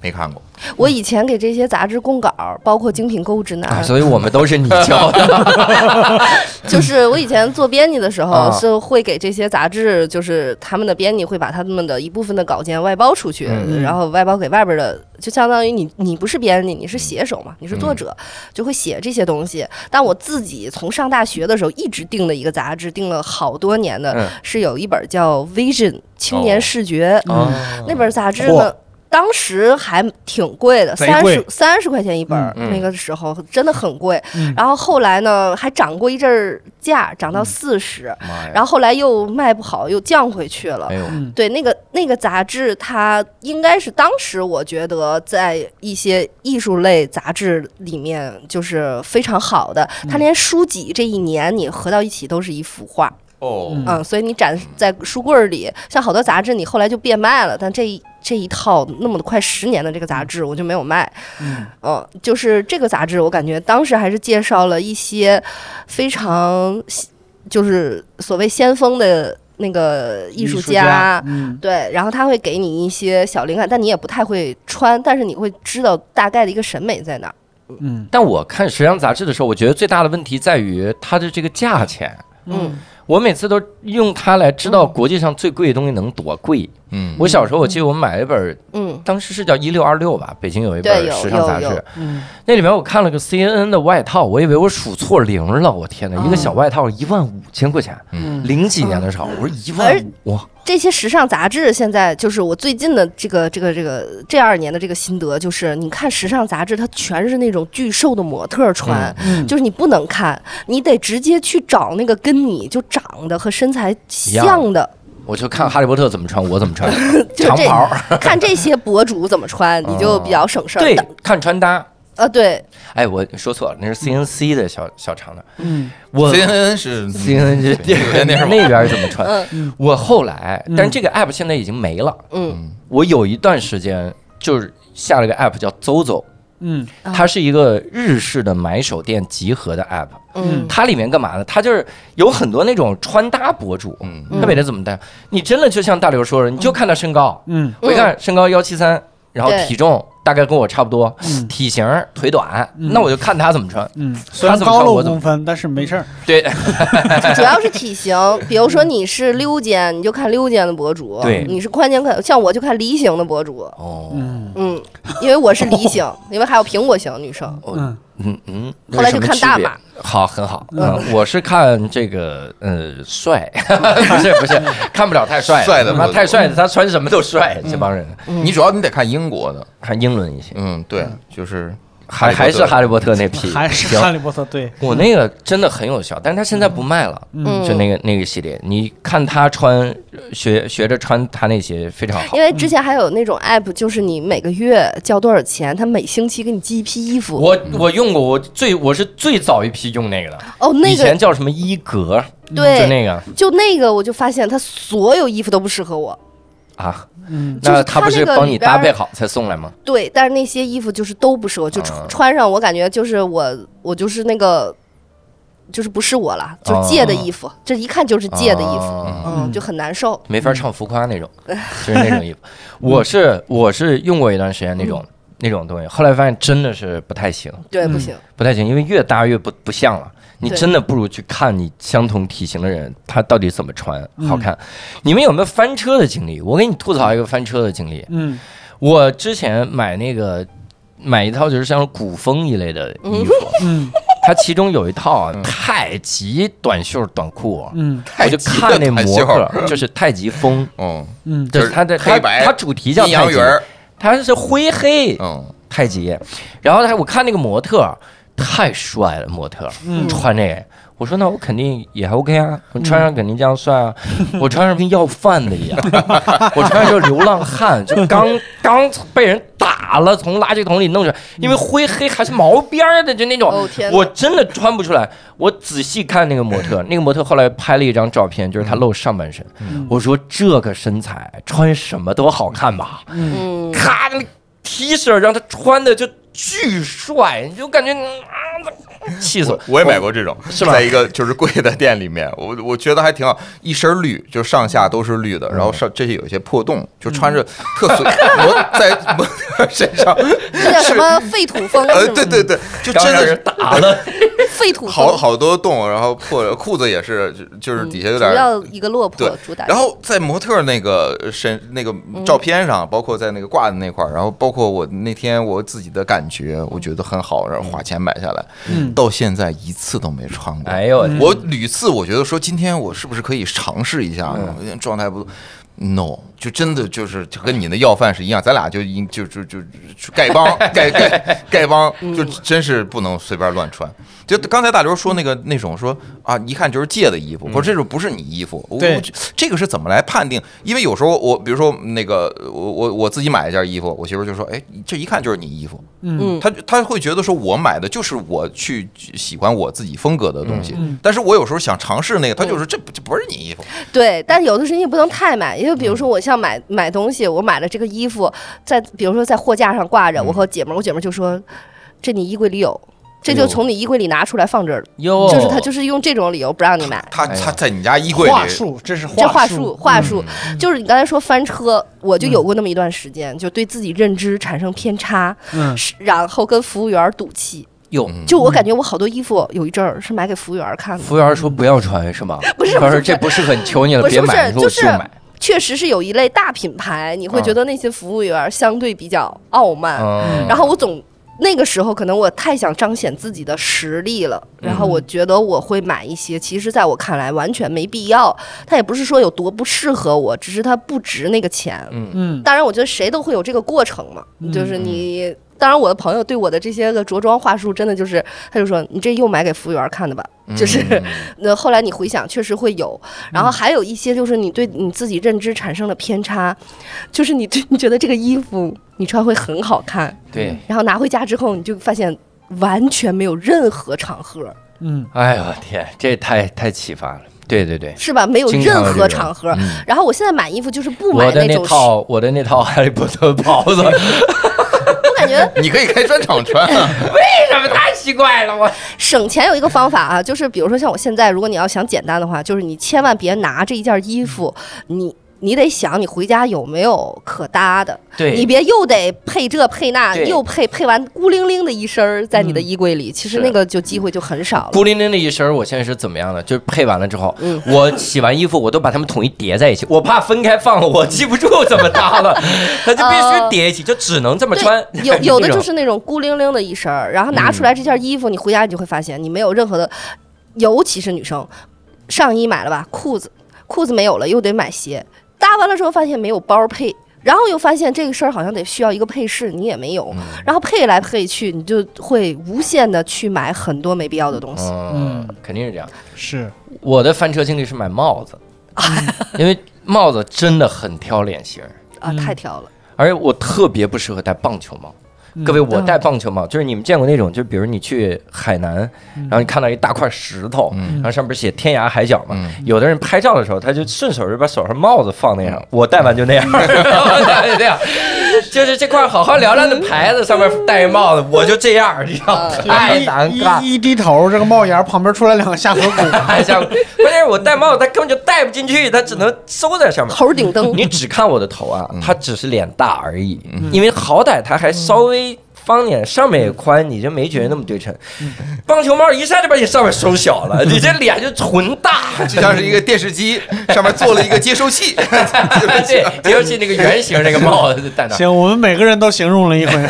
Speaker 7: 没看过。
Speaker 6: 我以前给这些杂志供稿，包括《精品购物指南
Speaker 1: 啊？》，所以我们都是你教的，
Speaker 6: 就是我以前做编辑的时候
Speaker 1: 啊，
Speaker 6: 是会给这些杂志，就是他们的编辑会把他们的一部分的稿件外包出去，
Speaker 1: 嗯
Speaker 6: 然后外包给外边的，就相当于你你不是编辑，你
Speaker 1: 嗯
Speaker 6: 是写手嘛，你是作者，就会写这些东西。但我自己从上大学的时候一直订的一个杂志，订了好多年的，
Speaker 1: 嗯
Speaker 6: 是有一本叫《Vision》青年视觉、
Speaker 1: 哦
Speaker 6: 那本杂志呢
Speaker 4: 嚯。
Speaker 6: 当时还挺贵的，
Speaker 4: 贼
Speaker 6: 三
Speaker 4: 贵
Speaker 6: 十三十块钱一本儿，
Speaker 1: 嗯嗯
Speaker 6: 那个时候真的很贵。
Speaker 4: 嗯
Speaker 6: 然后后来呢，还涨过一阵儿价，涨到四十、
Speaker 7: [LAUGHS] 妈呀！
Speaker 6: 然后后来又卖不好，又降回去了。
Speaker 1: 哎呦，
Speaker 4: 嗯
Speaker 6: 对，那个那个杂志，它应该是当时我觉得在一些艺术类杂志里面就是非常好的，它连书籍这一年你合到一起都是一幅画，
Speaker 7: 哦，
Speaker 4: 嗯
Speaker 6: 嗯，所以你展在书柜儿里，像好多杂志你后来就变卖了，但这一这一套那么快十年的这个杂志我就没有卖，
Speaker 4: 嗯
Speaker 6: 嗯，就是这个杂志，我感觉当时还是介绍了一些非常西就是所谓先锋的那个艺术
Speaker 4: 家，
Speaker 6: 家。
Speaker 4: 嗯
Speaker 6: 对，然后他会给你一些小灵感，但你也不太会穿，但是你会知道大概的一个审美在哪儿。
Speaker 4: 嗯
Speaker 1: 但我看时尚杂志的时候，我觉得最大的问题在于它的这个价钱。
Speaker 6: 嗯，
Speaker 1: 我每次都用它来知道国际上最贵的东西能多贵。
Speaker 7: 嗯，
Speaker 1: 我小时候我记得我买一本，
Speaker 6: 嗯，
Speaker 1: 当时是叫一六二六吧，北京有一
Speaker 6: 对
Speaker 1: 本
Speaker 6: 有
Speaker 1: 时尚杂
Speaker 6: 有
Speaker 1: 志
Speaker 6: 有，
Speaker 4: 嗯，
Speaker 1: 那里面我看了个 CNN 的外套，我以为我数错零了，我天哪，一个
Speaker 6: 嗯
Speaker 1: 小外套一万五千块钱，
Speaker 4: 嗯
Speaker 1: 零几年的时候，我说一万五，哇，
Speaker 6: 这些时尚杂志现在就是我最近的这个这个这个这二年的这个心得，就是你看时尚杂志，它全是那种巨瘦的模特儿穿，
Speaker 4: 嗯
Speaker 6: 就是你不能看，你得直接去找那个跟你就长得和身材像的，
Speaker 1: 我就看哈利波特怎么穿，我怎么穿，
Speaker 6: [LAUGHS] 就
Speaker 1: 长
Speaker 6: 这
Speaker 1: 袍，
Speaker 6: [LAUGHS] 看这些博主怎么穿，你就比较省事儿。
Speaker 1: 对
Speaker 6: 但，
Speaker 1: 看穿搭。
Speaker 6: 啊，对，
Speaker 8: 哎，我说错了，那是 CNC 的小小厂的。
Speaker 4: 嗯，
Speaker 8: 我
Speaker 7: CNN 是
Speaker 8: CNC
Speaker 7: 对那是
Speaker 8: 那边怎么传？
Speaker 6: 嗯
Speaker 8: 我后来，
Speaker 4: 嗯
Speaker 8: 但是这个 app 现在已经没了。
Speaker 6: 嗯
Speaker 8: 我有一段时间就是下了个 app 叫 Zozo，
Speaker 4: 嗯
Speaker 6: 啊
Speaker 8: 它是一个日式的买手店集合的 app。
Speaker 6: 嗯
Speaker 8: 它里面干嘛呢？它就是有很多那种穿搭博主，
Speaker 7: 嗯
Speaker 8: 他每天怎么戴？你真的就像大刘说的，你就看他身高，
Speaker 4: 嗯
Speaker 8: 我一看身高幺七三，然后
Speaker 6: 对
Speaker 8: 体重 [LAUGHS] 大概跟我差不多，
Speaker 4: 嗯
Speaker 8: 体型腿短，
Speaker 4: 嗯
Speaker 8: 那我就看他怎么穿。
Speaker 4: 嗯，虽然
Speaker 8: 他怎么
Speaker 4: 高
Speaker 8: 看
Speaker 4: 了
Speaker 8: 我
Speaker 4: 五
Speaker 8: 怎么
Speaker 4: 公分，但是没事儿。
Speaker 8: 对
Speaker 6: 就 [LAUGHS] 主要是体型，比如说你是溜肩，你就看溜肩的博主；
Speaker 8: 对
Speaker 6: 你是宽肩看，像我就看梨形的博主。
Speaker 8: 哦，
Speaker 4: 嗯
Speaker 6: 嗯，因为我是梨
Speaker 8: [LAUGHS]
Speaker 6: 形，因为还有苹果型女生。
Speaker 8: 哦
Speaker 4: 嗯
Speaker 8: 嗯嗯，
Speaker 6: 后来就看大码
Speaker 8: 码，好，很好。嗯，我是看这个呃帅，不是不是，看不了太帅的，
Speaker 7: 帅的
Speaker 8: 妈
Speaker 7: 不
Speaker 8: 太帅的，他穿什么都帅，这帮人
Speaker 7: 你主要你得看英国的，
Speaker 8: 看英伦一些，
Speaker 7: 嗯，对，就是
Speaker 8: 还还是哈利波特那批，
Speaker 4: 还是
Speaker 8: 嗯行
Speaker 4: 哈利波特对，
Speaker 8: 我那个真的很有效，但是他现在不卖了，
Speaker 6: 嗯
Speaker 8: 就那个那个系列，你看他穿学学着穿他那些非常好
Speaker 6: 因。为之前还有那种 app，就是你每个月交多少钱，他每星期给你寄一批衣服。
Speaker 8: 我我用过，我最我是最早一批用那个的，
Speaker 6: 哦，那
Speaker 8: 以前
Speaker 6: 个
Speaker 8: 叫什么衣格，就
Speaker 6: 对，
Speaker 8: 那个
Speaker 6: 就那个我就发现他所有衣服都不适合我。
Speaker 8: 啊，
Speaker 4: 嗯
Speaker 6: 就是
Speaker 8: 那
Speaker 6: 它
Speaker 8: 他不是
Speaker 6: 那个
Speaker 8: 帮
Speaker 6: 里
Speaker 8: 你
Speaker 6: 边
Speaker 8: 搭
Speaker 6: 儿
Speaker 8: 配好才送来吗？
Speaker 6: 对，但是那些衣服就是都不适合，就
Speaker 8: 啊
Speaker 6: 穿穿上我感觉就是我我就是那个就是不是我了，就是借的衣服，这一看就是借的衣服，
Speaker 8: 啊
Speaker 6: 嗯，就很难受。
Speaker 8: 没法唱浮夸那种，
Speaker 6: [LAUGHS]
Speaker 8: 就是那种衣服。我是我是用过一段时间那种
Speaker 6: 嗯
Speaker 8: 那种东西，后来发现真的是不太行，
Speaker 6: 对，不
Speaker 4: 嗯
Speaker 6: 行，
Speaker 8: 不太行，因为越搭越不不像了。你
Speaker 6: 对
Speaker 8: 真的不如去看你相同体型的人，他到底怎么穿
Speaker 6: 嗯
Speaker 8: 好看。你们有没有翻车的经历？我给你吐槽一个翻车的经历。
Speaker 4: 嗯
Speaker 8: 我之前买那个买一套就是像古风一类的衣服，
Speaker 4: 嗯
Speaker 8: 它其中有一套啊
Speaker 7: 嗯
Speaker 8: 太极短袖短裤，
Speaker 4: 嗯
Speaker 8: 我就看那模
Speaker 7: [LAUGHS]
Speaker 8: 特，就是太极风，
Speaker 7: 嗯，
Speaker 4: 嗯
Speaker 8: 就
Speaker 7: 就是是
Speaker 8: 它的它
Speaker 7: 黑白
Speaker 8: 它主题
Speaker 7: 阴
Speaker 8: 叫太
Speaker 7: 阳
Speaker 8: 极
Speaker 7: 鱼，儿，
Speaker 8: 它是灰黑
Speaker 7: 嗯，
Speaker 8: 太极。然后他我看那个模特太帅了，模特
Speaker 4: 嗯
Speaker 8: 穿这个，我说那我肯定也还 OK 啊，我
Speaker 7: 嗯
Speaker 8: 穿上肯定这样帅啊，我穿上跟要饭的一样， [LAUGHS] 我穿上就是流浪汉，就刚刚被人打了，从垃圾桶里弄出来，因为灰黑还是毛边儿的，就那种
Speaker 6: 哦天，
Speaker 8: 我真的穿不出来。我仔细看那个模特，那个模特后来拍了一张照片，就是他露上半身，我说这个身材穿什么都好看吧。 [LAUGHS]
Speaker 6: 嗯，
Speaker 8: 咔，那个 T 恤让他穿的就巨帅，你就感觉嗯啊，气 [LAUGHS] 死我！
Speaker 7: [LAUGHS] 我也买过这种，
Speaker 8: 是吧
Speaker 7: 在一个就是贵的店里面，我我觉得还挺好，一身绿，就上下都是绿的，然后上这些有一些破洞，就穿着特随模在模特 [LAUGHS] 身上，
Speaker 6: 这叫什么废土风？
Speaker 7: 呃
Speaker 6: 是，吗
Speaker 7: 对对对，就
Speaker 8: 刚
Speaker 7: 真
Speaker 8: 让
Speaker 7: 的
Speaker 8: 人
Speaker 7: 是
Speaker 8: 打了，
Speaker 6: 废土风
Speaker 7: 好好多洞，然后破了，裤子也是，就就是底下有点
Speaker 6: 主要一个落魄
Speaker 7: 对
Speaker 6: 主打。
Speaker 7: 然后在模特那个身那个照片上，包括在那个挂的那块儿，然后包括我那天我自己的感觉，我觉得很好，然后花钱买下来，
Speaker 4: 嗯
Speaker 7: 到现在一次都没穿过。
Speaker 8: 哎呦我的天，
Speaker 7: 我屡次我觉得说今天我是不是可以尝试一下，有点状态不。no，就真的就是就跟你的要饭是一样，咱俩就一就就就就丐帮丐丐丐帮，就真是不能随便乱穿。就刚才大刘说那个那种说啊，一看就是借的衣服，不是这种不是你衣服，我
Speaker 4: 对
Speaker 7: 我这个是怎么来判定？因为有时候我比如说那个我我我自己买一件衣服，我媳妇就说，哎，这一看就是你衣服，
Speaker 4: 嗯
Speaker 6: 嗯
Speaker 7: 他他会觉得说，我买的就是我去喜欢我自己风格的东西，
Speaker 4: 嗯
Speaker 7: 但是我有时候想尝试那个，他就说这不这不是你衣服，
Speaker 6: 对，但有的时候你也不能太买，因为
Speaker 7: 嗯
Speaker 6: 比如说我像买买东西，我买了这个衣服，在比如说在货架上挂
Speaker 7: 嗯
Speaker 6: 着，我和姐们儿，我姐们儿就说，这你衣柜里有，这就从你衣柜里拿出来放这儿了，
Speaker 8: 哟，
Speaker 6: 就是他就是用这种理由不让你
Speaker 7: [LAUGHS]
Speaker 6: 买。
Speaker 7: 他
Speaker 8: 哎呀
Speaker 7: 他在你家衣柜
Speaker 4: 话
Speaker 7: 里，嗯
Speaker 4: 术这是
Speaker 6: 这
Speaker 4: 话
Speaker 6: 术，话术就是你刚才说翻车，我就有过那么一段时间，就对自己认知产生偏差，
Speaker 4: 嗯
Speaker 6: 是然后跟服务员儿赌气。
Speaker 8: 哟，
Speaker 7: 嗯
Speaker 6: 就我感觉我好多衣服有一阵儿是买给服务员儿看的，
Speaker 8: 服务员说不要穿是吗？
Speaker 6: [LAUGHS] 不是
Speaker 8: 他
Speaker 6: 不
Speaker 8: 说
Speaker 6: 是
Speaker 8: 这不适合你，求你了，
Speaker 6: 不是
Speaker 8: 别
Speaker 6: 不是
Speaker 8: 买，你说
Speaker 6: 就
Speaker 8: 我
Speaker 6: 是啊
Speaker 8: 买，
Speaker 6: 确实是有一类大品牌，你会觉得那些服务员儿相对比较傲慢。
Speaker 8: 嗯，
Speaker 6: 然后我总那个时候可能我太想彰显自己的实力了，然后我觉得我会买一些，其实在我看来完全没必要。它也不是说有多不适合我，只是它不值那个钱。
Speaker 8: 嗯
Speaker 4: 嗯
Speaker 6: 当然，我觉得谁都会有这个过程嘛，就是你当然，我的朋友对我的这些个着装话术，真的就是，他就说你这又买给服务员看的吧？就是，那、后来你回想，确实会有。然
Speaker 8: 嗯
Speaker 6: 后还有一些就是你对你自己认知产生了偏差，就是你对你觉得这个衣服你穿会很好看，
Speaker 8: 对，
Speaker 6: 然后拿回家之后你就发现完全没有任何场合，
Speaker 4: 嗯，
Speaker 8: 哎呦我天，这太太启发了，对对对，
Speaker 6: 是吧？没有
Speaker 8: 经常
Speaker 6: 任
Speaker 8: 有这
Speaker 6: 何
Speaker 8: 种
Speaker 6: 场合。然后我现在买衣服就是不买
Speaker 8: 我的
Speaker 6: 种，我
Speaker 8: 套我的那套哈利波特袍子，
Speaker 6: [LAUGHS] 感觉
Speaker 7: 你可以开专场
Speaker 6: [LAUGHS]
Speaker 7: 穿啊，
Speaker 8: 这不太奇怪了，我
Speaker 6: 省钱有一个方法啊， [LAUGHS] 就是比如说像我现在，如果你要想简单的话，就是你千万别拿这一件衣服，你你得想你回家有没有可搭的，
Speaker 8: 对
Speaker 6: 你别又得配这配那，
Speaker 8: 对嗯
Speaker 6: 又配配完孤零零的一身儿在你的衣柜里，其实
Speaker 8: 是
Speaker 6: 那个就机会就很少了。
Speaker 8: 孤零零的一身儿，我现在是怎么样的？就是配完了之后，
Speaker 6: 嗯
Speaker 8: 我洗完衣服，我都把它们统一叠在一起，我怕分开放了，我记不住怎么
Speaker 6: [LAUGHS]
Speaker 8: 搭了，它就必须叠一起，就只能这么穿。
Speaker 6: 哦
Speaker 8: [LAUGHS]
Speaker 6: 对，有有的就是那种孤零零的一身儿，然后拿出
Speaker 8: 嗯
Speaker 6: 来这件衣服，你回家你就会发现你没有任何的，尤其是女生，上衣买了吧，裤子裤子没有了，又得买鞋，搭完了之后发现没有包配。然后又发现这个身儿好像得需要一个配饰，你也没有，
Speaker 8: 嗯
Speaker 6: 然后配来配去，你就会无限的去买很多没必要的东西。
Speaker 8: 嗯，肯定是这样。
Speaker 4: 是，
Speaker 8: 我的翻车经历是买帽子，
Speaker 4: 嗯
Speaker 8: 因为帽子真的很挑脸型儿，
Speaker 6: 啊，太挑了。
Speaker 8: 而且我特别不适合戴棒球帽。各位，我
Speaker 6: 嗯
Speaker 8: 戴棒球帽，就是你们见过那种，就比如你去海南，
Speaker 4: 嗯
Speaker 8: 然后你看到一大块石头，然后上面写天涯海角嘛。
Speaker 7: 嗯
Speaker 4: 嗯
Speaker 8: 有的人拍照的时候，他就顺手就把手上帽子放那
Speaker 4: 嗯
Speaker 8: 上，我戴完就
Speaker 4: [LAUGHS]
Speaker 8: 那样，我戴完就那样，就是这块好好聊聊的牌子上面戴一帽子，我就这样，你知道
Speaker 4: [LAUGHS]
Speaker 8: 吗，太难看了。
Speaker 4: 嗯哎一一低头，这个帽檐旁边出来两个下颌 [LAUGHS] 骨，
Speaker 8: 太像，关键是我戴帽子，它根本就戴不进去，它只能收在上面。
Speaker 6: 猴顶灯，
Speaker 8: 你只看我的头啊，它只是脸大而已，因为好歹它还稍微方点，上面也宽，你就没觉得那么对称。棒球帽一下就把你上面收小了，你这脸就纯大。
Speaker 7: 就像是一个电视机上面做了一个接收器，
Speaker 8: 对， [LAUGHS] 尤其那个圆形那个帽子
Speaker 4: [LAUGHS]
Speaker 8: 戴那儿，
Speaker 4: 行，我们每个人都形容了一回， [LAUGHS]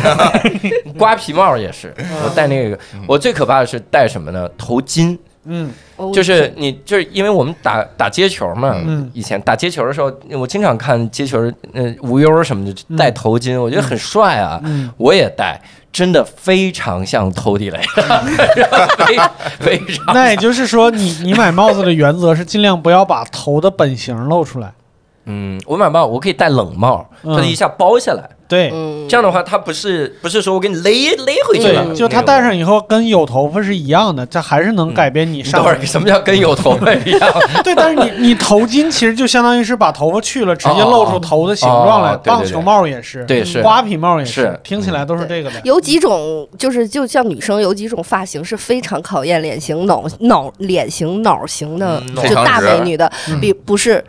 Speaker 8: 瓜皮帽也是，我戴那个，我最可怕的是戴什么呢？头巾。
Speaker 4: 嗯，
Speaker 6: 哦
Speaker 8: 就是你，就是因为我们打打街球嘛，
Speaker 4: 嗯
Speaker 8: 以前打街球的时候，我经常看街球，呃，无忧什么的就戴
Speaker 4: 嗯
Speaker 8: 头巾，我觉得很帅啊，我也戴，真的非常像投地雷，
Speaker 4: [LAUGHS]
Speaker 8: 非非常
Speaker 4: 那也就是说你，你买帽子的原则是尽量不要把头的本形露出来，
Speaker 8: 嗯，我买帽我可以戴冷帽，
Speaker 4: 嗯
Speaker 8: 它就一下包下来，
Speaker 4: 对，
Speaker 6: 嗯，
Speaker 8: 这样的话它不是不是说我给你勒勒回去了，
Speaker 4: 对，就它戴上以后跟有头发是一样的，这还是能改变你
Speaker 8: 你
Speaker 4: 上
Speaker 8: 等会儿
Speaker 4: 面。
Speaker 8: 什么叫跟有头发一样？
Speaker 4: 对，但是你你头巾其实就相当于是把头发去了，直接露出头的形状来。
Speaker 8: 哦哦哦哦对对对
Speaker 4: 棒球帽也是，
Speaker 8: 对是
Speaker 4: 瓜皮帽也是
Speaker 8: 是，嗯
Speaker 4: 听起来都是这个的。
Speaker 6: 有几种就是就像女生有几种发型是非常考验脸型、脑脑脸型、脑型的，
Speaker 8: 嗯
Speaker 6: 就大
Speaker 7: 非常直
Speaker 6: 美
Speaker 7: 嗯
Speaker 6: 女的，比不是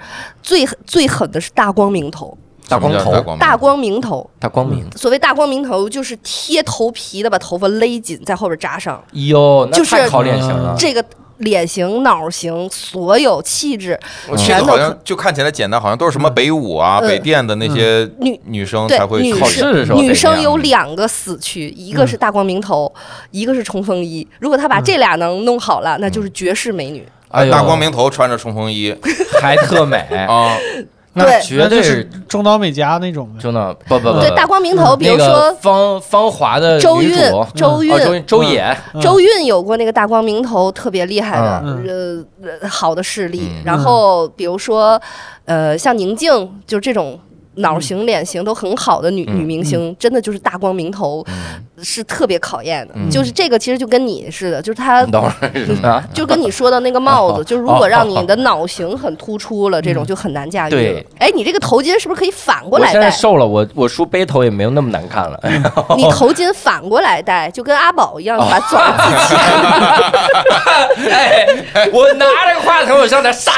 Speaker 6: 最最狠的是大光明头，
Speaker 8: 大光
Speaker 7: 什么叫大
Speaker 8: 头，
Speaker 7: 光
Speaker 6: 大光明头。
Speaker 8: 大光明，
Speaker 6: 所谓大光明头，就是贴头皮的把头发勒紧，在后边扎上，
Speaker 8: 哟，那
Speaker 6: 就是
Speaker 8: 太考脸型了，
Speaker 6: 这个脸型、脑型、所有气质
Speaker 7: 我去
Speaker 6: 全
Speaker 7: 的
Speaker 6: 都
Speaker 7: 好像就看起来简单，好像都是什么北舞啊、
Speaker 6: 嗯
Speaker 7: 北电的那些
Speaker 6: 女
Speaker 7: 女生
Speaker 6: 对
Speaker 7: 才会
Speaker 6: 女
Speaker 7: 考
Speaker 8: 试
Speaker 7: 虑。
Speaker 8: 的时候得
Speaker 6: 女
Speaker 8: 这
Speaker 6: 生
Speaker 8: 样
Speaker 6: 有两个死区，一个是大光明头，一个是冲锋衣。如果她把这俩能弄好了，那就是绝世美女。
Speaker 8: 哎呦
Speaker 7: 大光明头穿着冲锋衣
Speaker 8: 还
Speaker 4: [LAUGHS]
Speaker 8: 特美，
Speaker 7: 啊，
Speaker 4: 那
Speaker 6: 对
Speaker 8: 绝
Speaker 4: 那就
Speaker 8: 对
Speaker 4: 是中岛美嘉那种的。
Speaker 8: 真的不不不，
Speaker 6: 对
Speaker 1: 嗯
Speaker 8: 不
Speaker 6: 大光明头，比如
Speaker 8: 嗯那个
Speaker 6: 说
Speaker 8: 芳芳华的女主
Speaker 6: 周韵
Speaker 8: 哦，
Speaker 6: 周韵
Speaker 8: 周韵周也，
Speaker 4: 嗯
Speaker 6: 周韵有过那个大光明头特别厉害的、
Speaker 8: 嗯
Speaker 6: 呃呃好的事例，然后比如说呃像宁静就这种。脑型、脸型都很好的女、女明
Speaker 8: 嗯
Speaker 6: 星，真的就是大光明头，是特别考验的。就是这个，其实就跟你似的，就是她
Speaker 1: 嗯
Speaker 8: 你等会儿是吧？
Speaker 6: 就跟你说的那个帽
Speaker 8: [LAUGHS] 哦嗯
Speaker 6: 子，就是如果让你的脑型很突出了，这种就很难驾驭了
Speaker 8: 对。
Speaker 6: 哎，你这个头巾是不是可以反过
Speaker 8: 我
Speaker 6: 来
Speaker 8: 现在
Speaker 6: 戴？
Speaker 8: 瘦了，我我梳背头也没有那么难看了。
Speaker 6: 你头巾反过来戴，就跟阿宝一样，把嘴儿自己
Speaker 8: 哎，我拿着话筒，我上那傻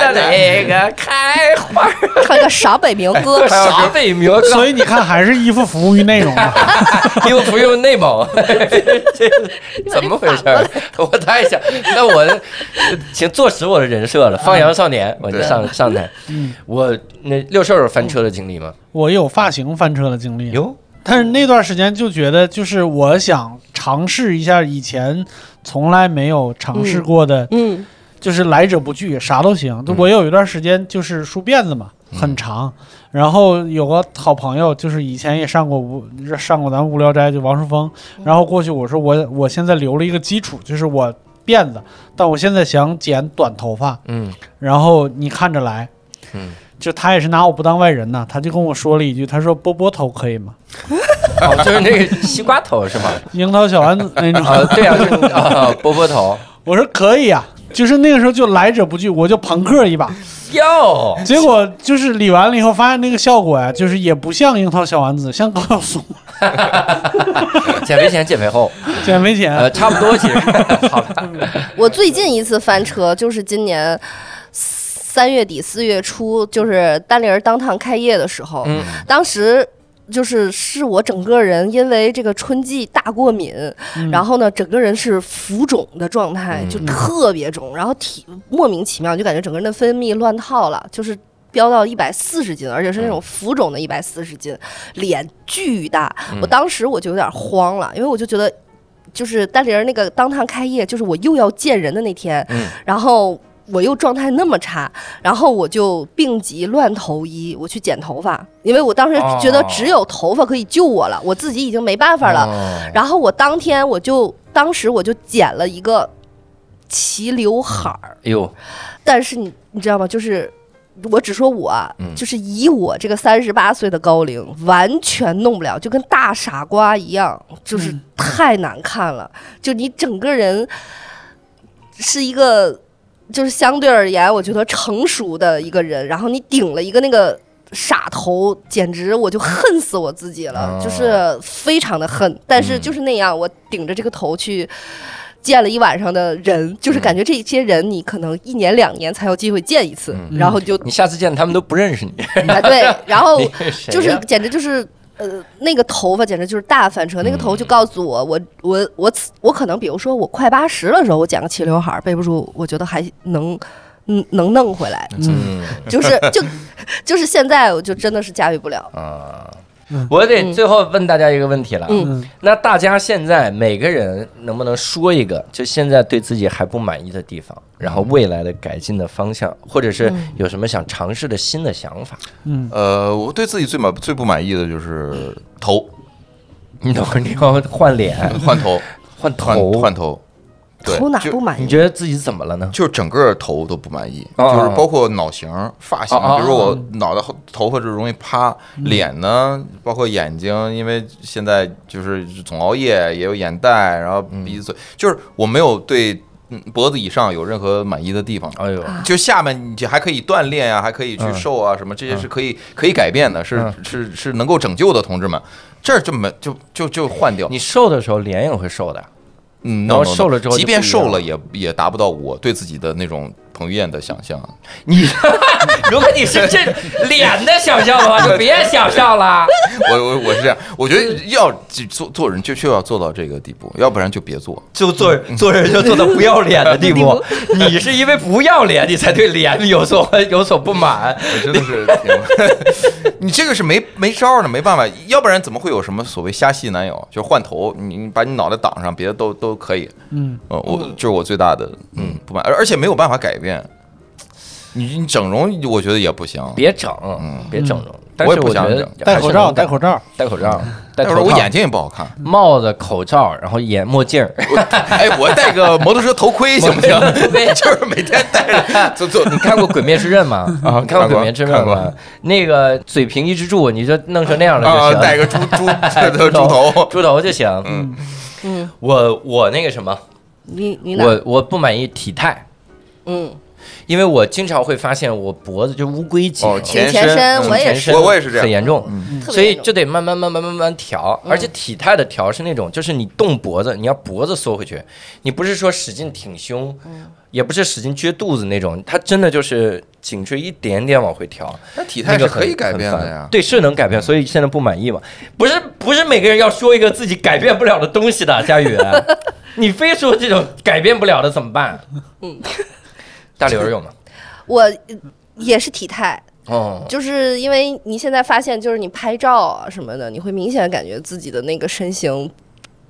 Speaker 8: 的那个开花，
Speaker 6: 穿个陕北
Speaker 8: 哦
Speaker 6: 民歌。
Speaker 8: 啥北苗
Speaker 4: 所以你看，还是衣服服务于内容嘛。
Speaker 1: [LAUGHS]
Speaker 8: 又不用内蒙，这怎么回事儿？我太想，那我请坐实我的人设了。放羊少年，我就上上台。我那六兽有翻车的经历吗？
Speaker 4: 我有发型翻车的经历，
Speaker 8: 有，
Speaker 4: 但是那段时间就觉得，就是我想尝试一下以前从来没有尝试过的，
Speaker 6: 嗯
Speaker 4: 就是来者不拒，啥都行。就我有一段时间就是梳辫子嘛，很长。然后有个好朋友，就是以前也上过无上过咱们无聊斋，就王树峰。然后过去我说我我现在留了一个基础，就是我辫子，但我现在想剪短头发，
Speaker 1: 嗯
Speaker 4: 然后你看着来。
Speaker 7: 嗯，
Speaker 4: 就他也是拿我不当外人呐，他就跟我说了一句，他说波波头可以吗？
Speaker 1: 哦，就是那个西瓜头是吗？
Speaker 4: 樱桃小丸子那
Speaker 1: [LAUGHS]
Speaker 4: 种。
Speaker 1: 啊，对啊，就是啊，波波头，
Speaker 4: 我说可以啊，就是那个时候就来者不拒，我就朋克一把。
Speaker 1: [LAUGHS] 哟，
Speaker 4: [LAUGHS] 结果就是理完了以后，发现那个效果呀、就是也不像樱桃小丸子，像高晓松。 [LAUGHS]
Speaker 1: 减肥前减肥后，
Speaker 4: 减肥
Speaker 1: 呃，
Speaker 4: 前，
Speaker 1: 差不多其
Speaker 8: 哎
Speaker 1: 实，好吧，
Speaker 6: 我最近一次翻车就是今年三月底四月初，就是丹林儿当堂开业的时候，
Speaker 1: 嗯
Speaker 6: 当时。就是是我整个人因为这个春季大过敏，
Speaker 4: 嗯
Speaker 6: 然后呢，整个人是浮肿的状态，
Speaker 1: 嗯
Speaker 6: 就特别肿，然后体莫名其妙就感觉整个人的分泌乱套了，就是飙到一百四十斤，而且是那种浮肿的一百四十斤，脸巨大。
Speaker 1: 嗯
Speaker 6: 我当时我就有点慌了，因为我就觉得，就是丹玲儿那个当堂开业，就是我又要见人的那天，
Speaker 1: 嗯
Speaker 6: 然后。我又状态那么差，然后我就病急乱投医，我去剪头发，因为我当时觉得
Speaker 1: 哦
Speaker 6: 只有头发可以救我了，我自己已经没办法了。
Speaker 1: 了，
Speaker 6: 然后我当天我就，当时我就剪了一个齐刘海儿，
Speaker 1: 哎呦，
Speaker 6: 但是你你知道吗？就是我只说我啊，
Speaker 7: 嗯
Speaker 6: 就是以我这个三十八岁的高龄，完全弄不了，就跟大傻瓜一样，就是太难看了，就你整个人是一个。就是相对而言，我觉得成熟的一个人，然后你顶了一个那个傻头，简直我就恨死我自己了，
Speaker 1: 哦
Speaker 6: 就是非常的恨。但是就是那样，我顶着这个头去见了一晚上的人，就是感觉这些人你可能一年两年才有机会见一次，
Speaker 4: 嗯
Speaker 6: 然后你就
Speaker 1: 你下次见他们都不认识你，
Speaker 6: [LAUGHS] 啊对，然后
Speaker 1: 你是 [LAUGHS] 谁呀
Speaker 6: 就是简直就是。呃，那个头发简直就是大翻车，那个
Speaker 1: 嗯
Speaker 6: 头就告诉我，我我我此我可能，比如说我快八十的时候，我剪个齐刘海儿，背不住，我觉得还能，嗯，能弄回来，
Speaker 4: 嗯，
Speaker 1: 嗯
Speaker 6: 就是就就是现在，我就真的是驾驭不了。
Speaker 1: 啊
Speaker 4: 嗯。
Speaker 1: 我得最后问大家一个问题了，
Speaker 6: 嗯
Speaker 4: 嗯，
Speaker 1: 那大家现在每个人能不能说一个，就现在对自己还不满意的地方，然后未来的改进的方向，或者是有什么想尝试的新的想法？
Speaker 7: 呃，我对自己最满最不满意的就是头
Speaker 1: 你等会儿你要换脸、
Speaker 7: 换头
Speaker 1: 换
Speaker 7: 换
Speaker 1: 头，
Speaker 7: 换头，对，
Speaker 6: 头哪
Speaker 7: 就
Speaker 6: 不满
Speaker 1: 你
Speaker 6: 意？
Speaker 1: 觉得自己怎么了呢？
Speaker 7: 就是整个头都不满意，
Speaker 1: 哦
Speaker 7: 就是包括脑型、发型，
Speaker 1: 哦哦哦
Speaker 7: 比如说我脑袋后头发就容易趴，
Speaker 1: 嗯
Speaker 7: 脸呢，包括眼睛，因为现在就是总熬夜，也有眼袋，然后鼻
Speaker 1: 嗯
Speaker 7: 子，就是我没有对嗯脖子以上有任何满意的地方。
Speaker 1: 哎呦，
Speaker 7: 就下面你就还可以锻炼啊，还可以去
Speaker 1: 嗯
Speaker 7: 瘦啊，什么这些是可以可以改变的，是
Speaker 1: 嗯
Speaker 7: 是是能够拯救的，同志们，这儿就没就就就换掉。
Speaker 1: 你瘦的时候脸也会瘦的，
Speaker 7: 嗯，
Speaker 1: 然后
Speaker 7: no，no，no
Speaker 1: 瘦了之后就
Speaker 7: 即便
Speaker 1: 不一样
Speaker 7: 瘦了也也达不到我对自己的那种彭于晏的想象。啊
Speaker 1: 你 [LAUGHS] 如果你是这脸的想象 [LAUGHS] 的话，就别想象了。
Speaker 7: [LAUGHS] 我我我是这样，我觉得要做做人就就要做到这个地步，要不然就别做。
Speaker 1: 就做做人就做到不要脸的地步， [LAUGHS] 你是因为不要脸，你才对脸有所有所不满。
Speaker 7: 我真的是挺， [LAUGHS] 你这个是没没招儿呢，没办法，要不然怎么会有什么所谓虾系男友？就是换头，你你把你脑袋挡上，别的都都可以。
Speaker 4: 嗯，
Speaker 7: 呃，我就是我最大的嗯不满，而而且没有办法改变。你你整容，我觉得也不行。
Speaker 1: 别整，别整容。但
Speaker 7: 嗯我
Speaker 1: 是
Speaker 7: 也不
Speaker 1: 我觉
Speaker 7: 想
Speaker 1: 得
Speaker 7: 整
Speaker 1: 还
Speaker 4: 戴
Speaker 1: 是
Speaker 4: 口
Speaker 1: 能
Speaker 4: 罩，戴口罩，
Speaker 1: 戴口罩，戴
Speaker 7: 待会儿
Speaker 1: 口
Speaker 7: 我
Speaker 1: 罩
Speaker 7: 眼睛也不好看， [LAUGHS]
Speaker 1: 帽子、口罩，然后眼墨镜儿，
Speaker 7: 哎，我戴个摩托车头盔行不行？ [LAUGHS] 就是每天戴 [LAUGHS] 着，就就
Speaker 1: [LAUGHS] 你看过《鬼灭之 [LAUGHS] 刃》吗？
Speaker 7: [LAUGHS] 啊
Speaker 1: 你看过《
Speaker 7: 看过
Speaker 1: 鬼灭之刃》
Speaker 7: 看过
Speaker 1: 吗？那个嘴平一支柱，你就弄成那样了就
Speaker 7: 啊
Speaker 1: 行， [LAUGHS]
Speaker 7: 戴个猪 [LAUGHS] 猪
Speaker 1: 猪
Speaker 7: 猪 [LAUGHS] 头，
Speaker 1: 猪头就行。嗯，
Speaker 6: 嗯，
Speaker 1: 我我那个什么，
Speaker 6: 你你哪？
Speaker 1: 我我不满意体态，
Speaker 6: 嗯，
Speaker 1: 因为我经常会发现我脖子就乌龟颈，
Speaker 7: 哦
Speaker 6: 挺
Speaker 7: 前
Speaker 6: 前
Speaker 7: 身
Speaker 6: 我也
Speaker 1: 全
Speaker 6: 是
Speaker 1: 身
Speaker 7: 我我也是这样嗯
Speaker 1: 很严重。
Speaker 6: 特别
Speaker 1: 所以
Speaker 6: 严重嗯
Speaker 1: 就得慢慢慢慢慢慢调，而且体态的调是那种，就是你动脖子，你要脖子缩回去，你不是说使劲挺胸，
Speaker 6: 嗯
Speaker 1: 也不是使劲撅肚子那种，它真的就是颈椎一点点往回调。
Speaker 7: 那体
Speaker 1: 体
Speaker 7: 态是可以改变的呀。
Speaker 1: 对，是能改变，所以现在不满意嘛？不是，不是每个人要说一个自己改变不了的东西的，佳宇， [LAUGHS] 你非说这种改变不了的怎么办？嗯，大刘儿有吗？
Speaker 6: 嗯我呃也是体态，
Speaker 1: 哦，
Speaker 6: 就是因为你现在发现，就是你拍照啊什么的，你会明显感觉自己的那个身形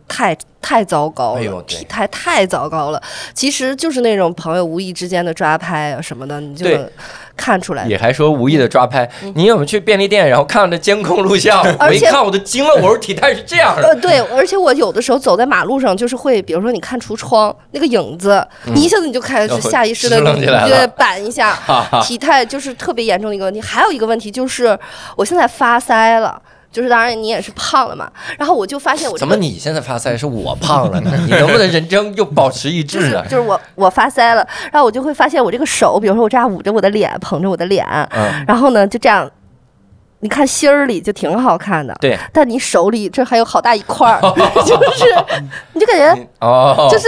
Speaker 6: 太太糟糕了，
Speaker 1: 哎呦对
Speaker 6: 体态太糟糕了。其实就是那种朋友无意之间的抓拍啊什么的，你就
Speaker 1: 对
Speaker 6: 能看出来的。
Speaker 8: 也还说无意的抓拍，
Speaker 6: 嗯
Speaker 8: 你有没有去便利店，然后看到这监控录像？
Speaker 6: 而
Speaker 8: 我一
Speaker 6: 且
Speaker 8: 看我都惊了，我说体态是这样
Speaker 6: [LAUGHS]
Speaker 8: 的
Speaker 6: 呃，，对，而且我有的时候走在马路上，就是会，比如说你看橱窗那个影子，你一下子你就开始
Speaker 8: 嗯就
Speaker 6: 下意识的
Speaker 8: 支棱起来了
Speaker 6: 对板一下
Speaker 8: 哈哈，
Speaker 6: 体态就是特别严重的一个问题。还有一个问题就是，我现在发腮了。就是当然你也是胖了嘛，然后我就发现我这
Speaker 8: 怎
Speaker 6: 个
Speaker 8: 么你现在发腮是我胖了呢？你能不能人生又保持一
Speaker 6: 就
Speaker 8: 致
Speaker 6: 是
Speaker 8: 啊呢
Speaker 6: 就？
Speaker 8: [LAUGHS]
Speaker 6: 是我我发腮了，然后我就会发现我这个手，比如说我这样捂着我的脸，捧着我的脸，
Speaker 8: 嗯
Speaker 6: 然后呢就这样，你看心儿里就挺好看的，
Speaker 8: 对，
Speaker 6: 但你手里这还有好大一块
Speaker 8: [LAUGHS]
Speaker 6: 儿，就是 [LAUGHS] 你就感觉
Speaker 8: 哦，
Speaker 6: 就是，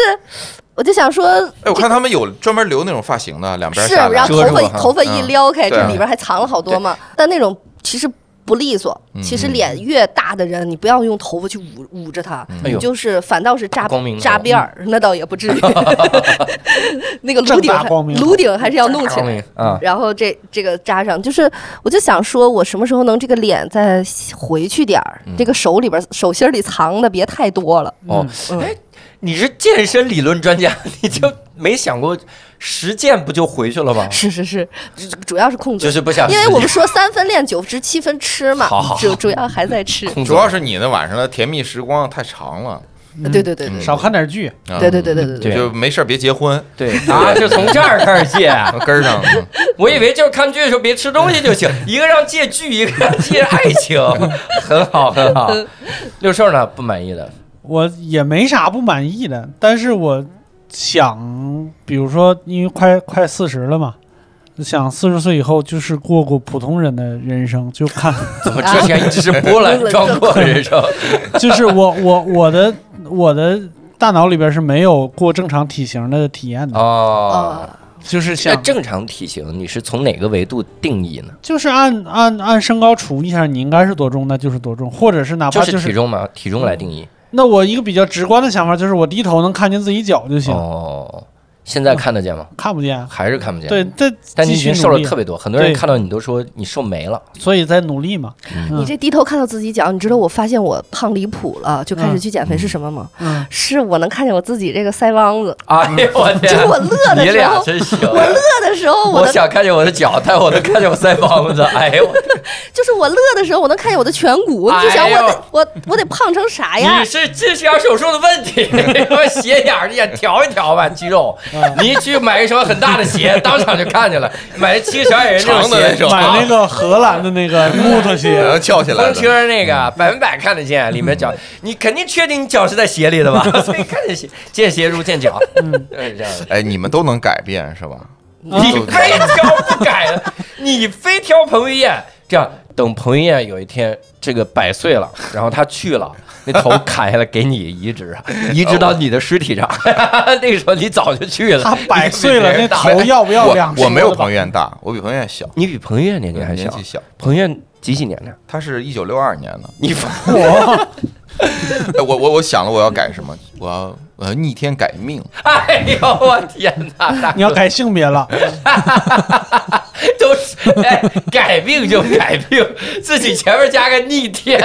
Speaker 6: 我就想说。
Speaker 7: 哎，我看他们有专门留那种发型的，两边
Speaker 6: 是，
Speaker 7: 下来
Speaker 6: 然后
Speaker 8: 遮
Speaker 6: 头
Speaker 8: 住
Speaker 6: 发
Speaker 8: 哈
Speaker 6: 头发一
Speaker 7: 嗯
Speaker 6: 撩开，
Speaker 7: 对
Speaker 6: 这里边还藏了好多嘛。但那种其实不利索，其实脸越大的人，你不要用头发去捂捂着它，
Speaker 8: 哎呦
Speaker 6: 你就是反倒是扎
Speaker 8: 大光明头
Speaker 6: 扎辫儿，那倒也不至于。 [LAUGHS] 那个颅
Speaker 4: 正
Speaker 6: 顶
Speaker 4: 大
Speaker 6: 还
Speaker 4: 光明头
Speaker 6: 颅顶还是要弄起
Speaker 8: 聪
Speaker 6: 来
Speaker 8: 明。啊，
Speaker 6: 然后这这个扎上，就是我就想说，我什么时候能这个脸再回去点儿？这个手里边手心里藏的别太多了。
Speaker 8: 哦，哎，你是健身理论专家，你就
Speaker 7: 嗯
Speaker 8: 没想过实践不就回去了吗？
Speaker 6: 是是是，主主要是控制，
Speaker 8: 就是不 [LAUGHS] 想
Speaker 6: 因为
Speaker 8: 实
Speaker 6: 我们
Speaker 8: 践
Speaker 6: 说三分练九之七分吃嘛
Speaker 8: 好好，好
Speaker 6: 主主要还在吃。
Speaker 8: 控制
Speaker 7: 主要是你那晚上的甜蜜时光太长了，
Speaker 6: 对对对对
Speaker 4: 嗯少看点剧，
Speaker 7: 嗯
Speaker 6: 对对对对对对，
Speaker 8: 对
Speaker 7: 就没事儿别结婚，
Speaker 8: 对 [LAUGHS] 啊，就从这儿开始戒啊。
Speaker 7: 根儿 [LAUGHS] 上嗯
Speaker 8: 我以为就是看剧的时候别吃东西就行，一个让戒剧，一个让戒爱情，很好很好。六兽呢不满意的，
Speaker 4: 我也没啥不满意的，但是我想，比如说，因为快快四十了嘛。想四十岁以后就是过过普通人的人生，就看 [LAUGHS]
Speaker 8: 怎
Speaker 6: 啊
Speaker 8: 么之前一直是波澜壮阔的人生？
Speaker 4: 就是我我我的我的大脑里边是没有过正常体型的体验的，
Speaker 8: 哦
Speaker 6: 哦，，
Speaker 4: 就是
Speaker 8: 这
Speaker 4: 想
Speaker 8: 正常体型你是从哪个维度定义呢？
Speaker 4: 就是按按按身高除一下，你应该是多重那就是多重，或者是哪怕
Speaker 8: 就
Speaker 4: 就是
Speaker 8: 体
Speaker 4: 是
Speaker 8: 重嘛，体重来定义。
Speaker 4: 那我一个比较直观的想法就是我低头能看见自己脚就行，
Speaker 8: 哦，现在看得见吗？
Speaker 4: 看不见。
Speaker 8: 还是看不见。
Speaker 4: 对，，这
Speaker 8: 但你
Speaker 4: 继
Speaker 8: 已
Speaker 4: 续
Speaker 8: 经
Speaker 4: 努
Speaker 8: 瘦了
Speaker 4: 力，
Speaker 8: 特别多，很多人
Speaker 4: 对
Speaker 8: 看到你都说你瘦没了。
Speaker 4: 所以在努力嘛。
Speaker 6: 你这低头看到自己脚，你知道我发现我胖离谱了，就开始
Speaker 4: 嗯
Speaker 6: 去减肥是什么吗？
Speaker 4: 嗯，
Speaker 6: 是我能看见我自己这个腮帮子，
Speaker 8: 哎呦我
Speaker 6: 就
Speaker 8: 天
Speaker 6: 是！我乐的
Speaker 8: 你
Speaker 6: 时
Speaker 8: 俩
Speaker 6: 候，
Speaker 8: 真行。
Speaker 6: 我乐的时候，
Speaker 8: 我
Speaker 6: 我的
Speaker 8: 想看见我的脚，但我能看见我腮帮子。哎呦，
Speaker 6: 就是我乐的时候，我能看见我的颧骨，你就想我
Speaker 8: 哎
Speaker 6: 得
Speaker 8: 呦
Speaker 6: 我我得胖成啥
Speaker 8: 你
Speaker 6: 样？
Speaker 8: 是近视眼手术的问题，我斜眼儿，你也调一调吧，肌肉。你去买一双很大的鞋，当场就看见了，买七十二人这
Speaker 7: 长的那
Speaker 8: 鞋，
Speaker 7: 种
Speaker 4: 买那个荷兰的那个木头
Speaker 8: [LAUGHS]
Speaker 7: 然
Speaker 4: 鞋，
Speaker 7: 后翘起来
Speaker 8: 风
Speaker 7: 的。
Speaker 8: 车那个百分百看得见，里面脚，你肯定确定你脚是在鞋里的 [LAUGHS] 吧？所以看见鞋，见鞋如见脚，嗯就是这样的。
Speaker 7: 哎，你们都能改变是
Speaker 6: [LAUGHS]
Speaker 7: 吧？
Speaker 8: 你非挑不改了，你非挑彭于晏，这样等彭于晏有一天这个百岁了，然后他去了，那头砍下来给你移植，啊移植到你的尸体上，啊那个时候你早就去了，
Speaker 4: 他百岁了，那
Speaker 8: 你比别人大
Speaker 4: 头要不要两
Speaker 7: 我
Speaker 4: 说
Speaker 7: 我没有
Speaker 4: 了吧
Speaker 7: 彭于晏大，我比彭于晏小，
Speaker 8: 你比彭于晏年龄还
Speaker 7: 年
Speaker 8: 小
Speaker 7: 纪，小。
Speaker 8: 彭于晏几几年的？
Speaker 7: 他是一九六二年的。
Speaker 8: 你
Speaker 7: [LAUGHS] 哎我我我想了，我要改什么？我要我要逆天改命。
Speaker 8: 哎呦我天哪，大
Speaker 4: 你要改性别
Speaker 8: [LAUGHS]
Speaker 4: 了，
Speaker 8: 都是哎，改命就改命，自己前面加个逆天，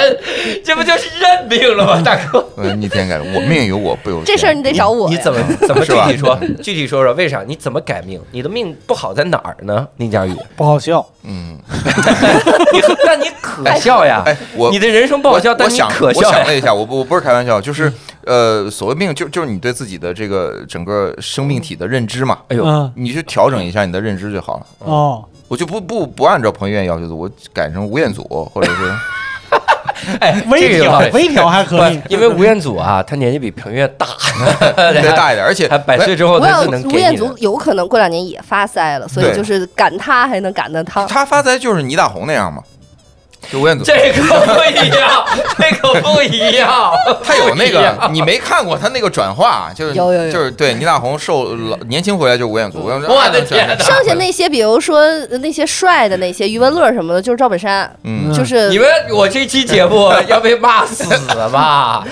Speaker 8: 这不就是认命了吗， [LAUGHS] 大哥？
Speaker 7: 我呃要逆天改命，我命由我不啊由
Speaker 6: 这
Speaker 7: 天
Speaker 6: 事儿你得找我
Speaker 8: 你
Speaker 6: 呀。
Speaker 8: 怎么怎么具
Speaker 7: 是吧
Speaker 8: 体说？ [LAUGHS] 具体说说为啥？你怎么改命？你的命不好在哪儿呢？宁佳宇，
Speaker 4: 不好笑。
Speaker 7: 嗯，
Speaker 8: 你 [LAUGHS] 但你可笑呀！
Speaker 7: 哎，我
Speaker 8: 你的人生不好
Speaker 7: 我
Speaker 8: 笑，但
Speaker 7: 我
Speaker 8: 你
Speaker 7: 想
Speaker 8: 可
Speaker 7: 我
Speaker 8: 笑嗯
Speaker 7: 想
Speaker 8: 呀。
Speaker 7: 了一下，我不我不是开玩笑，就是呃，所谓命就就是你对自己的这个整个生命体的认知嘛，
Speaker 8: 哎呦
Speaker 4: 嗯，
Speaker 7: 你去调整一下你的认知就好了。
Speaker 4: 哦，
Speaker 7: 我就不不不按照彭于晏要求做，我改成吴彦祖或者
Speaker 8: [LAUGHS]
Speaker 7: 是
Speaker 8: 哎，
Speaker 4: 微
Speaker 8: 这个有
Speaker 4: 调
Speaker 8: 道理
Speaker 4: 微调还
Speaker 8: [LAUGHS]
Speaker 4: 可以
Speaker 8: 不。因为吴彦祖啊，他年纪比彭于晏 [LAUGHS] 大，
Speaker 7: 再大一点，而且
Speaker 8: [LAUGHS] 他百岁之后
Speaker 6: 我
Speaker 8: 他
Speaker 6: 想
Speaker 8: 是能
Speaker 6: 吴
Speaker 8: 给
Speaker 6: 彦
Speaker 8: 你
Speaker 6: 祖
Speaker 8: 的。
Speaker 6: 有可能过两年也发腮了，所以
Speaker 7: 对
Speaker 6: 就是赶他还能赶得他。
Speaker 7: 他发财就是倪大红那样嘛，就吴彦祖，
Speaker 8: [LAUGHS] 这个不一样，这个不一样。
Speaker 6: [LAUGHS]
Speaker 7: 他有那
Speaker 8: 不一样
Speaker 7: 个你没看过他那个转化，就是
Speaker 6: 有有有
Speaker 7: 就是对倪大红瘦老年轻回来就是吴彦祖，我啊
Speaker 8: 我的天哪
Speaker 6: 剩下那些，比如说呃那些帅的那些，余文乐什么的，就是赵本山，
Speaker 7: 嗯，
Speaker 6: 就是
Speaker 8: 你们，我这期节 [LAUGHS] 目要被骂死吧？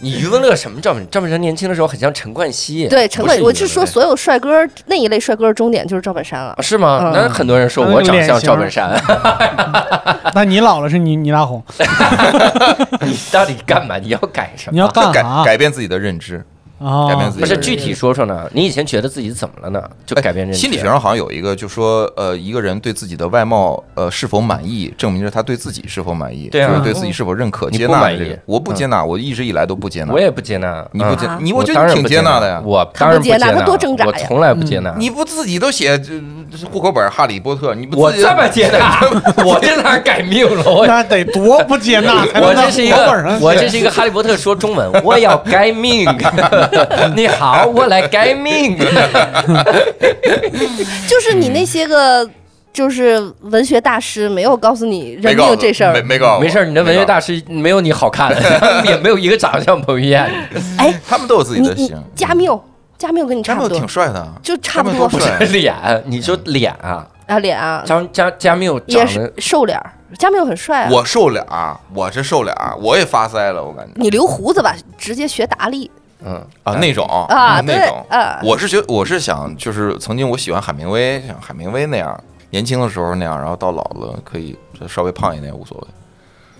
Speaker 8: 你余文乐什么赵本赵本山年轻的时候很像陈冠希，
Speaker 6: 对陈冠，
Speaker 8: 不
Speaker 6: 我
Speaker 8: 是
Speaker 6: 是
Speaker 8: 余文
Speaker 6: 说
Speaker 8: 乐
Speaker 6: 所有帅哥那一类帅哥的终点就是赵本山了
Speaker 8: 啊。是吗？
Speaker 6: 嗯
Speaker 8: 那很多人说
Speaker 4: 他那
Speaker 8: 我
Speaker 4: 个
Speaker 8: 长
Speaker 4: 脸
Speaker 8: 相
Speaker 4: 型
Speaker 8: 赵
Speaker 4: 儿
Speaker 8: 本山，
Speaker 4: 那你老了是你你大红，
Speaker 8: 你到底干嘛？你要改什么？
Speaker 4: 你要干
Speaker 7: 改
Speaker 4: 啥？
Speaker 6: 啊
Speaker 7: 改变自己的认知，
Speaker 4: 啊，
Speaker 7: 改变自己
Speaker 8: 哦不是
Speaker 7: 的
Speaker 8: 具体说说呢？你以前觉得自己怎么了呢？就改变认知。
Speaker 7: 心理学上好像有一个，就说呃，一个人对自己的外貌呃是否满意，证明着他对自己是否满意，
Speaker 8: 对啊
Speaker 7: 就是对自己是否认可、
Speaker 8: 你
Speaker 7: 接
Speaker 8: 不
Speaker 7: 纳
Speaker 8: 满
Speaker 7: 这
Speaker 8: 意嗯
Speaker 7: 个。我不接纳，我一直以来都不接纳
Speaker 8: 我。也不接纳，
Speaker 7: 你不
Speaker 8: 嗯
Speaker 7: 接
Speaker 6: 啊，
Speaker 7: 你
Speaker 8: 我
Speaker 7: 觉
Speaker 8: 当
Speaker 7: 得
Speaker 8: 然
Speaker 7: 你挺
Speaker 8: 不
Speaker 7: 接纳的呀。
Speaker 8: 我当然
Speaker 6: 不接纳
Speaker 8: 纳，
Speaker 6: 他多挣扎呀
Speaker 8: 我从来不接纳。
Speaker 7: 你不自己都写呃户口本《哈利波特》，你不
Speaker 8: 我
Speaker 7: 自己
Speaker 8: 这么接纳，我这 [LAUGHS] 哪改命了？我
Speaker 4: 那得多不接纳才能
Speaker 8: [LAUGHS] 我
Speaker 4: 在
Speaker 8: 这是一
Speaker 4: 户口本
Speaker 8: 个
Speaker 7: 啊
Speaker 4: 上，
Speaker 8: 我
Speaker 4: 写
Speaker 8: 这是一个哈利波特说中文，我要改命。 [LAUGHS] 你好，我来
Speaker 7: [LAUGHS]
Speaker 8: 改命。
Speaker 7: 哎
Speaker 6: 就是
Speaker 7: 嗯
Speaker 6: 你那些个就是文学大师没有告诉你
Speaker 7: 没
Speaker 6: 认
Speaker 7: 告
Speaker 6: 命
Speaker 7: 诉
Speaker 6: 这事
Speaker 7: 没
Speaker 6: 儿。
Speaker 7: 没告诉
Speaker 8: 没事儿，你的文学大师没有你好看， [LAUGHS] 也没有一个长得像彭于晏。
Speaker 7: 我，他们都有自己
Speaker 6: 你
Speaker 7: 的
Speaker 6: 你
Speaker 7: 型。
Speaker 6: 加缪，加缪跟你
Speaker 7: 加
Speaker 6: 差
Speaker 7: 缪
Speaker 6: 不多
Speaker 7: 挺，帅的啊，
Speaker 6: 就差不
Speaker 7: 加缪
Speaker 6: 多
Speaker 7: 多
Speaker 8: 不
Speaker 7: 帅
Speaker 8: 是脸，你说脸啊？
Speaker 6: 啊，脸啊，
Speaker 8: 张加加缪长
Speaker 6: 也
Speaker 8: 得
Speaker 6: 是瘦脸儿，加缪很帅啊。
Speaker 7: 我瘦脸儿，我是瘦脸儿，我也发腮了，我感觉
Speaker 6: 你留胡子吧，直接学达利
Speaker 8: 嗯，
Speaker 7: 啊那种
Speaker 6: 啊，对
Speaker 7: 那种，
Speaker 6: 啊，
Speaker 7: 我是觉得我是想，就是曾经我喜欢海明威，像海明威那样，年轻的时候那样，然后到老了可以稍微胖一点无所谓。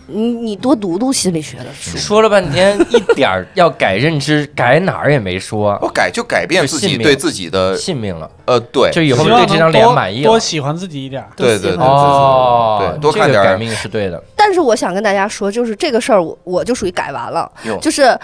Speaker 6: 你你多读读心理学的书，
Speaker 8: 说了半天一点儿要改认知，改哪儿也没说，
Speaker 7: 我改就改变自
Speaker 8: 就
Speaker 7: 己
Speaker 8: 信命
Speaker 7: 对自己的
Speaker 8: 信命了，
Speaker 7: 呃对
Speaker 8: 就以后
Speaker 4: 希望
Speaker 8: 对
Speaker 4: 能
Speaker 8: 这张脸满意
Speaker 4: 多多。
Speaker 8: 了
Speaker 4: 喜欢自己一点儿。
Speaker 7: 对
Speaker 6: 多
Speaker 7: 对对
Speaker 6: 喜欢
Speaker 8: 哦，
Speaker 7: 对多看
Speaker 8: 这个
Speaker 7: 点儿
Speaker 8: 改命是对的。
Speaker 6: 但是我想跟大家说，就是这个事儿，我我就属于改完了
Speaker 8: 哟，
Speaker 6: 就是。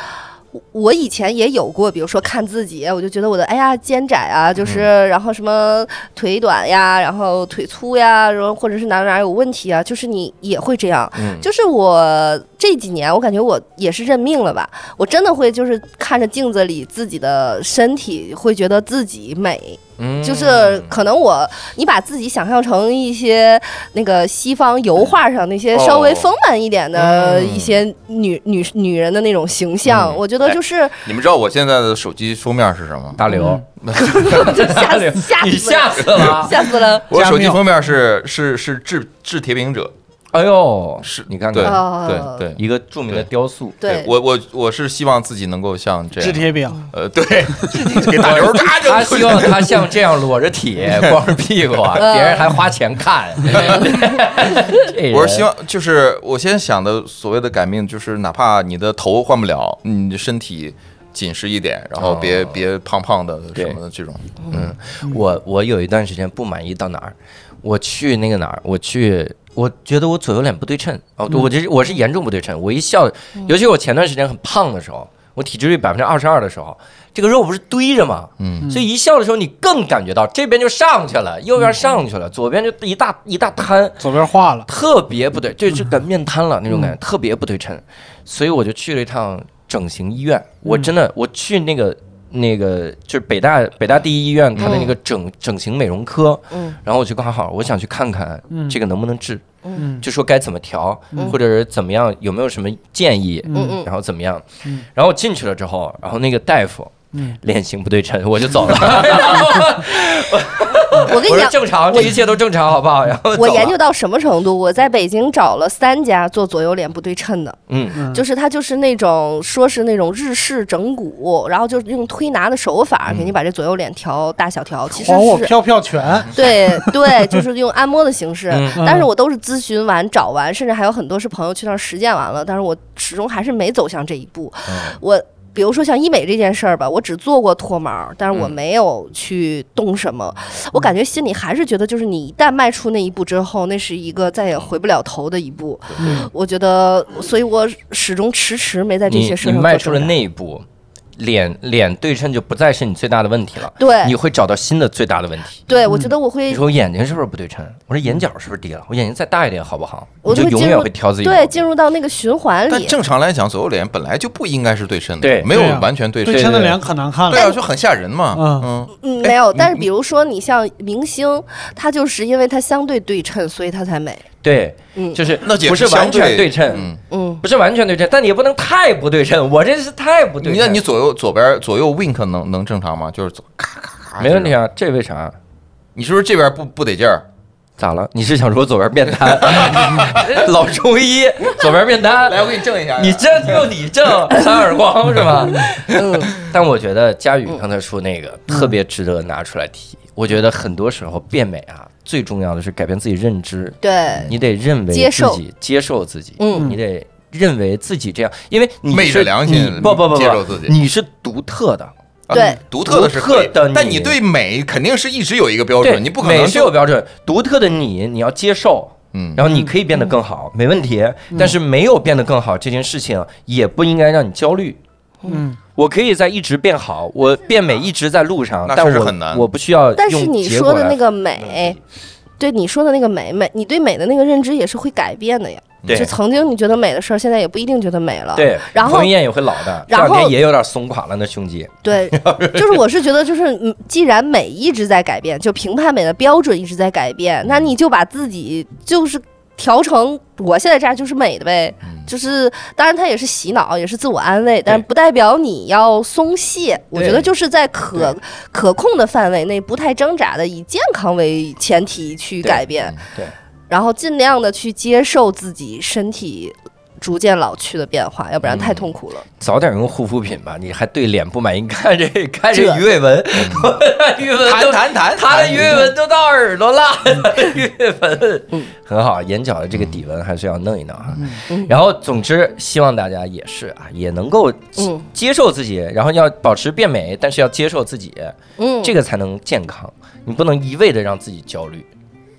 Speaker 6: 我以前也有过，比如说看自己，我就觉得我的哎呀肩窄啊，就是、然后什么腿短呀，然后腿粗呀，然后或者是哪哪有问题啊，就是你也会这样。
Speaker 7: 嗯
Speaker 6: 就是我这几年，我感觉我也是认命了吧，我真的会就是看着镜子里自己的身体，会觉得自己美，
Speaker 8: 嗯，
Speaker 6: 就是可能我，你把自己想象成一些那个西方油画上那些
Speaker 7: 哦
Speaker 6: 稍微丰满一点的
Speaker 7: 嗯
Speaker 6: 一些女、女女人的那种形象，
Speaker 7: 嗯
Speaker 6: 我觉得就是
Speaker 7: 你们知道我现在的手机封面是什么？
Speaker 8: 大刘，
Speaker 6: 就吓死吓
Speaker 8: 你
Speaker 6: 死了
Speaker 8: 吓死
Speaker 7: [LAUGHS]
Speaker 8: 了！
Speaker 6: 吓死了
Speaker 7: 我
Speaker 4: 加缪
Speaker 7: 手机封面是是是制制铁饼者，
Speaker 8: 哎呦，
Speaker 7: 是
Speaker 8: 你看
Speaker 7: 对
Speaker 8: 看
Speaker 6: 哦
Speaker 7: 对对
Speaker 8: 一个著名的雕塑，
Speaker 6: 对，
Speaker 7: 我我我是希望自己能够像这
Speaker 4: 制
Speaker 7: 样，
Speaker 4: 铁饼，
Speaker 7: 呃对， [LAUGHS] 给大刘嘎就
Speaker 8: 他
Speaker 7: [LAUGHS]
Speaker 8: 希望他像这样裸着体、光着屁股，啊别人还花钱
Speaker 7: [LAUGHS]
Speaker 8: 看。这
Speaker 7: 我
Speaker 8: 人
Speaker 7: 是希望，就是我现在想的所谓的改命，就是哪怕你的头换不了，你的身体紧实一点，然后别、
Speaker 8: 哦
Speaker 7: 别胖胖的
Speaker 8: 对
Speaker 7: 什么的这种。
Speaker 8: 我我有一段时间不满意到哪儿，我去那个哪儿，我去，我觉得我左右脸不对称哦，
Speaker 7: 嗯
Speaker 8: 对我这我是严重不对称，我一笑，尤其我前段时间很胖的时候，我体脂率百分之二十二的时候，这个肉不是堆着吗？
Speaker 7: 嗯，
Speaker 8: 所以一笑的时候，你更感觉到这边就上去了，右边上去了，左边就一大一大滩，
Speaker 4: 左边化了，
Speaker 8: 特别不
Speaker 6: 嗯
Speaker 8: 对，这就感觉面瘫了那种感觉，特别不对称，所以我就去了一趟整形医
Speaker 6: 嗯
Speaker 8: 院。我真的，我去那个那个就是北大北大第一医院，它的那个整整形美容科，
Speaker 6: 嗯
Speaker 8: 然后我就刚好我想去看看
Speaker 4: 嗯
Speaker 8: 这个能不能治，
Speaker 4: 嗯
Speaker 8: 就说该怎么调，
Speaker 6: 嗯
Speaker 8: 或者是怎么样，有没有什么建议，
Speaker 6: 嗯嗯
Speaker 8: 然后怎么样
Speaker 4: 嗯。
Speaker 8: 然后我进去了之后，然后那个大夫
Speaker 4: 嗯，
Speaker 8: 脸型不对称，我就走了。然后
Speaker 6: 嗯我跟
Speaker 8: 我
Speaker 6: 你
Speaker 8: 说
Speaker 6: 讲。
Speaker 8: 正常，这一切都正常，好不好？然 [LAUGHS] 后
Speaker 6: 我
Speaker 8: 走了
Speaker 6: 研究到什么程度？我在北京找了三家做左右脸不对称的，
Speaker 8: 嗯。
Speaker 4: 嗯
Speaker 6: 就是他就是那种说是那种日式整骨，然后就是用推拿的手法给你把这左右脸调大小调，其实
Speaker 4: 还哦我
Speaker 6: 是
Speaker 4: 飘飘拳，
Speaker 8: [LAUGHS]
Speaker 6: 对对，就是用按摩的形式。
Speaker 8: 嗯
Speaker 6: 但是我都是咨询完、找完，甚至还有很多是朋友去那儿实践完了，但是我始终还是没走向这一步。
Speaker 8: 嗯
Speaker 6: 我比如说像医美这件事儿吧，我只做过脱毛，但是我
Speaker 8: 嗯
Speaker 6: 没有去动什么。我感觉心里还是觉得，就是你一旦迈出那一步之后，那是一个再也回不了头的一步。
Speaker 4: 嗯
Speaker 6: 我觉得，所以我始终迟迟没在这
Speaker 8: 你
Speaker 6: 些事
Speaker 8: 你
Speaker 6: 上
Speaker 8: 迈
Speaker 6: 做
Speaker 8: 出
Speaker 6: 成
Speaker 8: 了
Speaker 6: 长
Speaker 8: 那一步，脸脸对称就不再是你最大的问题了，
Speaker 6: 对
Speaker 8: 你会找到新的最大的问题。
Speaker 6: 对，我觉得我会
Speaker 8: 你说我眼睛是不是不对称？我说眼角是不是低了？我眼睛再大一点好不好？
Speaker 6: 我
Speaker 8: 你就
Speaker 6: 会
Speaker 8: 永
Speaker 6: 进
Speaker 8: 远
Speaker 6: 入
Speaker 8: 会挑自己
Speaker 6: 对进入到那个循环
Speaker 7: 但
Speaker 6: 里。
Speaker 7: 正常来讲，左右脸本来就不应该是对称的，
Speaker 8: 对
Speaker 7: 没
Speaker 4: 对啊
Speaker 7: 有完全对称
Speaker 4: 对
Speaker 8: 对
Speaker 4: 称的
Speaker 8: 对
Speaker 4: 脸可难看
Speaker 7: 对
Speaker 4: 了。
Speaker 7: 啊，就很吓人嘛。
Speaker 4: 嗯
Speaker 7: 嗯，
Speaker 6: 嗯，
Speaker 7: 哎
Speaker 6: 没有，
Speaker 7: 你
Speaker 6: 但是比如说你像明星，他就是因为他相对对称，所以他才美。
Speaker 8: 对，
Speaker 6: 嗯
Speaker 8: 就是
Speaker 7: 那也
Speaker 8: 不是
Speaker 7: 相
Speaker 8: 完全对称，
Speaker 7: 嗯，
Speaker 6: 嗯，
Speaker 8: 不是完全对称，但你也不能太不对称。我这是太不对
Speaker 7: 你
Speaker 8: 称。
Speaker 7: 那你左右左边左右 wink 能能正常吗？就是左咔咔咔，
Speaker 8: 没问题
Speaker 7: 啊。
Speaker 8: 啊？这为啥？
Speaker 7: 你是不是这边不不得劲儿？
Speaker 8: 咋了？你是想说左边变瘫？ [LAUGHS] 老中医左边变瘫，
Speaker 7: 来，我给你正一下。啊
Speaker 8: 你这就你这扇耳光是吧？嗯，但我觉得佳宇
Speaker 6: 嗯
Speaker 8: 刚才说那个特别值得拿出来提。我觉得很多时候变美啊，最重要的是改变自己认知，
Speaker 7: 呃
Speaker 6: 对，
Speaker 8: 你得认为
Speaker 6: 嗯接
Speaker 8: 自
Speaker 6: 受
Speaker 8: 己接受自己，
Speaker 6: 嗯
Speaker 8: 你得认为自己这样，因为你
Speaker 7: 昧着
Speaker 8: 是
Speaker 7: 良心
Speaker 8: 你不不不不
Speaker 7: 接受自己
Speaker 8: 你是独特的，
Speaker 7: 啊
Speaker 6: 对
Speaker 7: 独特的是可以
Speaker 8: 独特的你
Speaker 7: 但你对美肯定是一直有一个标
Speaker 8: 对，
Speaker 7: 准，你不可
Speaker 8: 美
Speaker 7: 能
Speaker 8: 是有
Speaker 7: 就
Speaker 8: 标准，独特的你你要接受。
Speaker 7: 嗯
Speaker 8: 然后你可以变得更
Speaker 6: 嗯
Speaker 8: 好，没问题。但是没有变得更好这件事情，也不应该让你焦虑。
Speaker 4: 嗯，
Speaker 8: 我可以在一直变好，我变美一直在路上，
Speaker 7: 那
Speaker 8: 但
Speaker 7: 确实
Speaker 8: 我
Speaker 7: 很难
Speaker 8: 我不需要。
Speaker 6: 但是你说的那，个
Speaker 7: 嗯
Speaker 6: 美，对你说的那个美美，你对美的那个认知也是会改变的呀。
Speaker 8: 对
Speaker 6: 就曾经你觉得美的事儿，现在也不一定觉得美了。
Speaker 8: 对，
Speaker 6: 然后
Speaker 8: 彭于晏也会老的，这
Speaker 6: 然后
Speaker 8: 两天也有点松垮了，那胸肌。 [LAUGHS]
Speaker 6: 对，就是我是觉得，就是嗯既然美一直在改变，就评判美的标准一直在改变，那你就把自己就是调成我现在这样就是美的呗。 [LAUGHS] 就是当然，它也是洗脑，也是自我安慰，但
Speaker 8: 嗯对
Speaker 6: 不代表你要松懈。我觉得就是在可可控的范围内，不太挣扎的，以健康为前提去
Speaker 8: 对嗯
Speaker 6: 改变，
Speaker 8: 对，
Speaker 6: 然后尽量的去接受自己身体。逐渐老去的变化，要不然
Speaker 8: 嗯
Speaker 6: 太痛苦了。
Speaker 8: 早点用护肤品吧，你还对脸不满意？你看这看这
Speaker 6: 这
Speaker 8: 鱼尾纹，
Speaker 7: 嗯
Speaker 8: [LAUGHS] 鱼尾纹
Speaker 7: 谈
Speaker 8: 都
Speaker 7: 谈谈
Speaker 8: 他的
Speaker 7: 谈
Speaker 8: 鱼尾纹都到耳朵了，
Speaker 7: 嗯
Speaker 8: 鱼尾纹很好，眼角的这个底纹还是要弄一弄
Speaker 7: 嗯
Speaker 8: 啊。然后，总之希望大家也是啊，也能够
Speaker 6: 嗯
Speaker 8: 接受自己，然后要保持变美，但是要接受自己，
Speaker 6: 嗯，
Speaker 8: 这个才能健康。你不能一味的让自己焦虑，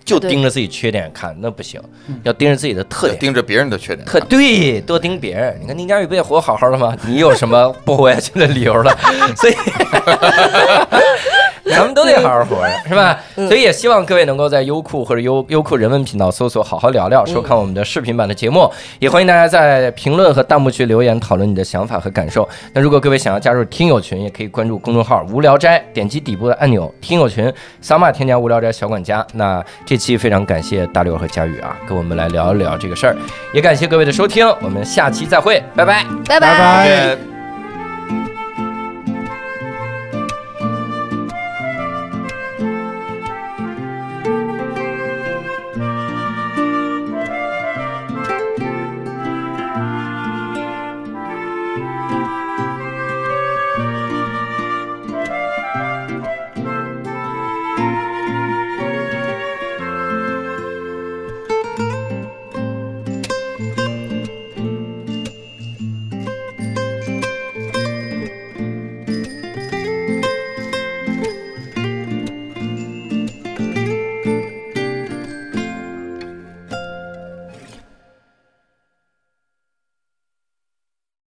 Speaker 8: 就
Speaker 6: 啊对嗯
Speaker 8: 盯着自己缺点看，那不行，要盯着自己的特点。
Speaker 7: 盯着别人的缺点
Speaker 8: 特
Speaker 7: 看。
Speaker 8: 对，多盯别人。你看宁佳宇不也活好好的吗？你有什么不活下去的理由了？ [LAUGHS] 所以，咱们都得好好活着，是吧？所以也希望各位能够在优酷或者优优酷人文频道搜索“好好聊聊”，收看我们的视频版的节目。也欢迎大家在评论和弹幕区留言讨论你的想法和感受。那如果各位想要加入听友群，也可以关注公众号“无聊斋”，点击底部的按钮“听友群”，扫码添加“无聊斋小管家”。那这期非常感谢大刘和佳宇啊，跟我们来聊一聊这个事儿，也感谢各位的收听，我们下期再会，拜拜。
Speaker 6: 拜
Speaker 4: 拜拜
Speaker 7: 呃